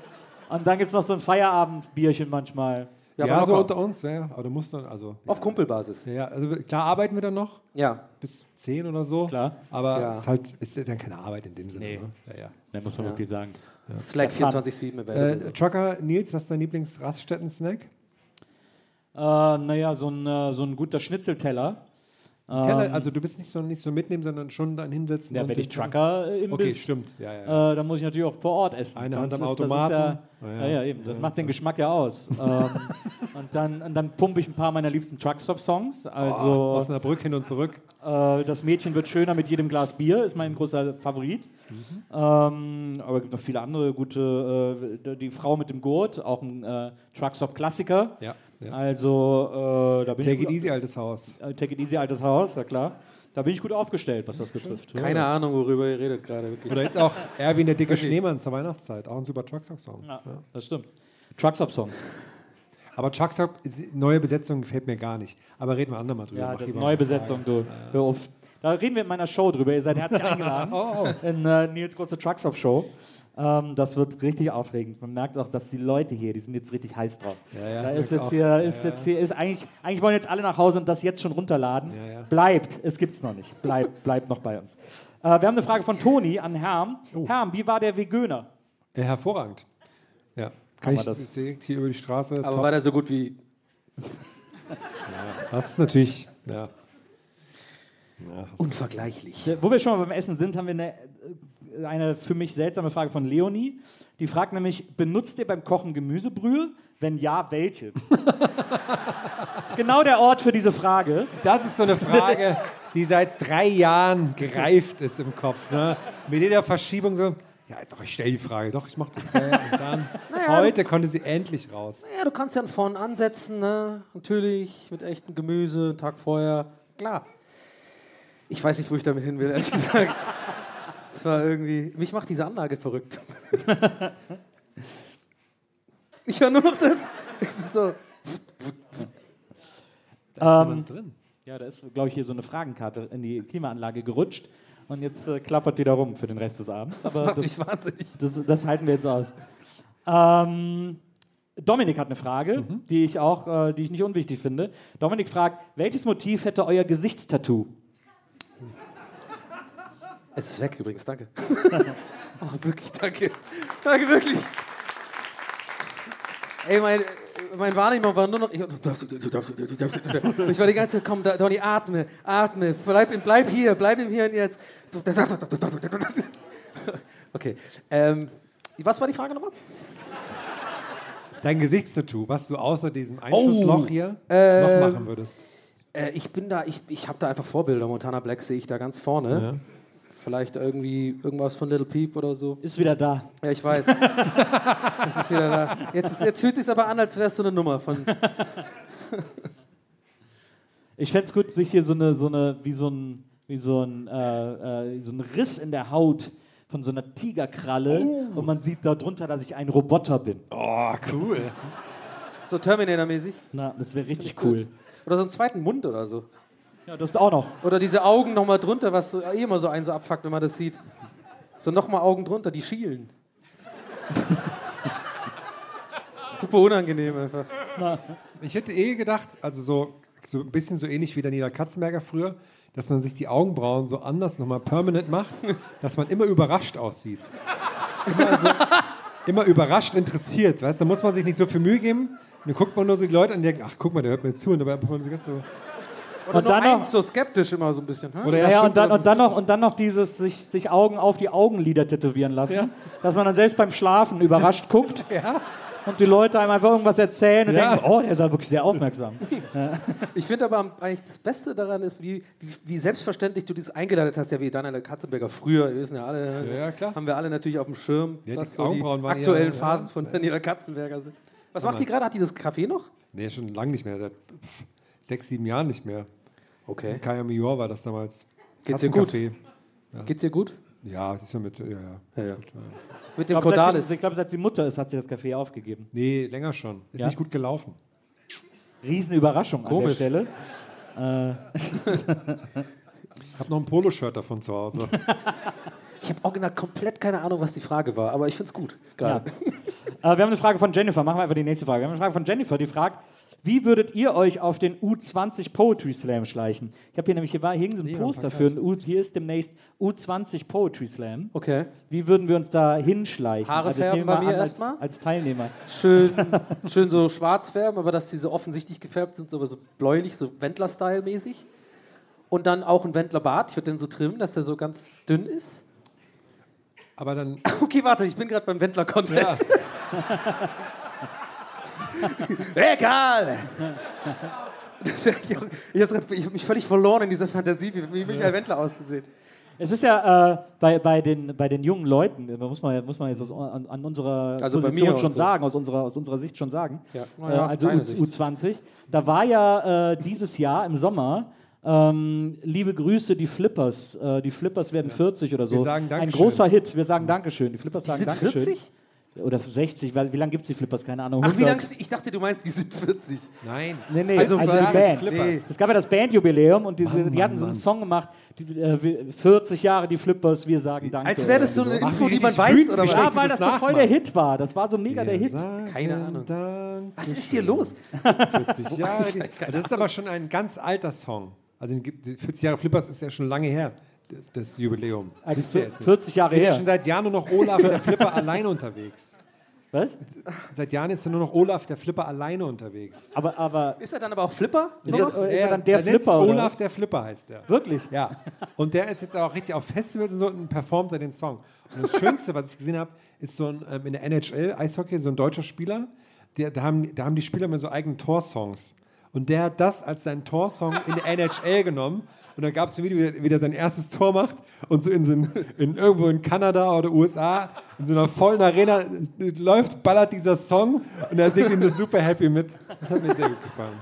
Speaker 1: Und dann gibt es noch so ein Feierabendbierchen manchmal.
Speaker 3: Ja,
Speaker 2: aber
Speaker 3: so
Speaker 2: locker.
Speaker 3: unter uns, ja, ja. Aber du musst dann, also.
Speaker 2: Auf Kumpelbasis.
Speaker 3: Ja, also klar arbeiten wir dann noch.
Speaker 2: Ja.
Speaker 3: bis 10 oder so.
Speaker 1: Klar.
Speaker 3: Aber
Speaker 2: Ja.
Speaker 3: es ist halt ist ja dann keine Arbeit in dem Sinne.
Speaker 1: Nee.
Speaker 3: Ne? Ja, ja.
Speaker 1: Dann muss man wirklich sagen.
Speaker 2: Slack 24-7 Event.
Speaker 3: Äh, Trucker, Nils, was ist dein Lieblingsraststätten-Snack?
Speaker 1: Äh, naja, so ein, äh, so ein guter Schnitzelteller.
Speaker 2: Ähm.
Speaker 3: Teller, also du bist nicht so, nicht so mitnehmen, sondern schon dann hinsetzen.
Speaker 1: Ja,
Speaker 3: und
Speaker 1: wenn ich
Speaker 3: den-
Speaker 1: Trucker äh, im
Speaker 3: Okay,
Speaker 1: Biss,
Speaker 3: stimmt. Ja, ja.
Speaker 1: äh, dann muss ich natürlich auch vor Ort essen.
Speaker 3: Eine Hand am
Speaker 1: ist-
Speaker 3: Automaten.
Speaker 1: Das, ist ja,
Speaker 3: Ah,
Speaker 1: ja.
Speaker 3: ja.
Speaker 1: ja, eben. Das macht den Geschmack ja aus. ähm, (laughs) und dann, und dann pumpe ich ein paar meiner liebsten Truckstop-Songs.
Speaker 3: Oh,
Speaker 1: Also
Speaker 3: Osnabrück hin und zurück.
Speaker 1: Äh, das Mädchen wird schöner mit jedem Glas Bier, ist mein großer Favorit. Ähm, aber es gibt noch viele andere gute. Äh, die Frau mit dem Gurt, auch ein äh, Truckstop-Klassiker.
Speaker 3: Ja, ja.
Speaker 1: Also, äh, da bin
Speaker 3: Take
Speaker 1: ich.
Speaker 3: it
Speaker 1: gut-
Speaker 3: easy, altes Haus.
Speaker 1: Äh, Take it easy, altes Haus, ja klar. Da bin ich gut aufgestellt, was das betrifft.
Speaker 2: Keine Ahnung, worüber ihr redet gerade. wirklich.
Speaker 3: Oder jetzt auch Erwin der dicke Schneemann zur Weihnachtszeit. Auch ein super Truckstop-Song.
Speaker 1: Ja, das stimmt. Truckstop-Songs.
Speaker 3: Aber Truckstop, ist- neue Besetzung gefällt mir gar nicht. Aber reden wir andermal drüber.
Speaker 1: Ja,
Speaker 3: Mach
Speaker 1: das
Speaker 3: lieber
Speaker 1: neue
Speaker 3: eine Frage.
Speaker 1: Besetzung, du. Hör auf.
Speaker 3: (laughs) Oh,
Speaker 1: Da reden wir in meiner Show drüber. Ihr seid herzlich eingeladen in äh, Nils große Truckstop Show. Ähm, das wird richtig aufregend. Man merkt auch, dass die Leute hier, die sind jetzt richtig heiß drauf.
Speaker 3: ja,
Speaker 1: da ist
Speaker 3: merk
Speaker 1: jetzt
Speaker 3: auch.
Speaker 1: hier,
Speaker 3: Ja,
Speaker 1: ist
Speaker 3: ja.
Speaker 1: jetzt hier, ist eigentlich, eigentlich wollen jetzt alle nach Hause und das jetzt schon runterladen.
Speaker 3: ja.
Speaker 1: Bleibt, es gibt's noch nicht. Bleibt, (laughs) bleibt noch bei uns. Äh, wir haben eine Frage von Toni an Herm.
Speaker 3: Oh.
Speaker 1: Herm, wie war der Vegöner?
Speaker 3: Ja, Äh, hervorragend. Ja. Kann ich
Speaker 1: das-
Speaker 3: das direkt hier über die Straße?
Speaker 2: Aber
Speaker 3: top.
Speaker 2: war der so gut wie.
Speaker 3: das ist natürlich. Ja.
Speaker 2: Unvergleichlich.
Speaker 1: Ne, Wo wir schon mal beim Essen sind, haben wir eine, äh, eine für mich seltsame Frage von Leonie. Die fragt nämlich: Benutzt ihr beim Kochen Gemüsebrühe? Wenn ja, welche? (laughs) das ist genau der Ort für diese Frage.
Speaker 3: Das ist so eine Frage, die seit drei Jahren gereift ist im Kopf. Ne? Mit jeder Verschiebung so. Ja, doch, ich stelle die Frage. Doch, ich mache das. Ja, ja, und
Speaker 2: (laughs)
Speaker 3: dann, heute konnte sie endlich raus.
Speaker 2: Ja, du kannst ja von vorn ansetzen, ne? Natürlich, mit echtem Gemüse, einen Tag vorher. Klar. Ich weiß nicht, wo ich damit hin will, ehrlich (laughs) gesagt. Es war irgendwie. Mich macht diese Anlage (laughs) verrückt. Ich höre nur noch das. Es ist so.
Speaker 3: Da ist jemand drin.
Speaker 1: Ja, da ist, glaube ich, hier so eine Fragenkarte in die Klimaanlage gerutscht. Und jetzt äh, klappert die da rum für den Rest des Abends.
Speaker 2: Das
Speaker 1: Aber
Speaker 2: macht
Speaker 1: das,
Speaker 2: mich wahnsinnig.
Speaker 1: das, das halten wir jetzt aus. Ähm, Dominik hat eine Frage,
Speaker 2: Mhm.
Speaker 1: die ich auch, äh, die ich nicht unwichtig finde. Dominik fragt, welches Motiv hätte euer Gesichtstattoo?
Speaker 2: Es ist weg übrigens, danke. (laughs) oh, wirklich, danke. Danke, wirklich. Ey, mein, mein Wahrnehmung war nur noch. Ich, Und ich war die ganze Zeit, komm, Da- Donny, atme, atme, bleib, bleib hier, bleib im Hier und Jetzt. Okay. Ähm, was war die Frage nochmal?
Speaker 3: Dein Gesichtstattoo, was du außer
Speaker 2: Oh,
Speaker 3: diesem Einschussloch hier noch machen würdest.
Speaker 2: Äh, ich bin da, ich, ich habe da einfach Vorbilder. Montana Black sehe ich da ganz
Speaker 3: ne?
Speaker 2: vorne. Vielleicht irgendwie irgendwas von Little Peep oder so.
Speaker 1: Ist wieder da.
Speaker 2: Ja, ich
Speaker 1: (laughs)
Speaker 2: weiß. das ist wieder da. Jetzt, ist, jetzt fühlt es sich aber an, als wäre es so eine Nummer von.
Speaker 1: Ich fände es gut, sich hier so eine, so eine, wie so ein, wie so ein, äh, äh, so ein Riss in der Haut von so einer Tigerkralle und man sieht darunter, dass ich ein Roboter bin.
Speaker 3: Oh, cool.
Speaker 2: So Terminator-mäßig.
Speaker 1: Na, das wäre richtig cool.
Speaker 2: Oder so einen zweiten Mund oder so.
Speaker 1: Ja, das auch noch.
Speaker 2: Oder diese Augen nochmal drunter, was so, eh immer so einen so abfuckt, wenn man das sieht. So nochmal Augen drunter,
Speaker 1: (laughs)
Speaker 2: die schielen. Super unangenehm einfach.
Speaker 3: Ich hätte eh gedacht, also so, so ein bisschen so ähnlich wie Daniela Katzenberger früher, dass man sich die Augenbrauen so anders nochmal permanent
Speaker 2: (laughs)
Speaker 3: macht, dass man immer überrascht aussieht. Immer, so, immer überrascht interessiert, weißt du? Da muss man sich nicht so viel Mühe geben. Und dann guckt man nur so die Leute an und denkt, ach guck mal, der hört mir zu. Und dabei hat man so ganz so,
Speaker 2: Oder
Speaker 1: Und dann
Speaker 2: nur
Speaker 1: noch-
Speaker 2: eins so skeptisch immer so ein bisschen. Hm?
Speaker 3: Oder
Speaker 1: Ja,
Speaker 3: stimmt,
Speaker 1: und, dann,
Speaker 3: das
Speaker 1: und, dann noch, und dann noch dieses sich, sich Augen auf die Augenlider tätowieren lassen, dass man dann selbst beim Schlafen überrascht guckt (laughs) und die Leute einem einfach irgendwas erzählen und
Speaker 3: Ja.
Speaker 1: denken, oh, der ist ja wirklich sehr (laughs) aufmerksam.
Speaker 2: Ich finde aber am- eigentlich das Beste daran ist, wie, wie, wie selbstverständlich du das eingeleitet hast, ja wie Daniel Katzenberger früher, wir wissen ja alle,
Speaker 3: Ja, ja, klar.
Speaker 2: haben wir alle natürlich auf dem Schirm,
Speaker 3: Ja, die
Speaker 2: was so die
Speaker 3: Augenbrauen waren ja- ja,
Speaker 2: aktuellen Phasen von Daniela Katzenberger sind. Was macht die gerade? Hat die das Café noch?
Speaker 3: nee, schon lange nicht mehr, seit pff, sechs, sieben Jahren nicht mehr.
Speaker 2: Okay.
Speaker 3: Kaya Major war das damals.
Speaker 2: Geht's dir gut?
Speaker 3: Katzencafé.
Speaker 2: Geht's ihr gut?
Speaker 3: Ja, es ist ja mit, ja, ja.
Speaker 2: Mit
Speaker 1: Ich
Speaker 2: dem
Speaker 1: glaube, seit,
Speaker 2: Cordalis.
Speaker 1: sie- ich glaub, seit sie Mutter ist, hat sie das Café aufgegeben.
Speaker 3: Nee, länger schon. Ist
Speaker 1: Ja?
Speaker 3: nicht gut gelaufen.
Speaker 1: Riesenüberraschung an der
Speaker 2: Komisch.
Speaker 1: Stelle.
Speaker 3: Hab noch ein Poloshirt davon zu
Speaker 1: (laughs)
Speaker 3: Hause.
Speaker 2: Ich habe original komplett keine Ahnung, was die Frage war, aber ich find's gut.
Speaker 1: Ja.
Speaker 2: Gerade.
Speaker 1: Äh, wir haben eine Frage von Jennifer. Machen wir einfach die nächste Frage. Wir haben eine Frage von Jennifer, die fragt, wie würdet ihr euch auf den U20 Poetry Slam schleichen? Ich habe hier nämlich, hier war hing so ein Poster für ein U, hier ist demnächst U20 Poetry Slam.
Speaker 2: Okay.
Speaker 1: Wie würden wir uns da hinschleichen? Also
Speaker 2: Haare
Speaker 1: ich
Speaker 2: färben
Speaker 1: nehme
Speaker 2: bei
Speaker 1: mal
Speaker 2: mir
Speaker 1: an, als,
Speaker 2: erstmal?
Speaker 1: als Teilnehmer. (laughs)
Speaker 2: Schön, schön so schwarz färben, aber dass sie so offensichtlich gefärbt sind, aber so bläulich, so Wendler-Style-mäßig. Und dann auch ein Wendler-Bart. Ich würde den so trimmen, dass der so ganz dünn ist.
Speaker 3: Aber dann
Speaker 2: Okay, warte, ich bin gerade beim Wendler-Contest. (laughs) Egal! Das wär- Ich habe hab mich völlig verloren in dieser Fantasie, wie wie Michael Wendler auszusehen.
Speaker 1: Es ist ja äh, bei, bei, den, bei den jungen Leuten, da muss man, muss man jetzt aus, an, an unserer
Speaker 2: Also bei
Speaker 1: Position
Speaker 2: mir
Speaker 1: schon
Speaker 2: und so.
Speaker 1: sagen, aus unserer, aus unserer Sicht schon sagen,
Speaker 2: Ja. Naja,
Speaker 1: äh, also U,
Speaker 2: deine Sicht.
Speaker 1: U20, da war ja äh, dieses Jahr im Sommer, ähm, liebe Grüße, die Flippers, äh, die Flippers werden 40 oder so.
Speaker 3: Wir sagen
Speaker 1: Ein
Speaker 3: Dankeschön.
Speaker 1: großer Hit, wir sagen Dankeschön, die Flippers sagen
Speaker 2: sind
Speaker 1: Dankeschön.
Speaker 2: 40?
Speaker 1: Oder 60, weil wie lange gibt es die Flippers? Keine Ahnung.
Speaker 2: Ach, wie
Speaker 1: 100.
Speaker 2: lang ist die? Ich dachte, du meinst, die sind 40.
Speaker 3: Nein.
Speaker 1: Nee, nee,
Speaker 2: Also
Speaker 1: also,
Speaker 2: Fragen,
Speaker 1: die Band.
Speaker 2: Flippers.
Speaker 1: Es gab ja das Bandjubiläum und die,
Speaker 3: Mann,
Speaker 1: die hatten so
Speaker 3: Mann.
Speaker 1: einen Song gemacht, die, äh, wir- 40 Jahre die Flippers, wir sagen Danke.
Speaker 2: Als wäre das so
Speaker 1: oder
Speaker 2: eine
Speaker 3: Ach,
Speaker 2: Info,
Speaker 3: wie
Speaker 2: die man
Speaker 3: also richtig
Speaker 2: weiß,
Speaker 3: wütend
Speaker 2: oder
Speaker 3: geschlagen.
Speaker 2: was?
Speaker 1: Ja, weil
Speaker 3: du das
Speaker 1: das so voll der
Speaker 3: nachmachst.
Speaker 1: Hit war. Das war so mega der Hit.
Speaker 2: Keine Ahnung.
Speaker 1: (laughs)
Speaker 3: Dank,
Speaker 2: Was ist hier los?
Speaker 3: 40 Jahre. Die, das ist aber schon ein ganz alter Song. Also die- die 40 Jahre Flippers ist ja schon lange her, d- das Jubiläum.
Speaker 1: Also
Speaker 3: Wisst ihr jetzt nicht.
Speaker 1: 40 Jahre
Speaker 3: ist ja
Speaker 1: her.
Speaker 3: schon seit Jahren nur noch
Speaker 1: (laughs)
Speaker 3: Olaf der Flipper alleine unterwegs.
Speaker 1: Was?
Speaker 3: Seit Jahren ist ja nur noch Olaf der Flipper alleine unterwegs.
Speaker 1: Aber, aber
Speaker 2: Ist er dann aber auch Flipper?
Speaker 1: ist, das, ist das dann der
Speaker 3: Er nennt's
Speaker 1: Flipper? Oder?
Speaker 3: Olaf
Speaker 1: was?
Speaker 3: der Flipper heißt er.
Speaker 1: Wirklich?
Speaker 3: Ja. Und der ist jetzt auch richtig auf Festivals und so und performt er den Song. Und das Schönste, was ich gesehen habe, ist so ein, ähm, in der NHL Eishockey so ein deutscher Spieler. Der, da, haben, da haben die Spieler mit so eigenen Torsongs. Und der hat das als seinen Torsong in der NHL genommen. Und dann gab es ein Video, wie der- wie der sein erstes Tor macht und so in, so ein- in irgendwo in Kanada oder USA in so einer vollen Arena äh, läuft, ballert dieser Song und er singt ihn so super happy mit. Das hat mir sehr gut gefallen.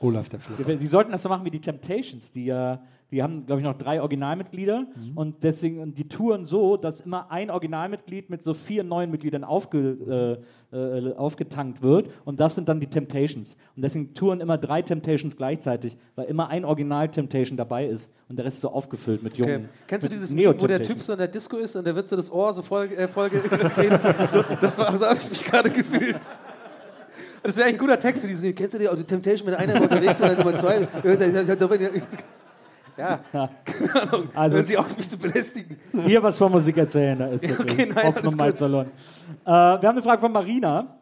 Speaker 3: Olaf der Flipper.
Speaker 1: Sie sollten das so machen wie die Temptations, die ja. Die haben, glaube ich, noch drei Originalmitglieder und deswegen und die touren so, dass immer ein Originalmitglied mit so vier neuen Mitgliedern aufge, äh, äh, aufgetankt wird und das sind dann die Temptations. Und deswegen touren immer drei Temptations gleichzeitig, weil immer ein Original-Temptation dabei ist und der Rest ist so aufgefüllt mit jungen.
Speaker 2: Okay. Kennst du
Speaker 1: mit
Speaker 2: dieses Meme, wo der
Speaker 1: Neo-Temptations.
Speaker 2: Typ so in der Disco ist und der wird so das Ohr so voll, äh, voll (laughs) ge- so, Das war, so habe ich mich gerade gefühlt. Das wäre eigentlich ein guter Text für dieses Meme. Kennst du die oh, die Temptation mit einer war unterwegs und dann Nummer zwei? Ja, keine Ahnung.
Speaker 1: Also-
Speaker 2: Hören Sie auf, mich zu belästigen.
Speaker 1: Dir was von Musik erzählen, da ist ja,
Speaker 2: okay, nein,
Speaker 1: Hopfen
Speaker 2: alles
Speaker 1: und Malz
Speaker 2: gut.
Speaker 1: verloren. Äh, wir haben eine Frage von Marina,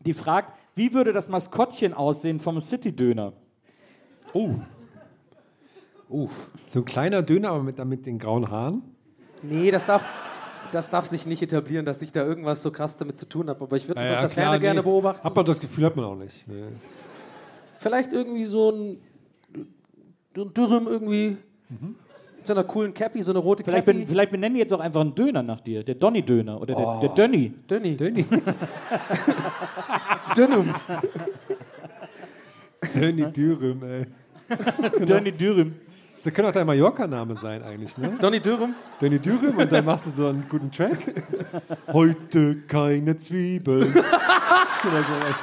Speaker 1: die fragt, wie würde das Maskottchen aussehen vom City-Döner?
Speaker 3: Oh. Uff. So ein kleiner Döner, aber mit, dann mit den grauen Haaren.
Speaker 2: Nee, das darf, das darf sich nicht etablieren, dass ich da irgendwas so krass damit zu tun habe. Aber ich würde das aus der Ferne gerne beobachten.
Speaker 3: Hat man das Gefühl, hat man auch nicht.
Speaker 2: (laughs)
Speaker 3: Nee.
Speaker 2: Vielleicht irgendwie so ein, so ein Dürüm irgendwie. Mit so einer coolen Cappy, so eine rote
Speaker 1: Vielleicht,
Speaker 2: Cappy.
Speaker 1: ben, vielleicht benennen die jetzt auch einfach einen Döner nach dir, der Donny-Döner oder der,
Speaker 2: Oh.
Speaker 1: der Dönny.
Speaker 2: Dönny.
Speaker 3: Dönny. (laughs)
Speaker 2: Dönum.
Speaker 3: Dönny Dürüm, ey.
Speaker 2: Genau.
Speaker 1: Dönny Dürüm.
Speaker 3: Das könnte auch dein Mallorca-Name sein eigentlich, ne?
Speaker 2: Donny Dürüm.
Speaker 3: Dönny Dürüm und dann machst du so einen guten Track.
Speaker 2: (laughs)
Speaker 3: Heute keine Zwiebeln. Oder sowas.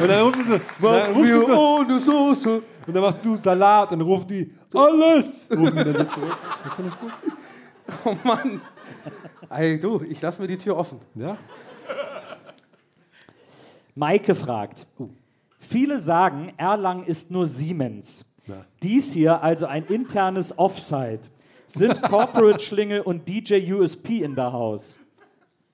Speaker 3: Und dann rufst du, dann rufst du so,
Speaker 2: ohne Soße.
Speaker 3: und dann machst du Salat und rufen die alles. Rufen die dann so zurück. Das finde ich gut.
Speaker 2: Oh Mann. Ey, du, ich lasse mir die Tür offen.
Speaker 3: Ja.
Speaker 1: Maike fragt, viele sagen, Erlangen ist nur Siemens. Dies hier also ein internes Offside.
Speaker 2: (laughs)
Speaker 1: Sind Corporate-Schlingel und DJ USP in der Haus?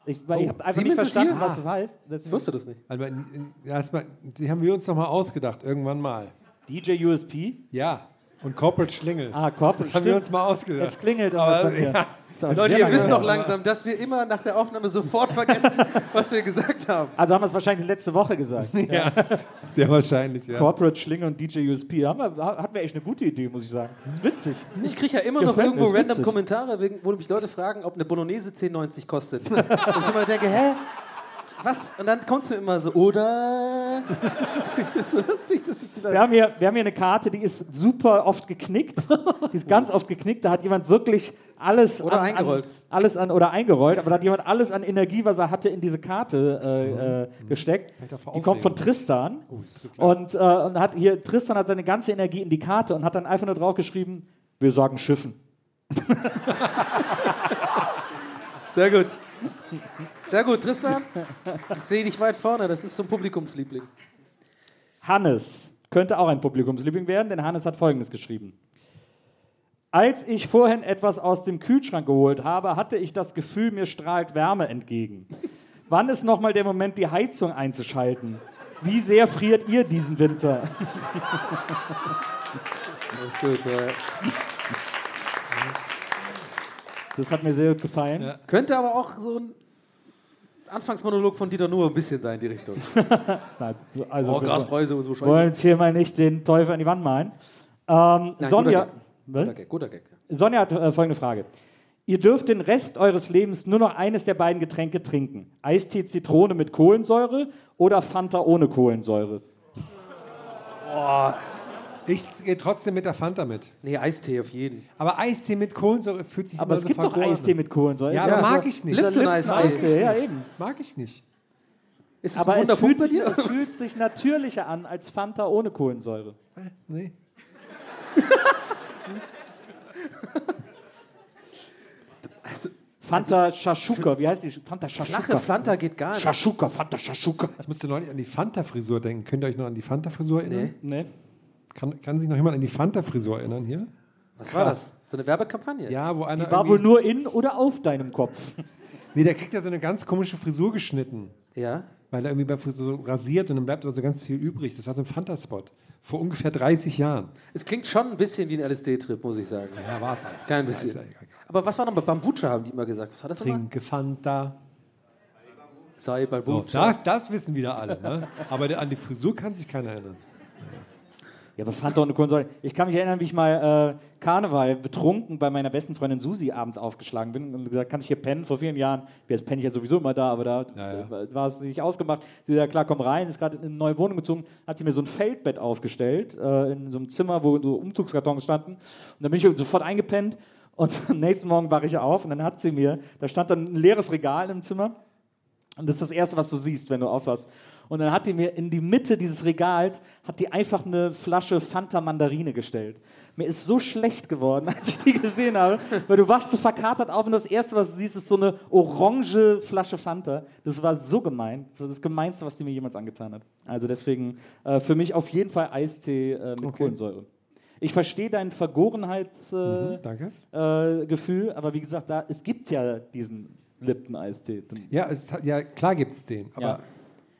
Speaker 1: Ich, weil ich habe einfach
Speaker 2: Oh, Siemens
Speaker 1: nicht
Speaker 2: ist
Speaker 1: verstanden,
Speaker 2: hier? Ah.
Speaker 1: was das heißt.
Speaker 2: Ich wusste das nicht.
Speaker 3: Aber in- in- ja, erstmal, die haben wir uns noch mal ausgedacht, irgendwann mal.
Speaker 1: DJ USP?
Speaker 3: Ja. Und Corporate Schlingel.
Speaker 1: Ah, Corporate,
Speaker 3: das haben wir
Speaker 1: stimmt.
Speaker 3: uns mal ausgedacht.
Speaker 1: Jetzt klingelt aber bei mir. Ist aber sehr
Speaker 2: Leute, ihr
Speaker 1: lange
Speaker 2: wisst
Speaker 1: her.
Speaker 2: doch langsam, dass wir immer nach der Aufnahme sofort (laughs) vergessen, was wir gesagt haben.
Speaker 1: Also haben wir es wahrscheinlich letzte Woche gesagt.
Speaker 3: Ja, sehr wahrscheinlich, ja.
Speaker 1: Corporate Schlinge und DJ USP. Haben wir, ha- hatten wir echt eine gute Idee, muss ich sagen. Ist witzig.
Speaker 2: Ich kriege ja immer noch
Speaker 1: Gefällt mir,
Speaker 2: irgendwo
Speaker 1: ist
Speaker 2: random
Speaker 1: witzig.
Speaker 2: Kommentare, wegen- wo mich Leute fragen, ob eine Bolognese 10,90 kostet. (laughs) Und ich immer denke, hä? Was? Und dann kommst du immer so, oder? so lustig, dass ich die Leute.
Speaker 1: Wir haben, hier, wir haben hier eine Karte, die ist super oft geknickt. Die ist ganz oft geknickt. Da hat jemand wirklich alles
Speaker 2: Oder
Speaker 1: an,
Speaker 2: eingerollt.
Speaker 1: An, alles an oder eingerollt. Aber da hat jemand alles an Energie, was er hatte, in diese Karte äh, äh, gesteckt.
Speaker 3: davor
Speaker 1: Die kommt von Tristan. Und, äh, und hat hier Tristan hat seine ganze Energie in die Karte und hat dann einfach nur draufgeschrieben: Wir sorgen Schiffen.
Speaker 2: Sehr gut. Sehr gut, Tristan. Ich sehe dich weit vorne, das ist so ein Publikumsliebling.
Speaker 1: Hannes könnte auch ein Publikumsliebling werden, denn Hannes hat Folgendes geschrieben. Als ich vorhin etwas aus dem Kühlschrank geholt habe, hatte ich das Gefühl, mir strahlt Wärme entgegen. Wann ist nochmal der Moment, die Heizung einzuschalten? Wie sehr friert ihr diesen Winter?
Speaker 2: Das ist gut, ja.
Speaker 1: Das hat mir sehr gut gefallen.
Speaker 2: Könnte aber auch so ein Anfangsmonolog von Dieter Nuhr ein bisschen sein, die Richtung.
Speaker 1: Na, so- also
Speaker 2: Oh,
Speaker 1: wir
Speaker 2: Gaspreise und so
Speaker 1: wollen
Speaker 2: Scheiße.
Speaker 1: jetzt hier mal nicht den Teufel an die Wand malen. Ähm, Sonja, Was?
Speaker 2: Guter Gag, guter Gag.
Speaker 1: Sonja hat äh, folgende Frage. Ihr dürft den Rest eures Lebens nur noch eines der beiden Getränke trinken. Eistee Zitrone mit Kohlensäure oder Fanta ohne Kohlensäure.
Speaker 3: Ich gehe trotzdem mit der Fanta mit.
Speaker 2: Nee, Eistee auf jeden.
Speaker 3: Aber Eistee mit Kohlensäure fühlt sich
Speaker 1: Aber
Speaker 3: immer
Speaker 1: es gibt doch
Speaker 3: sofort
Speaker 1: Eistee mit Kohlensäure.
Speaker 3: Ja,
Speaker 1: Ist
Speaker 3: aber
Speaker 1: ja
Speaker 3: mag
Speaker 1: so-
Speaker 3: ich nicht.
Speaker 2: Dieser
Speaker 3: Lipton
Speaker 2: Lipton-Eistee.
Speaker 1: Eistee, ja eben.
Speaker 3: Mag ich nicht.
Speaker 2: Ist das
Speaker 1: Aber
Speaker 2: ein
Speaker 1: es fühlt, sich,
Speaker 2: Wunderpunkt bei dir?
Speaker 1: es fühlt sich natürlicher an als Fanta ohne Kohlensäure.
Speaker 3: Nee.
Speaker 1: Fanta Shashuka, wie heißt die? Fanta
Speaker 2: Flache
Speaker 1: Shashuka.
Speaker 2: Fanta geht gar nicht.
Speaker 1: Shashuka, Fanta Shashuka.
Speaker 3: Ich musste neulich an die Fanta-Frisur denken. Könnt ihr euch noch an die Fanta-Frisur erinnern?
Speaker 2: Nee.
Speaker 1: Nee.
Speaker 3: Kann, kann sich noch jemand an die Fanta-Frisur erinnern hier?
Speaker 2: Was war das? So eine Werbekampagne?
Speaker 3: Ja, wo einer.
Speaker 1: War
Speaker 3: irgendwie-
Speaker 1: wohl nur in oder auf deinem Kopf.
Speaker 3: nee, der kriegt ja so eine ganz komische Frisur geschnitten.
Speaker 2: Ja.
Speaker 3: Weil er irgendwie beim Friseur so rasiert und dann bleibt aber so ganz viel übrig. Das war so ein Fanta-Spot. Vor ungefähr 30 Jahren.
Speaker 2: Es klingt schon ein bisschen wie ein LSD-Trip, muss ich sagen.
Speaker 3: Ja, war es halt.
Speaker 2: Klein
Speaker 3: Ist ja
Speaker 2: bisschen.
Speaker 3: egal.
Speaker 2: Aber was war noch bei Bambucha, haben die immer gesagt? Was war das nochmal?
Speaker 3: Trinke Fanta.
Speaker 2: Sei bei
Speaker 1: Oh,
Speaker 3: So,
Speaker 2: Bambucha.
Speaker 3: da, das wissen wieder alle. Ne? Aber der, an die Frisur kann sich keiner erinnern.
Speaker 1: Ja, aber Fanta ohne Kohlensäure. Ich kann mich erinnern, wie ich mal äh, Karneval betrunken bei meiner besten Freundin Susi abends aufgeschlagen bin und gesagt, kannst du hier pennen? Vor vielen Jahren, jetzt penne ich ja sowieso immer da, aber da
Speaker 3: Ja, ja.
Speaker 1: äh, war es nicht ausgemacht. Sie sagt, klar, komm rein, ist gerade in eine neue Wohnung gezogen, hat sie mir so ein Feldbett aufgestellt, äh, in so einem Zimmer, wo so Umzugskartons standen. Und dann bin ich sofort eingepennt und (laughs) am nächsten Morgen wache ich auf und dann hat sie mir, da stand dann ein leeres Regal im Zimmer und das ist das Erste, was du siehst, wenn du aufwachst. Und dann hat die mir in die Mitte dieses Regals, hat die einfach eine Flasche Fanta Mandarine gestellt. Mir ist so schlecht geworden, (laughs) als ich die gesehen habe, weil du wachst so verkatert auf und das Erste, was du siehst, ist so eine orange Flasche Fanta. Das war so gemein. Das war das Gemeinste, was die mir jemals angetan hat. Also deswegen äh, für mich auf jeden Fall Eistee äh, mit Kohlensäure. Ich verstehe dein Vergorenheitsgefühl, äh,
Speaker 3: Danke.
Speaker 1: äh, Gefühl, aber wie gesagt, da, es gibt ja diesen Lipton-Eistee.
Speaker 3: Ja, es hat, ja klar gibt es den. Aber
Speaker 1: Ja.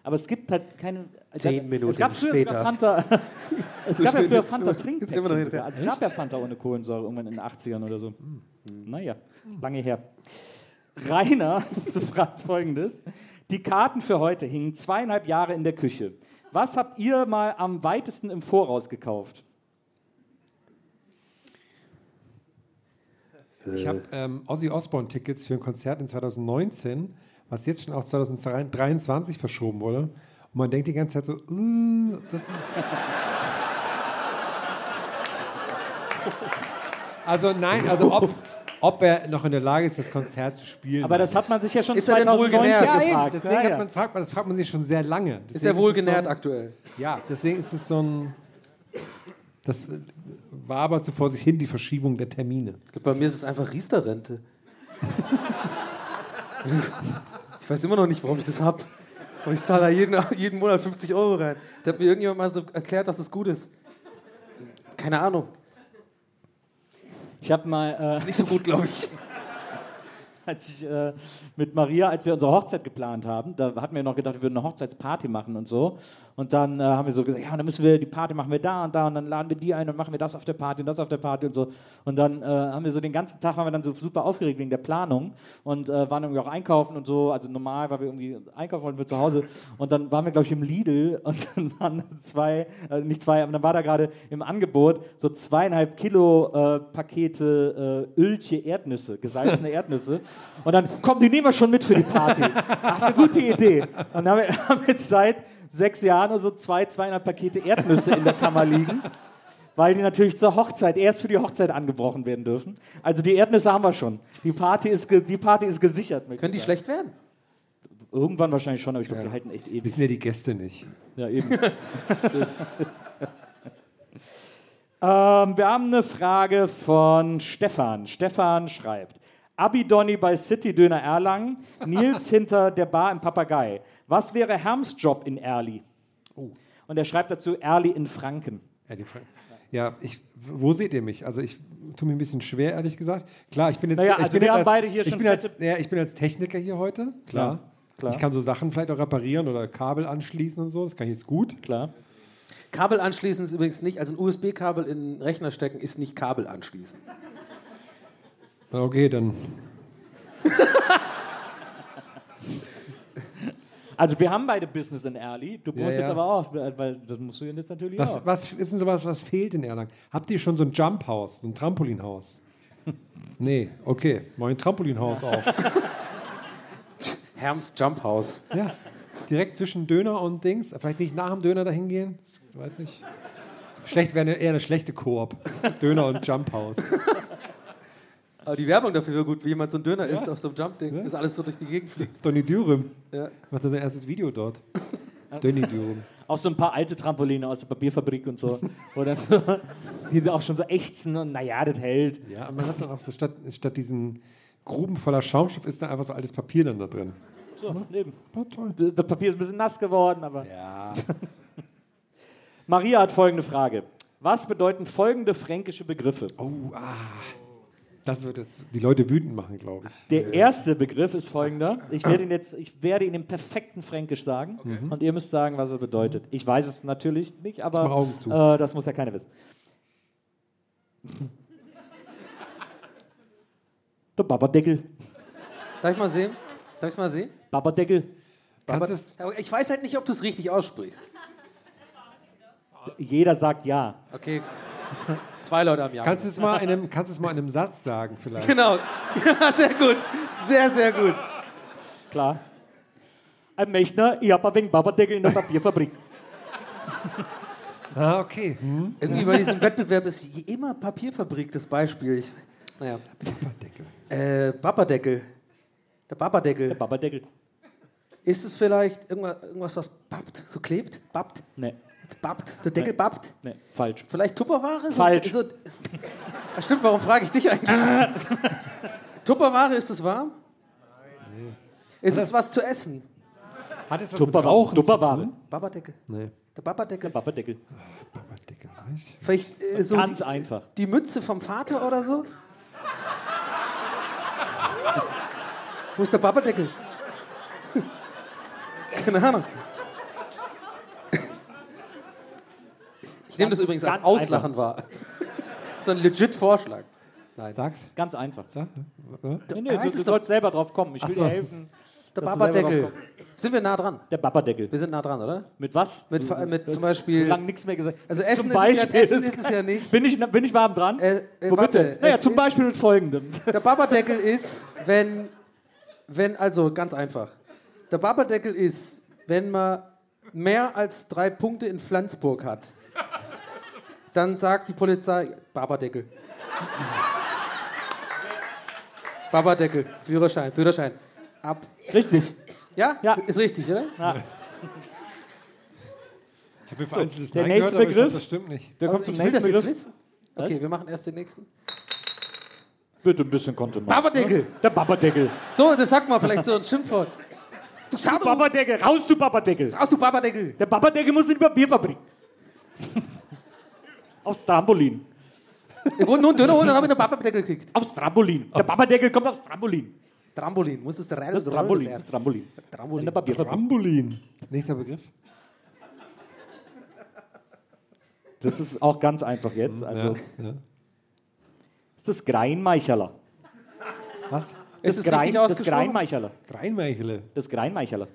Speaker 1: Aber es gibt halt keine. es
Speaker 2: Zehn
Speaker 1: hat-
Speaker 2: Minuten
Speaker 1: es gab früher sogar
Speaker 2: später. (laughs)
Speaker 1: Fanta, (laughs) es gab ja
Speaker 2: schnell
Speaker 1: früher
Speaker 2: die-
Speaker 1: Fanta
Speaker 2: ist immer noch
Speaker 1: Trinkpäckchen.
Speaker 2: hinterher. Hm.
Speaker 1: sogar. Also es gab ja Fanta ohne Kohlensäure irgendwann in den 80ern oder so. Naja, lange her. Rainer (laughs) fragt folgendes: Die Karten für heute hingen zweieinhalb Jahre in der Küche. Was habt ihr mal am weitesten im Voraus gekauft?
Speaker 3: Ich habe ähm, Ozzy Osbourne-Tickets für ein Konzert in 2019, was jetzt schon auch 2023 verschoben wurde. Und man denkt die ganze Zeit so, "Uh, das (laughs) Also nein, also ob, ob er noch in der Lage ist, das Konzert zu spielen.
Speaker 1: Aber das
Speaker 3: oder
Speaker 1: hat man sich ja schon
Speaker 2: Ist er denn wohl
Speaker 1: 2019
Speaker 2: genährt?
Speaker 3: nicht.
Speaker 2: man
Speaker 3: ja, eben,
Speaker 1: gefragt.
Speaker 3: deswegen
Speaker 1: Ja, ja.
Speaker 3: Hat man, fragt man, das fragt man sich schon sehr lange.
Speaker 2: Ist
Speaker 3: Deswegen
Speaker 2: ja wohl
Speaker 3: es so
Speaker 2: genährt
Speaker 3: ein-
Speaker 2: aktuell.
Speaker 3: Ja, deswegen ist es so ein... Das äh, war aber zuvor sich hin die Verschiebung der Termine.
Speaker 2: Ich glaub, bei mir ist es einfach Riester-Rente. (laughs) ich weiß immer noch nicht, warum ich das hab. Aber ich zahle da jeden, jeden Monat 50 Euro rein. Da hat mir irgendjemand mal so erklärt, dass das gut ist. Keine Ahnung.
Speaker 1: Ich habe mal. Äh,
Speaker 2: Nicht so gut, glaube ich.
Speaker 1: als ich äh, mit Maria, als wir unsere Hochzeit geplant haben, da hatten wir noch gedacht, wir würden eine Hochzeitsparty machen und so. Und dann äh, haben wir so gesagt, ja, und dann müssen wir die Party machen wir da und da und dann laden wir die ein und machen wir das auf der Party und das auf der Party und so. Und dann äh, haben wir so den ganzen Tag waren wir dann so super aufgeregt wegen der Planung und äh, waren irgendwie auch einkaufen und so. Also normal, weil wir irgendwie einkaufen wollten für zu Hause. Und dann waren wir glaube ich im Lidl (laughs) und dann waren da zwei, äh, nicht zwei, aber dann war da gerade im Angebot so zweieinhalb Kilo äh, Pakete äh, Öltje Erdnüsse, gesalzene Erdnüsse. Und dann, komm, die nehmen wir schon mit für die Party. Ach, ist eine gute Idee. Und dann haben wir (laughs) haben jetzt seit sechs Jahren oder so zwei, zweieinhalb Pakete Erdnüsse in der Kammer liegen. Weil die natürlich zur Hochzeit, erst für die Hochzeit angebrochen werden dürfen. Also die Erdnüsse haben wir schon. Die Party ist, ge die Party ist gesichert. möchte
Speaker 2: Können die
Speaker 1: ich
Speaker 2: schlecht werden?
Speaker 1: sagen. Irgendwann wahrscheinlich schon, aber ich glaube, die halten echt ewig.
Speaker 3: Wissen ja die Gäste nicht.
Speaker 1: Ja,
Speaker 3: (laughs)
Speaker 1: eben. ähm, wir haben eine Frage von Stefan. Stefan schreibt: Abidonny bei City Döner Erlangen, Nils
Speaker 3: (laughs)
Speaker 1: hinter der Bar im Papagei. Was wäre Herms Job in Erli?
Speaker 3: Oh.
Speaker 1: Und er schreibt dazu: Erli in Franken.
Speaker 3: Ja, die Frage. Ja, ich, wo seht ihr mich? Also ich tue mir ein bisschen schwer, ehrlich gesagt. Klar, ich bin jetzt,
Speaker 1: Naja,
Speaker 3: ich
Speaker 1: also
Speaker 3: bin
Speaker 1: wir
Speaker 3: jetzt
Speaker 1: haben
Speaker 3: als,
Speaker 1: beide hier
Speaker 3: ich
Speaker 1: schon
Speaker 3: bin als,
Speaker 1: fette-
Speaker 3: ja, ich bin als Techniker hier heute, klar. Ich kann so Sachen vielleicht auch reparieren oder Kabel anschließen und so, das kann ich jetzt gut.
Speaker 1: Klar.
Speaker 2: Kabel anschließen ist übrigens nicht, also ein USB-Kabel in den Rechner stecken ist nicht Kabel anschließen.
Speaker 3: Okay, dann.
Speaker 1: Also wir haben beide Business in Erli. Du brauchst
Speaker 3: ja.
Speaker 1: jetzt aber auch, weil das musst du jetzt natürlich
Speaker 3: Was,
Speaker 1: auch.
Speaker 3: was ist denn sowas, was fehlt in Erlangen? Habt ihr schon so ein Jump-Haus, so ein Trampolinhaus?
Speaker 1: (laughs)
Speaker 3: Nee, okay, mach ein Trampolinhaus auf.
Speaker 2: Herms Jump House.
Speaker 3: Ja, direkt zwischen Döner und Dings. Vielleicht nicht nach dem Döner dahin gehen, weiß nicht. Schlecht wäre eine, eher eine schlechte Koop. (laughs) Döner und Jump House.
Speaker 2: Aber die Werbung dafür wäre gut, wie jemand so ein Döner isst auf so einem Jump-Ding, dass alles so durch die Gegend fliegt.
Speaker 3: Donny Dürüm
Speaker 2: Ja.
Speaker 3: macht sein erstes Video dort. Donny Dürüm.
Speaker 1: Auch so ein paar alte Trampoline aus der Papierfabrik und
Speaker 3: (laughs)
Speaker 1: so. Oder so, die auch schon so ächzen und naja, das hält.
Speaker 3: Ja, aber man hat dann auch so statt, statt diesen Gruben voller Schaumstoff ist da einfach so altes Papier dann da drin.
Speaker 1: So,
Speaker 3: Mhm.
Speaker 1: neben. Das Papier ist ein bisschen nass geworden, aber.
Speaker 3: Ja.
Speaker 1: (laughs) Maria hat folgende Frage. Was bedeuten folgende fränkische Begriffe?
Speaker 3: Oh, ah. Das wird jetzt die Leute wütend machen, glaube ich.
Speaker 1: Der erste Begriff ist folgender. Ich werde ihn jetzt, ich werde ihn im perfekten Fränkisch sagen und ihr müsst sagen, was er bedeutet. Ich weiß es natürlich nicht, aber
Speaker 3: Mhm. mach Augen zu.
Speaker 1: Äh, das muss ja
Speaker 3: (laughs)
Speaker 1: keiner wissen. Der Babadeckel.
Speaker 2: Darf ich mal sehen? Darf ich mal sehen?
Speaker 1: Babadeckel.
Speaker 3: Kannst
Speaker 2: Aber,
Speaker 3: es,
Speaker 2: aber ich weiß halt nicht, ob du es richtig aussprichst.
Speaker 1: Jeder sagt ja.
Speaker 2: Okay. (laughs) Zwei Leute am Jahr.
Speaker 3: kannst, es mal in einem, kannst es mal in einem Satz sagen, vielleicht?
Speaker 2: (laughs) genau. Ja, sehr gut. Sehr, sehr gut.
Speaker 1: Klar. Ein Mechner, ich hab ein wenig Babadeckel in der Papierfabrik.
Speaker 3: Ah, okay.
Speaker 2: Irgendwie bei diesem Wettbewerb ist je- immer Papierfabrik das Beispiel. Ich, naja. Äh, Babadeckel. Der Babadeckel.
Speaker 1: Babadeckel.
Speaker 2: Ist es vielleicht irgendwas, irgendwas was babbt, so klebt? Babbt?
Speaker 1: Nee,
Speaker 2: Jetzt babbt. Der Deckel babbt?
Speaker 1: nee, falsch.
Speaker 2: Vielleicht Tupperware? So-
Speaker 1: Falsch.
Speaker 2: So, Ah, stimmt, warum frage ich dich eigentlich? Tupperware, ist es warm? Ist es was zu essen?
Speaker 3: Hat es was mit Rauchen zu
Speaker 1: Tupperware.
Speaker 2: ne?
Speaker 3: tun?
Speaker 2: Babadeckel.
Speaker 3: Nee.
Speaker 2: Der Babadeckel.
Speaker 1: Babadeckel.
Speaker 3: Babadeckel, weiß ich.
Speaker 2: Vielleicht äh, so
Speaker 1: Ganz
Speaker 2: die,
Speaker 1: einfach.
Speaker 2: die Mütze vom Vater oder so? Wo ist der Babadeckel? (laughs) Keine Ahnung. Ich nehme das übrigens als
Speaker 1: ganz
Speaker 2: Auslachen wahr. (laughs) So ein legit Vorschlag.
Speaker 3: Sag's.
Speaker 1: Ganz einfach.
Speaker 3: Sag. Äh?
Speaker 1: Nee, nee,
Speaker 2: Er
Speaker 1: du,
Speaker 2: weiß
Speaker 1: du
Speaker 2: ne? es doch.
Speaker 1: sollst selber drauf kommen. Ich will
Speaker 3: so.
Speaker 1: dir helfen.
Speaker 2: Der
Speaker 1: Dass du selber
Speaker 2: Babadeckel.
Speaker 1: draufkommst.
Speaker 2: Sind wir nah dran?
Speaker 1: Der Babadeckel.
Speaker 2: Wir sind nah dran, oder?
Speaker 1: Mit was?
Speaker 2: Mit, Ver- äh, mit
Speaker 1: Du
Speaker 2: zum
Speaker 1: hast so
Speaker 2: Beispiel.
Speaker 1: lange nichts mehr gesagt.
Speaker 2: Also
Speaker 1: Hm, Zum
Speaker 2: Essen, ist es, ja,
Speaker 1: Beispiel
Speaker 2: Essen ist es ja nicht.
Speaker 1: Bin ich, bin ich warm dran?
Speaker 2: Äh, äh,
Speaker 1: Womit
Speaker 2: warte,
Speaker 1: denn? Naja,
Speaker 2: es
Speaker 1: zum
Speaker 2: ist-
Speaker 1: Beispiel mit folgendem.
Speaker 2: Der Babadeckel ist, wenn, wenn, also ganz einfach. Der Babadeckel ist, wenn man mehr als drei Punkte in Flensburg hat, dann sagt die Polizei Babadeckel. Babadeckel, Führerschein, Führerschein. Ab.
Speaker 1: Richtig.
Speaker 2: Ja?
Speaker 1: Ja.
Speaker 2: Ist richtig, oder?
Speaker 3: Ich habe mir vereinzeltes
Speaker 1: der
Speaker 3: Nein
Speaker 1: nächste
Speaker 3: gehört, aber ich glaub,
Speaker 1: Begriff.
Speaker 3: das stimmt nicht.
Speaker 1: Wir kommen
Speaker 2: ich
Speaker 1: zum
Speaker 2: will das
Speaker 1: nächsten
Speaker 2: jetzt
Speaker 1: Begriff.
Speaker 2: wissen. Okay, wir machen erst den nächsten.
Speaker 1: Bitte ein bisschen Kontenance. ne?
Speaker 2: Babadeckel.
Speaker 1: Der Babadeckel.
Speaker 2: So, das sagt man vielleicht so ein Schimpfwort. Du Sau, du
Speaker 1: Babadeckel. Raus, du Babadeckel.
Speaker 2: Aus, du Babadeckel.
Speaker 1: Der Babadeckel muss in die Papierfabrik. (laughs) Aufs Trampolin.
Speaker 2: Wir wurden nur einen Döner holen und haben einen Babadeckel gekriegt.
Speaker 1: Aufs Trampolin. Der Babadeckel kommt aufs Trampolin.
Speaker 2: Trampolin, muss es der Reis
Speaker 1: Das Trampolin. Das Trampolin. In der
Speaker 2: Trampolin.
Speaker 1: Papierfabrik.
Speaker 3: Trampolin. Nächster Begriff.
Speaker 1: Das ist auch ganz einfach jetzt. Also,
Speaker 3: Ja.
Speaker 1: ist das Greinmeicherler.
Speaker 3: Was?
Speaker 2: Ist
Speaker 1: Das
Speaker 2: es
Speaker 1: Grein,
Speaker 2: richtig
Speaker 1: das
Speaker 2: ausgesprochen?
Speaker 1: Greinmeicherler.
Speaker 3: Greinmeichele.
Speaker 1: Das Greinmeicherler.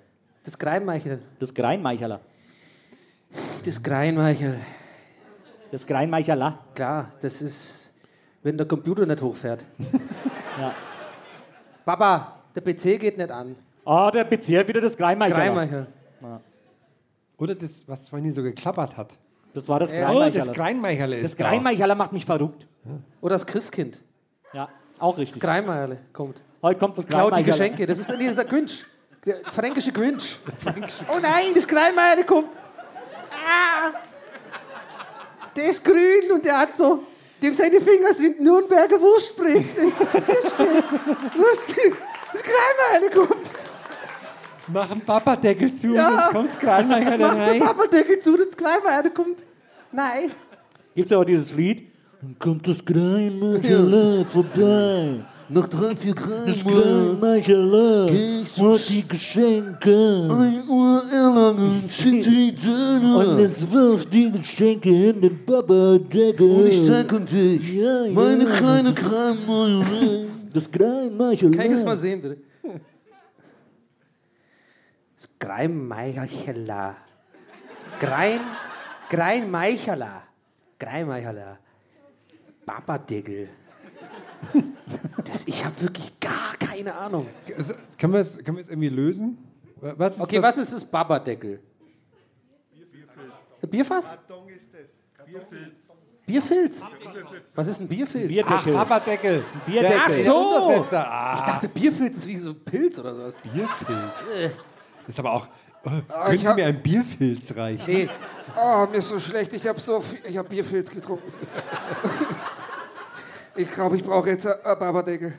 Speaker 2: Das Greinmeichel.
Speaker 1: Das Greinmeicherler.
Speaker 2: Das Greinmeichel.
Speaker 1: Das Greinmeicherler.
Speaker 2: Klar, das ist, wenn der Computer nicht hochfährt. (laughs)
Speaker 1: Ja.
Speaker 2: Papa, der PC geht nicht an.
Speaker 1: Ah, der Bezirk wieder das Greinmeicherler.
Speaker 2: Greinmeichel.
Speaker 3: Oder das, was vorhin so geklappert hat.
Speaker 1: Das war das
Speaker 3: Oh,
Speaker 1: Greinmeicherler.
Speaker 3: das Greinmeichele ist
Speaker 1: das Greinmeicherler macht mich verrückt.
Speaker 2: Oder das Christkind.
Speaker 1: Ja, auch richtig.
Speaker 2: Greinmeichel kommt.
Speaker 1: Heute kommt das
Speaker 2: Klaut die
Speaker 1: Greinmeicherler.
Speaker 2: Geschenke. Das ist nee, das ist der Grinch. Der fränkische Grinch. Oh nein, das Greinmeichel kommt. Ah, der ist grün und der hat so. Dem seine Finger sind Nürnberger Wurstbrett. (laughs) Wurst. Das Greinmeichel kommt.
Speaker 3: da. Mach einen Papadeckel zu,
Speaker 2: Ja.
Speaker 3: sonst kommt das Greinmeichele
Speaker 2: Mach den
Speaker 3: rein.
Speaker 2: Papadeckel zu, das Kleinbeine kommt. Nein.
Speaker 1: Gibt es ja auch dieses Lied.
Speaker 5: Kommt das Kleinmeisterle vorbei. Noch drei, vier Kleinmeisterle. Und die Geschenke. Ein Uhr Erlangen City Döner. Und es wirft die Geschenke in den Babadeckel. Und ich danke dich. Ja, ja. Meine kleine Kleinmeisterle. Das Kleinmeisterle.
Speaker 2: Kann ich das mal sehen, bitte? Das Greinmeicherla. Grein. Greinmeicherla. Greinmeicherla. Papadeckel. Das, ich habe wirklich gar keine Ahnung.
Speaker 3: Ist- Können wir es können wir es irgendwie lösen? Was ist
Speaker 2: Okay,
Speaker 3: das?
Speaker 2: was ist das Babadeckel? Bierfass? Bierfass? Bierfilz? Was ist ein Bierfilz?
Speaker 3: Ach, Papadeckel.
Speaker 1: Bierdeckel.
Speaker 3: Ach
Speaker 2: Der
Speaker 3: so.
Speaker 2: Untersetzer.
Speaker 3: Ah.
Speaker 2: Ich dachte, Bierfilz ist wie so ein Pilz oder sowas.
Speaker 9: Äh.
Speaker 3: Bierfilz. Ist aber auch. Oh,
Speaker 9: Ah,
Speaker 3: können Sie mir einen Bierfilz reichen?
Speaker 2: Nee,
Speaker 9: Oh, mir ist so schlecht. Ich habe so viel, ich habe Bierfilz
Speaker 3: (laughs)
Speaker 9: getrunken. ich glaube, ich brauche jetzt äh,
Speaker 3: (laughs)
Speaker 9: Barberdeckel.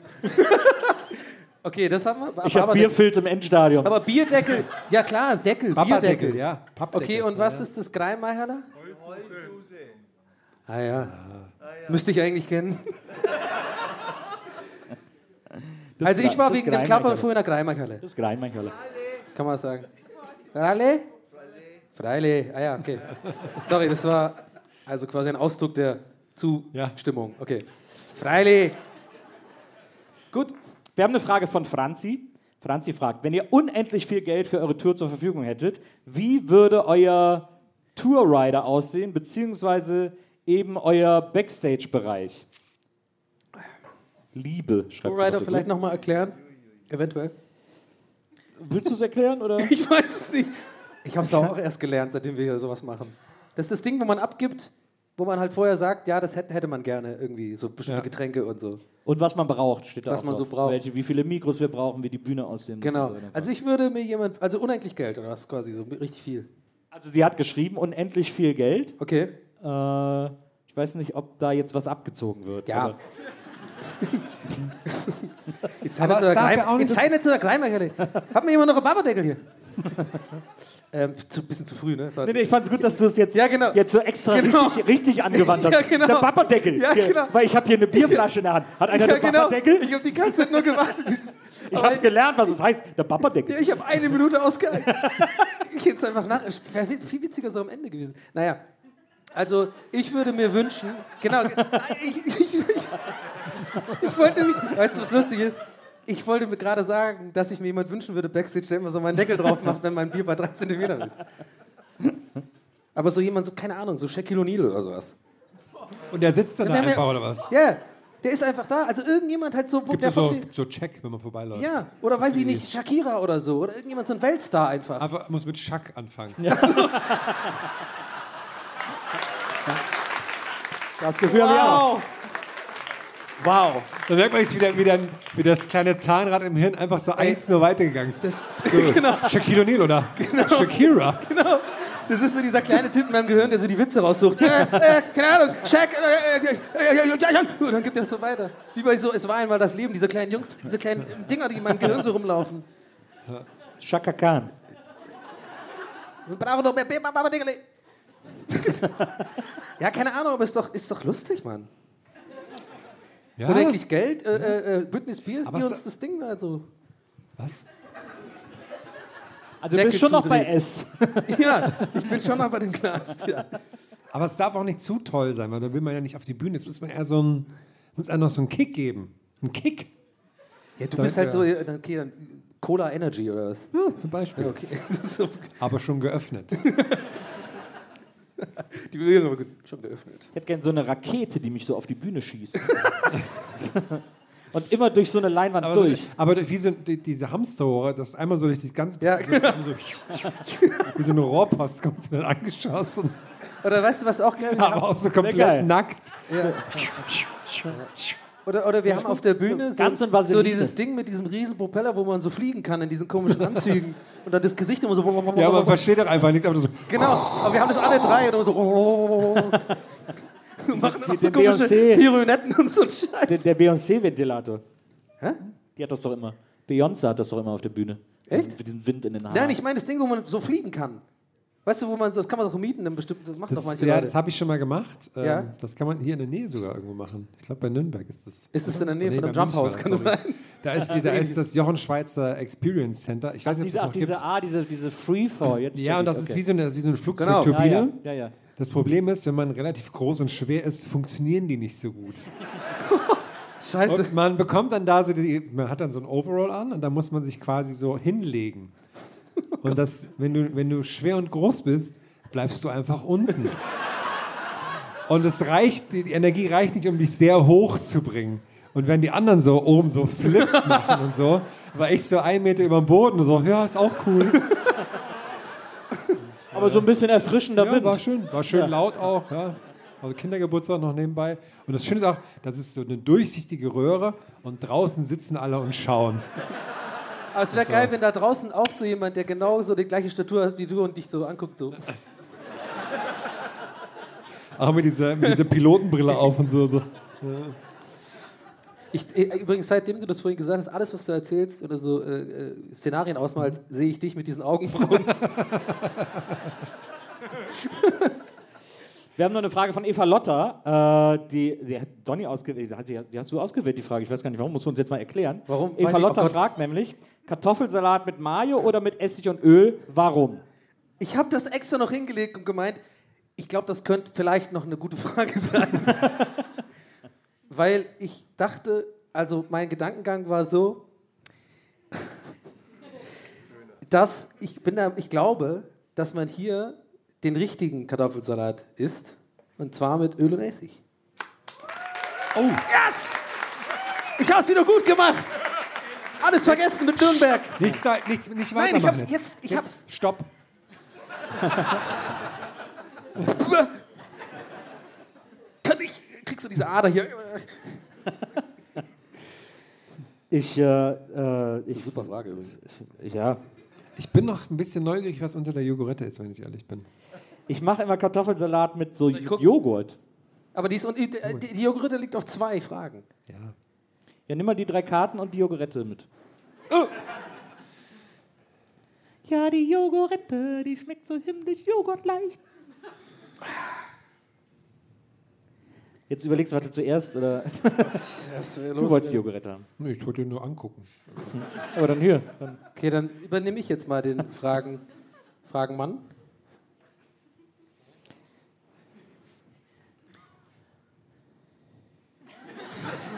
Speaker 2: okay, das haben wir. Aber,
Speaker 6: Ich habe Bierfilz im Endstadium.
Speaker 2: Aber Bierdeckel, ja klar, Deckel, Bierdeckel.
Speaker 3: Papadeckel, ja. Papadeckel.
Speaker 2: Okay, und was ist das Greinmeiherler? Ah ja. Müsste ich eigentlich kennen. also ich war
Speaker 6: das
Speaker 2: wegen dem
Speaker 6: Greinmeicherle.
Speaker 2: Klappern vorhin in der Greinmeicherle,
Speaker 6: Das ist rein, mein Kerl.
Speaker 2: kann man sagen. Ralle? Freile. Ah ja, okay. Sorry, das war also quasi ein Ausdruck der
Speaker 3: Ja.
Speaker 2: Zustimmung. Okay. Freile.
Speaker 1: Gut, wir haben eine Frage von Franzi. Franzi fragt, wenn ihr unendlich viel Geld für eure Tour zur Verfügung hättet, wie würde euer Tourrider aussehen, beziehungsweise eben euer Backstage-Bereich? Liebe, schreibt sie
Speaker 2: Rider
Speaker 1: dazu.
Speaker 2: vielleicht nochmal erklären? Eventuell.
Speaker 1: Willst du es erklären?
Speaker 2: (laughs)
Speaker 1: Oder?
Speaker 2: Ich weiß es nicht. Ich habe es auch erst gelernt, seitdem wir hier sowas machen. Das ist das Ding, wo man abgibt, wo man halt vorher sagt, ja, das hätte, hätte man gerne irgendwie, so bestimmte Getränke und so.
Speaker 1: Und was man braucht, steht da
Speaker 2: Was
Speaker 1: auch
Speaker 2: man so
Speaker 1: drauf.
Speaker 2: braucht.
Speaker 1: Welche, wie viele Mikros wir brauchen, wie die Bühne aussehen muss und
Speaker 2: Genau.
Speaker 1: so weiter.
Speaker 2: Also ich würde mir jemand, also unendlich Geld oder was quasi, so richtig viel.
Speaker 1: also sie hat geschrieben, unendlich viel Geld.
Speaker 2: Okay.
Speaker 1: Äh, ich weiß nicht, ob da jetzt was abgezogen wird.
Speaker 2: Ja. (laughs)
Speaker 1: aber-
Speaker 2: Jetzt
Speaker 3: Aber
Speaker 2: seid
Speaker 3: es darf ja auch nicht-
Speaker 2: nicht zu der Greimerkelle. Hat mir jemand noch einen
Speaker 3: (laughs)
Speaker 2: Babadeckel hier? ähm, zu, bisschen zu früh, ne? So-
Speaker 1: Nee, nee, ich fand es gut, dass du es jetzt,
Speaker 2: Ja, genau.
Speaker 1: jetzt so extra
Speaker 2: Genau.
Speaker 1: richtig, richtig angewandt hast.
Speaker 2: (laughs) Ja, genau.
Speaker 1: Der Papperdeckel.
Speaker 2: Ja,
Speaker 1: Der-
Speaker 2: genau.
Speaker 1: Weil ich habe hier eine Bierflasche in der Hand. Hat einer
Speaker 2: Ja,
Speaker 1: den
Speaker 2: genau.
Speaker 1: Papperdeckel?
Speaker 2: Ich habe die ganze Zeit nur
Speaker 3: (laughs)
Speaker 2: gewartet, bis
Speaker 1: Ich
Speaker 2: aber-
Speaker 1: habe gelernt, was es heißt. Der Papperdeckel.
Speaker 2: Ja, ich habe eine Minute ausgehalten. (laughs) ich hätte es einfach nach. es Wäre viel witziger so am Ende gewesen. Naja, also ich würde mir wünschen, genau, nein, (laughs) ich, ich, ich, ich wollte nämlich, weißt du, was lustig ist? Ich wollte mir gerade sagen, dass ich mir jemand wünschen würde, Backstage, der immer so meinen Deckel drauf macht, wenn mein Bier bei 3 cm ist. Aber so jemand, so, keine Ahnung, so Shaquille O'Neal oder sowas.
Speaker 3: Und der sitzt dann da
Speaker 2: Ja, wir-
Speaker 3: einfach, oder was?
Speaker 2: Ja, der ist einfach da. Also irgendjemand halt so, wo
Speaker 3: Gibt
Speaker 2: der
Speaker 3: es so,
Speaker 2: verfehlt-
Speaker 3: so Check, wenn man vorbeiläuft?
Speaker 2: Ja, oder weiß ich nicht, Shakira oder so. Oder irgendjemand, so ein Weltstar einfach.
Speaker 3: Einfach muss mit Schack anfangen.
Speaker 1: Das Gefühl habe ich auch.
Speaker 2: Wow.
Speaker 3: Da merkt man jetzt wieder, wie, dann, wie das kleine Zahnrad im Hirn einfach so eins nur weitergegangen ist.
Speaker 2: Das, (laughs)
Speaker 3: So, Shaquille O'Neal, oder? Shakira.
Speaker 2: genau. Das ist so dieser kleine Typ in meinem Gehirn, der so die Witze raussucht. Äh, äh, keine Ahnung, Shaq. Äh, äh, äh, äh, äh, äh, und dann gibt er das so weiter. Wie bei so, es war einmal das Leben, diese kleinen Jungs, diese kleinen Dinger, die in meinem Gehirn so rumlaufen.
Speaker 1: Shaka Khan.
Speaker 2: Wir brauchen noch mehr Bim, Bam, Bam, Dingerli. Ja, keine Ahnung, aber ist doch, ist doch lustig, Mann.
Speaker 3: Ja.
Speaker 2: Unendlich Geld, äh, äh, äh, Britney Spears,
Speaker 3: Aber
Speaker 2: die
Speaker 3: es-
Speaker 2: uns das Ding da so.
Speaker 3: Was?
Speaker 1: Also du
Speaker 2: Deckel
Speaker 1: bist schon noch bei
Speaker 2: zudreht.
Speaker 1: S.
Speaker 2: Ja, ich bin schon noch bei dem Glas. Ja.
Speaker 3: Aber es darf auch nicht zu toll sein, weil da will man ja nicht auf die Bühne. Jetzt muss man eher so ein, muss einem noch so einen Kick geben. Ein Kick.
Speaker 2: ja, du bist halt so, äh, okay, dann Cola Energy oder was?
Speaker 3: Ja, zum Beispiel.
Speaker 2: Okay, (laughs) das ist so,
Speaker 3: Aber schon geöffnet.
Speaker 2: die Bewegung war gut, schon geöffnet.
Speaker 1: Ich hätte gerne so eine Rakete, die mich so auf die Bühne schießt. (laughs) Und immer durch so eine Leinwand
Speaker 3: Aber,
Speaker 1: durch.
Speaker 3: So, Also, aber wie so die, diese Hamsterrohre, das ist einmal so durch das ganze.
Speaker 2: Ja,
Speaker 3: das ist so, wie so (laughs) eine Rohrpost kommt sie dann
Speaker 1: (laughs)
Speaker 3: angeschossen.
Speaker 2: Oder weißt du, was auch geil wir
Speaker 3: Aber
Speaker 2: haben,
Speaker 3: auch so
Speaker 1: geil.
Speaker 3: komplett nackt.
Speaker 2: oder, oder wir haben auf der Bühne so,
Speaker 1: Ganz in Vaseline.
Speaker 2: so dieses Ding mit diesem riesen Propeller, wo man so fliegen kann in diesen komischen Anzügen. Und dann das Gesicht immer so.
Speaker 3: Ja,
Speaker 2: (laughs)
Speaker 3: man versteht doch einfach nichts. Aber so,
Speaker 2: genau. Aber wir haben das alle drei. Und immer so. Und (laughs) machen auch so
Speaker 1: den
Speaker 2: komische
Speaker 1: B&C.
Speaker 2: Pirouetten und so einen
Speaker 1: Der,
Speaker 2: Scheiß.
Speaker 1: der Beyoncé-Ventilator.
Speaker 2: Hä?
Speaker 1: Die hat das doch immer. Beyoncé hat das doch immer auf der Bühne.
Speaker 2: Echt?
Speaker 1: Mit diesem Wind in den Haaren.
Speaker 2: Nein, ich meine das Ding, wo man so fliegen kann. Weißt du, wo man so, das kann man doch mieten, dann bestimmt, das macht doch
Speaker 3: das,
Speaker 2: manche
Speaker 3: ja,
Speaker 2: Leute.
Speaker 3: das habe ich schon mal gemacht. Ähm,
Speaker 2: Ja?
Speaker 3: Das kann man hier in der Nähe sogar irgendwo machen. Ich glaube, bei Nürnberg ist das.
Speaker 2: Ist es in der Nähe von
Speaker 3: bei
Speaker 2: einem Jump
Speaker 3: München war
Speaker 2: House, kann das
Speaker 3: glaub ich.
Speaker 2: sein?
Speaker 3: Da ist, die, da ist das Jochen Schweizer Experience Center. Ich weiß nicht, ob
Speaker 1: diese,
Speaker 3: das
Speaker 1: ach,
Speaker 3: noch gibt.
Speaker 1: diese A, diese, diese Freefall. Jetzt check
Speaker 3: Ja, und
Speaker 1: ich,
Speaker 3: das ist
Speaker 1: okay.
Speaker 3: wie so eine, das ist wie so eine Flugzeugturbine.
Speaker 1: Ja, ja, ja, ja.
Speaker 3: Das Problem ist, wenn man relativ groß und schwer ist, funktionieren die nicht so gut.
Speaker 2: Scheiße.
Speaker 3: Und man bekommt dann da so die, man hat dann so ein Overall an und da muss man sich quasi so hinlegen. Und das, wenn du, wenn du schwer und groß bist, bleibst du einfach unten. Und es reicht, die die Energie reicht nicht, um dich sehr hoch zu bringen. Und wenn die anderen so oben so Flips machen und so, war ich so einen Meter über dem Boden und so, ja, ist auch cool.
Speaker 1: Aber so ein bisschen erfrischender
Speaker 3: Ja,
Speaker 1: Wind.
Speaker 3: war schön, war schön laut auch, ja. Also Kindergeburtstag noch nebenbei. Und das Schöne ist auch, das ist so eine durchsichtige Röhre und draußen sitzen alle und schauen.
Speaker 2: Aber es wäre geil, wenn da draußen auch so jemand, der genau so die gleiche Statur hat wie du und dich so anguckt, so.
Speaker 3: Auch mit dieser, mit dieser Pilotenbrille auf und so. so.
Speaker 2: Ich, äh, übrigens, seitdem du das vorhin gesagt hast, alles, was du erzählst oder so äh, äh, Szenarien ausmalst, sehe ich dich mit diesen Augenbrauen.
Speaker 1: Wir haben noch eine Frage von Eva Lotter. Äh, die, die hat Donny ausgewählt. Hat sie- Die hast du ausgewählt, die Frage. Ich weiß gar nicht, warum. Musst du uns jetzt mal erklären.
Speaker 2: Warum? Weiß
Speaker 1: Eva
Speaker 2: ich- oh
Speaker 1: Lotter
Speaker 2: Gott.
Speaker 1: fragt nämlich: Kartoffelsalat mit Mayo oder mit Essig und Öl? Warum?
Speaker 2: Ich habe das extra noch hingelegt und gemeint, ich glaube, das könnte vielleicht noch eine gute Frage (laughs) sein. Weil ich dachte, also mein Gedankengang war so, (laughs) dass ich bin da, ich glaube, dass man hier den richtigen Kartoffelsalat isst und zwar mit Öl und Essig. Oh, yes! Ich hab's wieder gut gemacht. Alles vergessen mit Nürnberg.
Speaker 3: Nichts, nichts, nicht weiter.
Speaker 2: Nein, ich hab's jetzt, ich hab's
Speaker 3: Stopp.
Speaker 2: (laughs) kann ich kriegst du diese Ader hier.
Speaker 1: Ich, äh, äh, ich,
Speaker 2: Super Frage übrigens.
Speaker 1: ja.
Speaker 3: Ich bin noch ein bisschen neugierig, was unter der Jogurette ist, wenn ich ehrlich bin.
Speaker 1: Ich mache immer Kartoffelsalat mit so
Speaker 2: guck-
Speaker 1: Joghurt.
Speaker 2: Aber die, ist, und die, die, die Jogurette liegt auf zwei Fragen.
Speaker 1: Ja, nimm mal die drei Karten und die Jogurette mit. Ja, die Jogurette, die schmeckt so himmlisch joghurtleicht. Jetzt überlegst du, was du zuerst oder
Speaker 2: Das wäre
Speaker 1: du wolltest die Jogurette haben.
Speaker 3: Nee, Hm, Ich wollte ihn nur angucken.
Speaker 1: Aber dann hier. Dann.
Speaker 2: Okay, dann übernehme ich jetzt mal den Fragen, Fragenmann.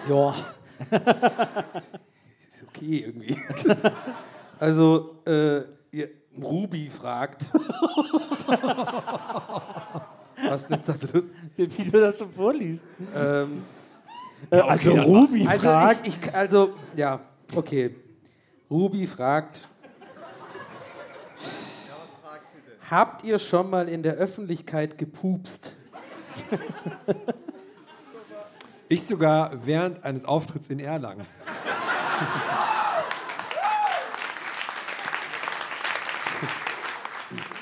Speaker 2: Ja. (laughs) Ist okay irgendwie. (laughs) Also, äh, ihr- Ruby fragt. (laughs) Was ist denn jetzt das los?
Speaker 1: Wie du das schon vorliest.
Speaker 2: Ähm,
Speaker 1: also Ruby
Speaker 2: Also, ich, ich, also, ja, okay. Ruby fragt. Habt ihr schon mal in der Öffentlichkeit gepupst?
Speaker 3: Ich sogar während eines Auftritts in Erlangen.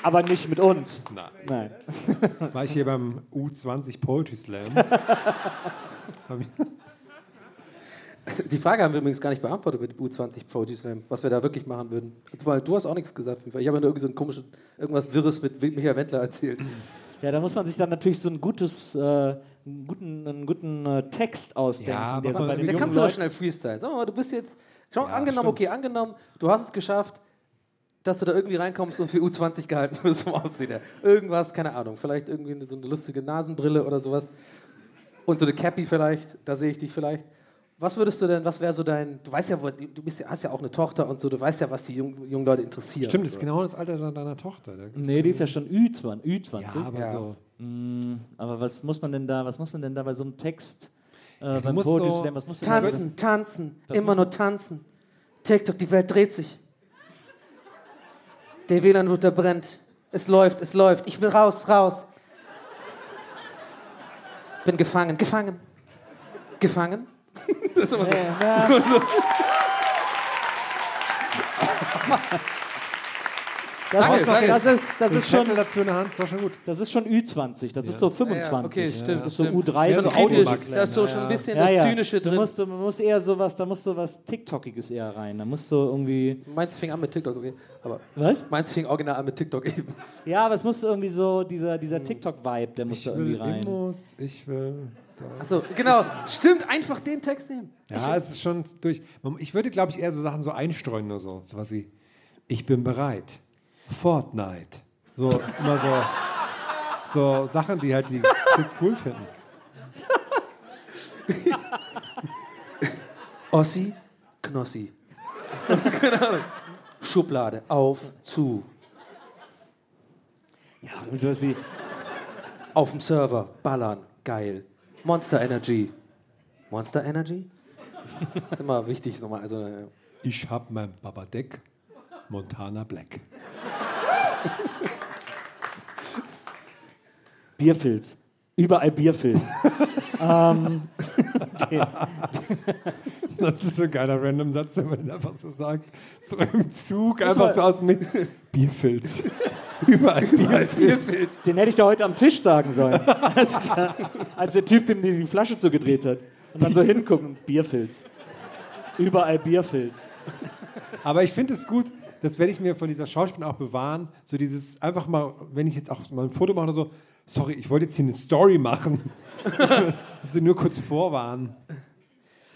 Speaker 1: aber nicht mit uns.
Speaker 3: Nein.
Speaker 1: Nein.
Speaker 3: War ich hier beim U20 Poetry Slam. Hab ich-
Speaker 2: Die Frage haben wir übrigens gar nicht beantwortet mit dem U20 Poetry Slam, was wir da wirklich machen würden. Du, du hast auch nichts gesagt. Ich habe ja nur irgendwie so einen komischen, irgendwas Wirres mit Michael Wendler erzählt.
Speaker 1: Ja, da muss man sich dann natürlich so ein gutes, äh, einen guten, einen guten äh, Text ausdenken.
Speaker 3: Ja,
Speaker 1: der
Speaker 3: mach
Speaker 1: so
Speaker 3: mal
Speaker 1: bei
Speaker 3: einen
Speaker 1: den
Speaker 2: Da
Speaker 3: Junge
Speaker 2: kannst du doch
Speaker 1: Leuten-
Speaker 2: schnell freestylen. Sag mal, du bist jetzt. Schau, angenommen, okay, angenommen, du hast es geschafft, dass du da irgendwie reinkommst und für U20 gehalten (laughs) wirst vom Aussehen her. Irgendwas, keine Ahnung. Vielleicht irgendwie eine- so eine lustige Nasenbrille oder sowas. Und so eine Cappy vielleicht, da sehe ich dich vielleicht. Was würdest du denn, was wäre so dein. Du weißt ja, wo- du bist ja, hast ja auch eine Tochter und so, du weißt ja, was die jungen, jungen Leute interessiert.
Speaker 3: Stimmt, das ist genau das Alter de- deiner Tochter. Da-
Speaker 1: Nee, die ist ja schon Ü20.
Speaker 3: Ja,
Speaker 1: Ü20.
Speaker 3: aber
Speaker 2: Ja.
Speaker 3: so.
Speaker 1: Mm, Aber was muss man denn da, was muss man denn da bei so einem Text äh,
Speaker 3: du
Speaker 1: beim
Speaker 3: musst
Speaker 1: Poetry
Speaker 3: so
Speaker 1: Slam, was muss denn da-
Speaker 2: Tanzen, tanzen,
Speaker 1: das
Speaker 2: immer
Speaker 1: muss-
Speaker 2: nur tanzen. TikTok, die Welt dreht sich. Der WLAN-Router brennt. Es läuft, es läuft. Ich will raus, raus. Bin gefangen, gefangen. Gefangen?
Speaker 1: das,
Speaker 2: Danke,
Speaker 1: ist,
Speaker 2: danke.
Speaker 1: das ist, das
Speaker 3: Das
Speaker 1: ist
Speaker 3: ist schon
Speaker 1: schon,
Speaker 3: dazu in der Hand, das war schon gut.
Speaker 1: das ist schon Ü20, das ist so 25.
Speaker 2: okay, stimmt,
Speaker 1: Das ist so
Speaker 2: stimmt.
Speaker 1: U3,
Speaker 3: Ja,
Speaker 1: so
Speaker 3: so kritisch.
Speaker 1: Automax.
Speaker 3: Automax-Slam,
Speaker 2: so schon ein bisschen
Speaker 1: Ja, ja. Da musst du, man muss eher sowas, da muss sowas TikTokiges eher rein. Da musst du irgendwie.
Speaker 2: Meins fing an mit TikTok, okay. Aber
Speaker 1: Was?
Speaker 2: meins fing original an mit TikTok eben.
Speaker 1: Ja, aber es muss irgendwie so, dieser, dieser TikTok-Vibe, der muss da irgendwie rein.
Speaker 3: Demos, ich will.
Speaker 2: Achso, genau. Stimmt, einfach den Text nehmen.
Speaker 3: Ja, es ist schon durch. Man- Ich würde, glaube ich, eher so Sachen so einstreuen oder so. Sowas wie, ich bin bereit. Fortnite. So, immer so, so Sachen, die halt die Kids cool finden.
Speaker 2: Ossi, Knossi. (laughs) Keine Ahnung. Schublade, auf, zu.
Speaker 1: Ja, und sowas wie.
Speaker 2: Auf dem Server, ballern, geil. Monster Energy. Monster Energy? ist immer wichtig nochmal. Also, äh,
Speaker 3: Ich hab mein Babadeck, Montana Black. (laughs)
Speaker 1: Bierfilz. Überall Bierfilz. ähm,
Speaker 3: Das ist so ein geiler random Satz, wenn man den einfach so sagt. So im Zug,
Speaker 1: Muss
Speaker 3: einfach
Speaker 1: man-
Speaker 3: so aus mit Bierfilz. (laughs) Überall Bierfilz.
Speaker 1: Den hätte ich da heute am Tisch sagen sollen. als, der- als der Typ dem die die Flasche zugedreht hat. Und dann so hingucken, Bierfilz. Überall Bierfilz.
Speaker 3: Aber ich finde es gut, das werde ich mir von dieser Schauspielerin auch bewahren. So dieses einfach mal, wenn ich jetzt auch mal ein Foto mache oder so, sorry, ich wollte jetzt hier eine Story machen. (laughs) also nur kurz vorwarnen.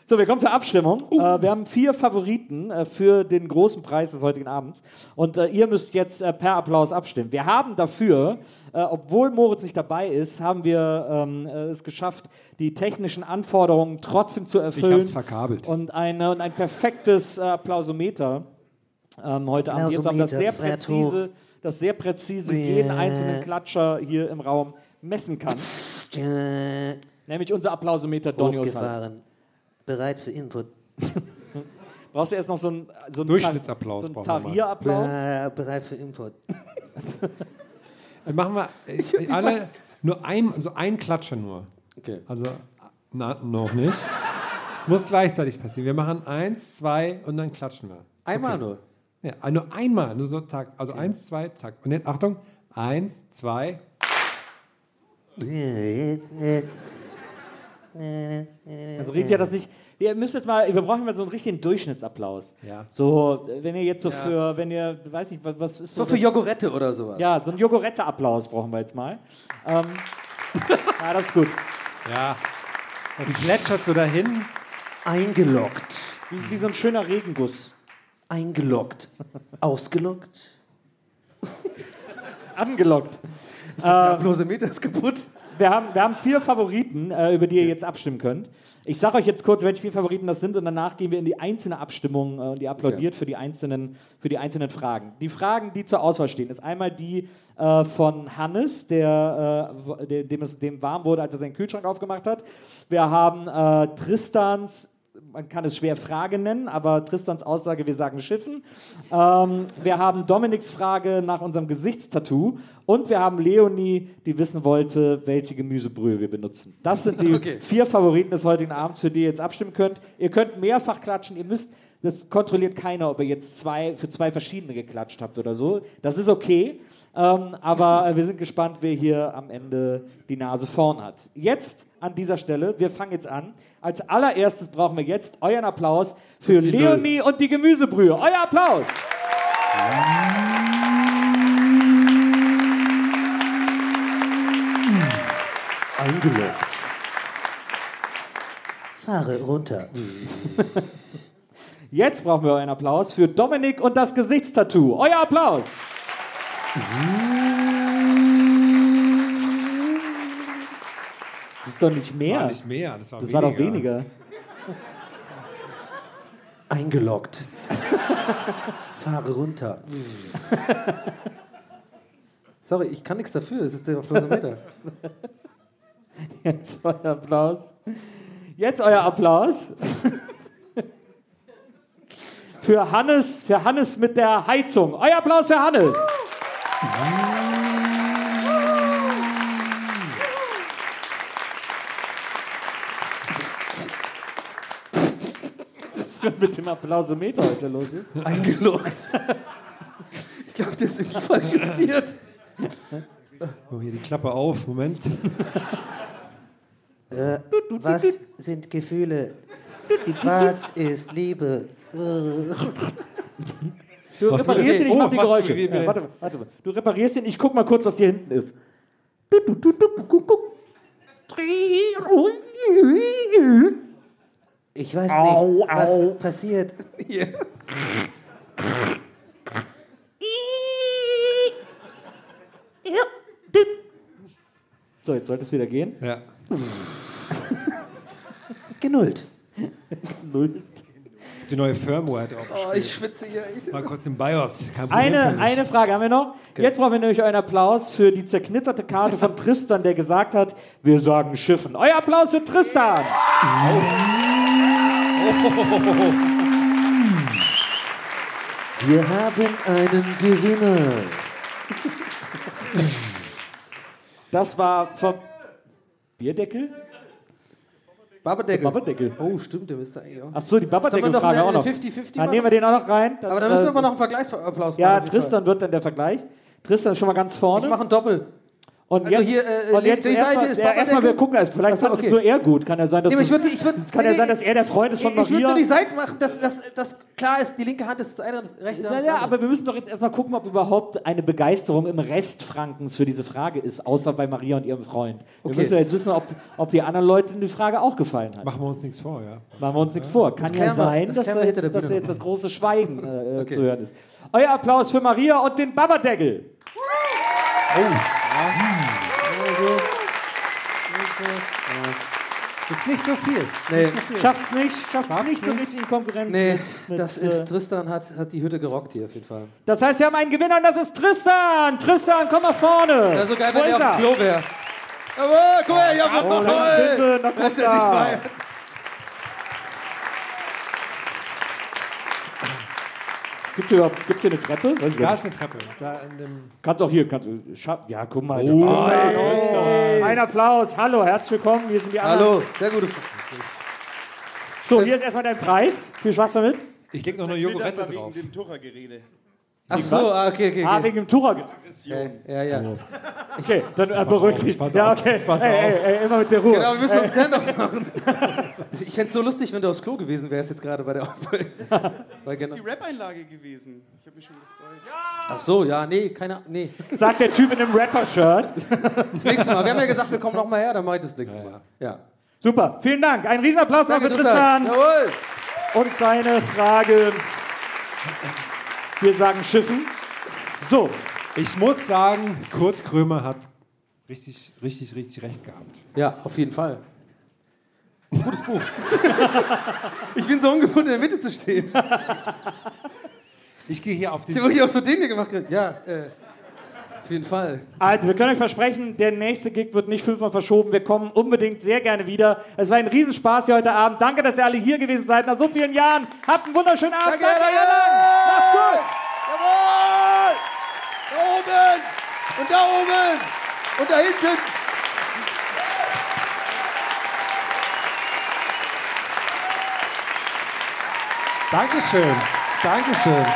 Speaker 1: So, wir kommen zur Abstimmung.
Speaker 3: Uh.
Speaker 1: Äh, wir haben vier Favoriten äh, für den großen Preis des heutigen Abends. Und äh, ihr müsst jetzt äh, per Applaus abstimmen. Wir haben dafür, äh, obwohl Moritz nicht dabei ist, haben wir ähm, äh, es geschafft, die technischen Anforderungen trotzdem zu
Speaker 3: Ich habe es
Speaker 1: erfüllen.
Speaker 3: verkabelt.
Speaker 1: Und, eine, und ein perfektes äh, Applausometer ähm, heute Abend. Jetzt haben das sehr
Speaker 5: Applausometer, Fred,
Speaker 1: präzise, das sehr präzise jeden einzelnen Klatscher hier im Raum messen kann. Nämlich unser Applausometer Donius.
Speaker 2: Äh, Hochgefahren. Bereit für Input.
Speaker 1: Brauchst du erst noch so einen, so einen
Speaker 3: Durchschnittsapplaus
Speaker 1: So einen
Speaker 3: brauchen wir mal.
Speaker 1: Tarierapplaus?
Speaker 2: Äh, bereit für Input.
Speaker 3: Dann machen wir äh, alle nur ein, so ein Klatscher nur.
Speaker 2: Okay.
Speaker 3: Also, na, noch nicht. Es muss gleichzeitig passieren. Wir machen eins, zwei und dann klatschen wir.
Speaker 2: Einmal nur.
Speaker 3: Ja, äh, nur einmal, nur so, zack. Also eins, zwei, zack. Und jetzt, Achtung, eins, zwei.
Speaker 1: Also redet ja das nicht. Ihr müsst jetzt mal, wir brauchen mal so einen richtigen Durchschnittsapplaus.
Speaker 3: Ja.
Speaker 1: So, äh, wenn ihr jetzt so für, wenn ihr, weiß nicht, wa- was ist so.
Speaker 2: So für
Speaker 1: das-
Speaker 2: Jogurette oder sowas.
Speaker 1: ja, so einen Jogorette-Applaus brauchen wir jetzt mal. Ähm, (laughs) ja, das ist gut.
Speaker 3: Ja. Das plätschert so dahin.
Speaker 2: Eingeloggt.
Speaker 1: Wie, wie so ein schöner Regenguss.
Speaker 2: Eingeloggt. Ausgeloggt.
Speaker 1: Angelockt.
Speaker 2: Der bloße Meter ist kaputt.
Speaker 1: Wir haben, wir haben vier Favoriten, äh, über die ihr jetzt abstimmen könnt. Ich sage euch jetzt kurz, welche vier Favoriten das sind und danach gehen wir in die einzelne Abstimmung äh, und ihr applaudiert für, die einzelnen, für die einzelnen Fragen. Die Fragen, die zur Auswahl stehen, ist einmal die äh, von Hannes, der, äh, wo- de- dem es dem warm wurde, als er seinen Kühlschrank aufgemacht hat. Wir haben äh, Tristans, man kann es schwer Frage nennen, aber Tristans Aussage, wir sagen Schiffen. Ähm, wir haben Dominiks Frage nach unserem Gesichtstattoo und wir haben Leonie, die wissen wollte, welche Gemüsebrühe wir benutzen. Das sind die vier Favoriten des heutigen Abends, für die ihr jetzt abstimmen könnt. Ihr könnt mehrfach klatschen, ihr müsst, das kontrolliert keiner, ob ihr jetzt zwei, für zwei verschiedene geklatscht habt oder so. Das ist okay. Ähm, aber äh, wir sind gespannt, wer hier am Ende die Nase vorn hat. Jetzt an dieser Stelle, wir fangen jetzt an. Als allererstes brauchen wir jetzt euren Applaus für Leonie und die Gemüsebrühe. Euer Applaus!
Speaker 2: Eingeloggt.
Speaker 5: Fahre runter.
Speaker 1: Jetzt brauchen wir euren Applaus für Dominik und das Gesichtstattoo. Euer Applaus! Das ist doch nicht mehr.
Speaker 3: War nicht mehr, das war
Speaker 1: das war
Speaker 3: weniger.
Speaker 1: doch weniger.
Speaker 2: Eingeloggt. (laughs) Fahre runter. Sorry, ich kann nichts dafür. Das ist der bloße Meter.
Speaker 1: (laughs) Jetzt euer Applaus. Jetzt euer Applaus. (laughs) Für Hannes, für Hannes mit der Heizung. Euer Applaus für Hannes. Was ist denn mit dem Applausometer heute los ist.
Speaker 2: Eingeloggt. Ich glaube, der ist irgendwie falsch justiert.
Speaker 3: Oh, hier die Klappe auf,
Speaker 2: (laughs)
Speaker 3: Moment.
Speaker 5: Was sind Gefühle? Was ist Liebe?
Speaker 1: Oh, Du reparierst ihn, ich mach die
Speaker 3: machst du
Speaker 1: Geräusche.
Speaker 3: wie- wie-
Speaker 1: Ja, warte, mal, warte mal. Du reparierst ihn, ich guck mal kurz, was hier hinten ist. Du, du, du, du, guck, guck, guck.
Speaker 5: Ich weiß
Speaker 1: Au,
Speaker 5: nicht,
Speaker 1: au.
Speaker 5: was passiert.
Speaker 1: So, jetzt sollte es wieder gehen.
Speaker 3: Ja.
Speaker 5: Genullt.
Speaker 1: Null.
Speaker 3: Die neue Firmware drauf.
Speaker 2: Oh, ich schwitze hier. Ich,
Speaker 3: Mal kurz im BIOS. Kein Problem für
Speaker 1: Eine,
Speaker 3: mich.
Speaker 1: eine Frage haben wir noch. Jetzt brauchen wir nämlich euren Applaus für die zerknitterte Karte von Tristan, der gesagt hat, wir sagen Schiffen. Euer Applaus für Tristan!
Speaker 5: Wir haben einen Gewinner.
Speaker 1: Das war vom, Bierdeckel?
Speaker 2: Babadeckel.
Speaker 1: Babadeckel.
Speaker 2: Oh, stimmt, der müsste eigentlich auch.
Speaker 1: Achso, die
Speaker 2: Sollen wir
Speaker 1: Babadeckel-Frage
Speaker 2: noch
Speaker 1: auch
Speaker 2: eine
Speaker 1: noch.
Speaker 2: 50-50
Speaker 1: Dann
Speaker 2: machen?
Speaker 1: nehmen wir den auch noch rein. Dann,
Speaker 2: Aber da
Speaker 1: äh,
Speaker 2: müssen wir noch einen Vergleichsapplaus
Speaker 1: Ja,
Speaker 2: machen. auf jeden
Speaker 1: Tristan wird dann der Vergleich. Tristan ist schon mal ganz
Speaker 2: Fall. Ich
Speaker 1: vorne.
Speaker 2: mache einen Doppel.
Speaker 1: Und
Speaker 2: also
Speaker 1: jetzt,
Speaker 2: hier,
Speaker 1: und
Speaker 2: äh, links-
Speaker 1: jetzt
Speaker 2: die
Speaker 1: erst
Speaker 2: Seite
Speaker 1: mal-
Speaker 2: ist
Speaker 1: ja, Erstmal, wir
Speaker 2: Babadeckel.
Speaker 1: gucken, also vielleicht
Speaker 2: Ach so,
Speaker 1: fand
Speaker 2: okay.
Speaker 1: nur er gut. Kann ja sein, dass,
Speaker 2: Nee, aber ich
Speaker 1: du-
Speaker 2: würde, ich würde,
Speaker 1: es kann ja sein, dass er der Freund ist von
Speaker 2: ich, ich würde
Speaker 1: Maria.
Speaker 2: nur die Seiten machen, dass das, das klar ist, die linke Hand ist das eine und das rechte Hand
Speaker 1: Ja,
Speaker 2: ist
Speaker 1: ja,
Speaker 2: das andere.
Speaker 1: aber wir müssen doch jetzt erstmal gucken, ob überhaupt eine Begeisterung im Rest Frankens für diese Frage ist, außer bei Maria und ihrem Freund. Wir
Speaker 2: Okay.
Speaker 1: müssen ja jetzt wissen, ob, ob die anderen Leuten die Frage auch gefallen hat.
Speaker 3: Machen wir uns nichts vor, ja.
Speaker 1: Machen wir uns nichts vor. Kann ja
Speaker 2: klären wir-
Speaker 1: sein,
Speaker 2: ne? das
Speaker 1: dass,
Speaker 2: klären wir
Speaker 1: da
Speaker 2: hinter
Speaker 1: jetzt,
Speaker 2: der
Speaker 1: dass da
Speaker 2: Bühne
Speaker 1: jetzt das große Schweigen äh, äh, zu hören ist. Euer Applaus für Maria und den Babadeckel.
Speaker 2: Das ist nicht so viel. Nee,
Speaker 1: Schafft's nicht, schafft's nicht so richtig in Konkurrenz.
Speaker 2: nee
Speaker 1: mit, mit,
Speaker 2: das
Speaker 1: äh,
Speaker 2: ist, Tristan hat, hat die Hütte gerockt hier auf jeden Fall.
Speaker 1: Das heißt, wir haben einen Gewinner und das ist Tristan. Tristan, komm mal vorne.
Speaker 2: Wäre so geil,
Speaker 1: Wo
Speaker 2: wenn er
Speaker 1: ist
Speaker 2: auf dem Klo wäre. Jawohl, guck mal, ich hab
Speaker 1: Oh,
Speaker 2: noch
Speaker 1: da sind sie, da kommt
Speaker 2: Lässt er sich
Speaker 1: er.
Speaker 2: feiern.
Speaker 1: Gibt es überhaupt- gibt's hier eine Treppe? Weiß ich
Speaker 3: Da
Speaker 1: gar nicht.
Speaker 3: ist eine Treppe. Da in dem
Speaker 1: Kannst auch hier. Kannst, du- scha- ja, guck mal. Oh, Tristan, Tristan. Ein Applaus. Hallo, herzlich willkommen. Hier sind die anderen.
Speaker 2: Hallo, sehr gute Frage.
Speaker 1: So, hier ist erstmal dein Preis. Viel Spaß damit.
Speaker 3: ich leg noch eine Jogurette drauf.
Speaker 2: Ach so, ah, okay, okay.
Speaker 1: Ah,
Speaker 2: okay.
Speaker 1: wegen dem Tucher.
Speaker 2: Ja, ja.
Speaker 1: Okay, dann äh, beruhig dich. Ja, okay. Ey, ey, ey, immer mit der Ruhe.
Speaker 2: Genau, wir müssen uns Stand-up machen. Also, Ich fände es so lustig, wenn du aufs Klo gewesen wärst jetzt gerade bei der Aufnahme. Weil genau.
Speaker 9: Rap-Einlage gewesen. Ich habe mich schon gefreut.
Speaker 2: Ach so, ja, nee, keine Nee,
Speaker 1: Sagt der Typ in einem Rapper-Shirt.
Speaker 2: das nächste Mal. Wir haben ja gesagt, wir kommen nochmal her, dann mache ich das nächste Mal. Ja.
Speaker 1: Super, vielen Dank. Ein Riesenapplaus mal für Tristan.
Speaker 2: Jawohl.
Speaker 1: und seine Frage. Wir sagen Schiffen. So,
Speaker 3: Ich muss sagen, Kurt Krömer hat richtig, richtig, richtig recht gehabt.
Speaker 2: Ja, auf jeden Fall. Gutes Buch. ich bin so ungewohnt, in der Mitte zu stehen. Ich
Speaker 3: Ich gehe hier auf
Speaker 2: habe
Speaker 3: dieses.
Speaker 2: hier auch so den hier gemacht. Ja, äh, auf jeden Fall.
Speaker 1: also wir können euch versprechen, der nächste Gig wird nicht fünfmal verschoben. Wir kommen unbedingt sehr gerne wieder. Es war ein Riesenspaß hier heute Abend. Danke, dass ihr alle hier gewesen seid nach so vielen Jahren. Habt einen wunderschönen Abend.
Speaker 2: Danke, danke.
Speaker 1: Macht's gut.
Speaker 2: Jawohl! Da oben! Und da oben! Und da hinten!
Speaker 3: Dankeschön. Dankeschön.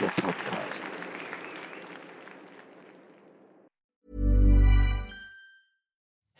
Speaker 10: Der Podcast.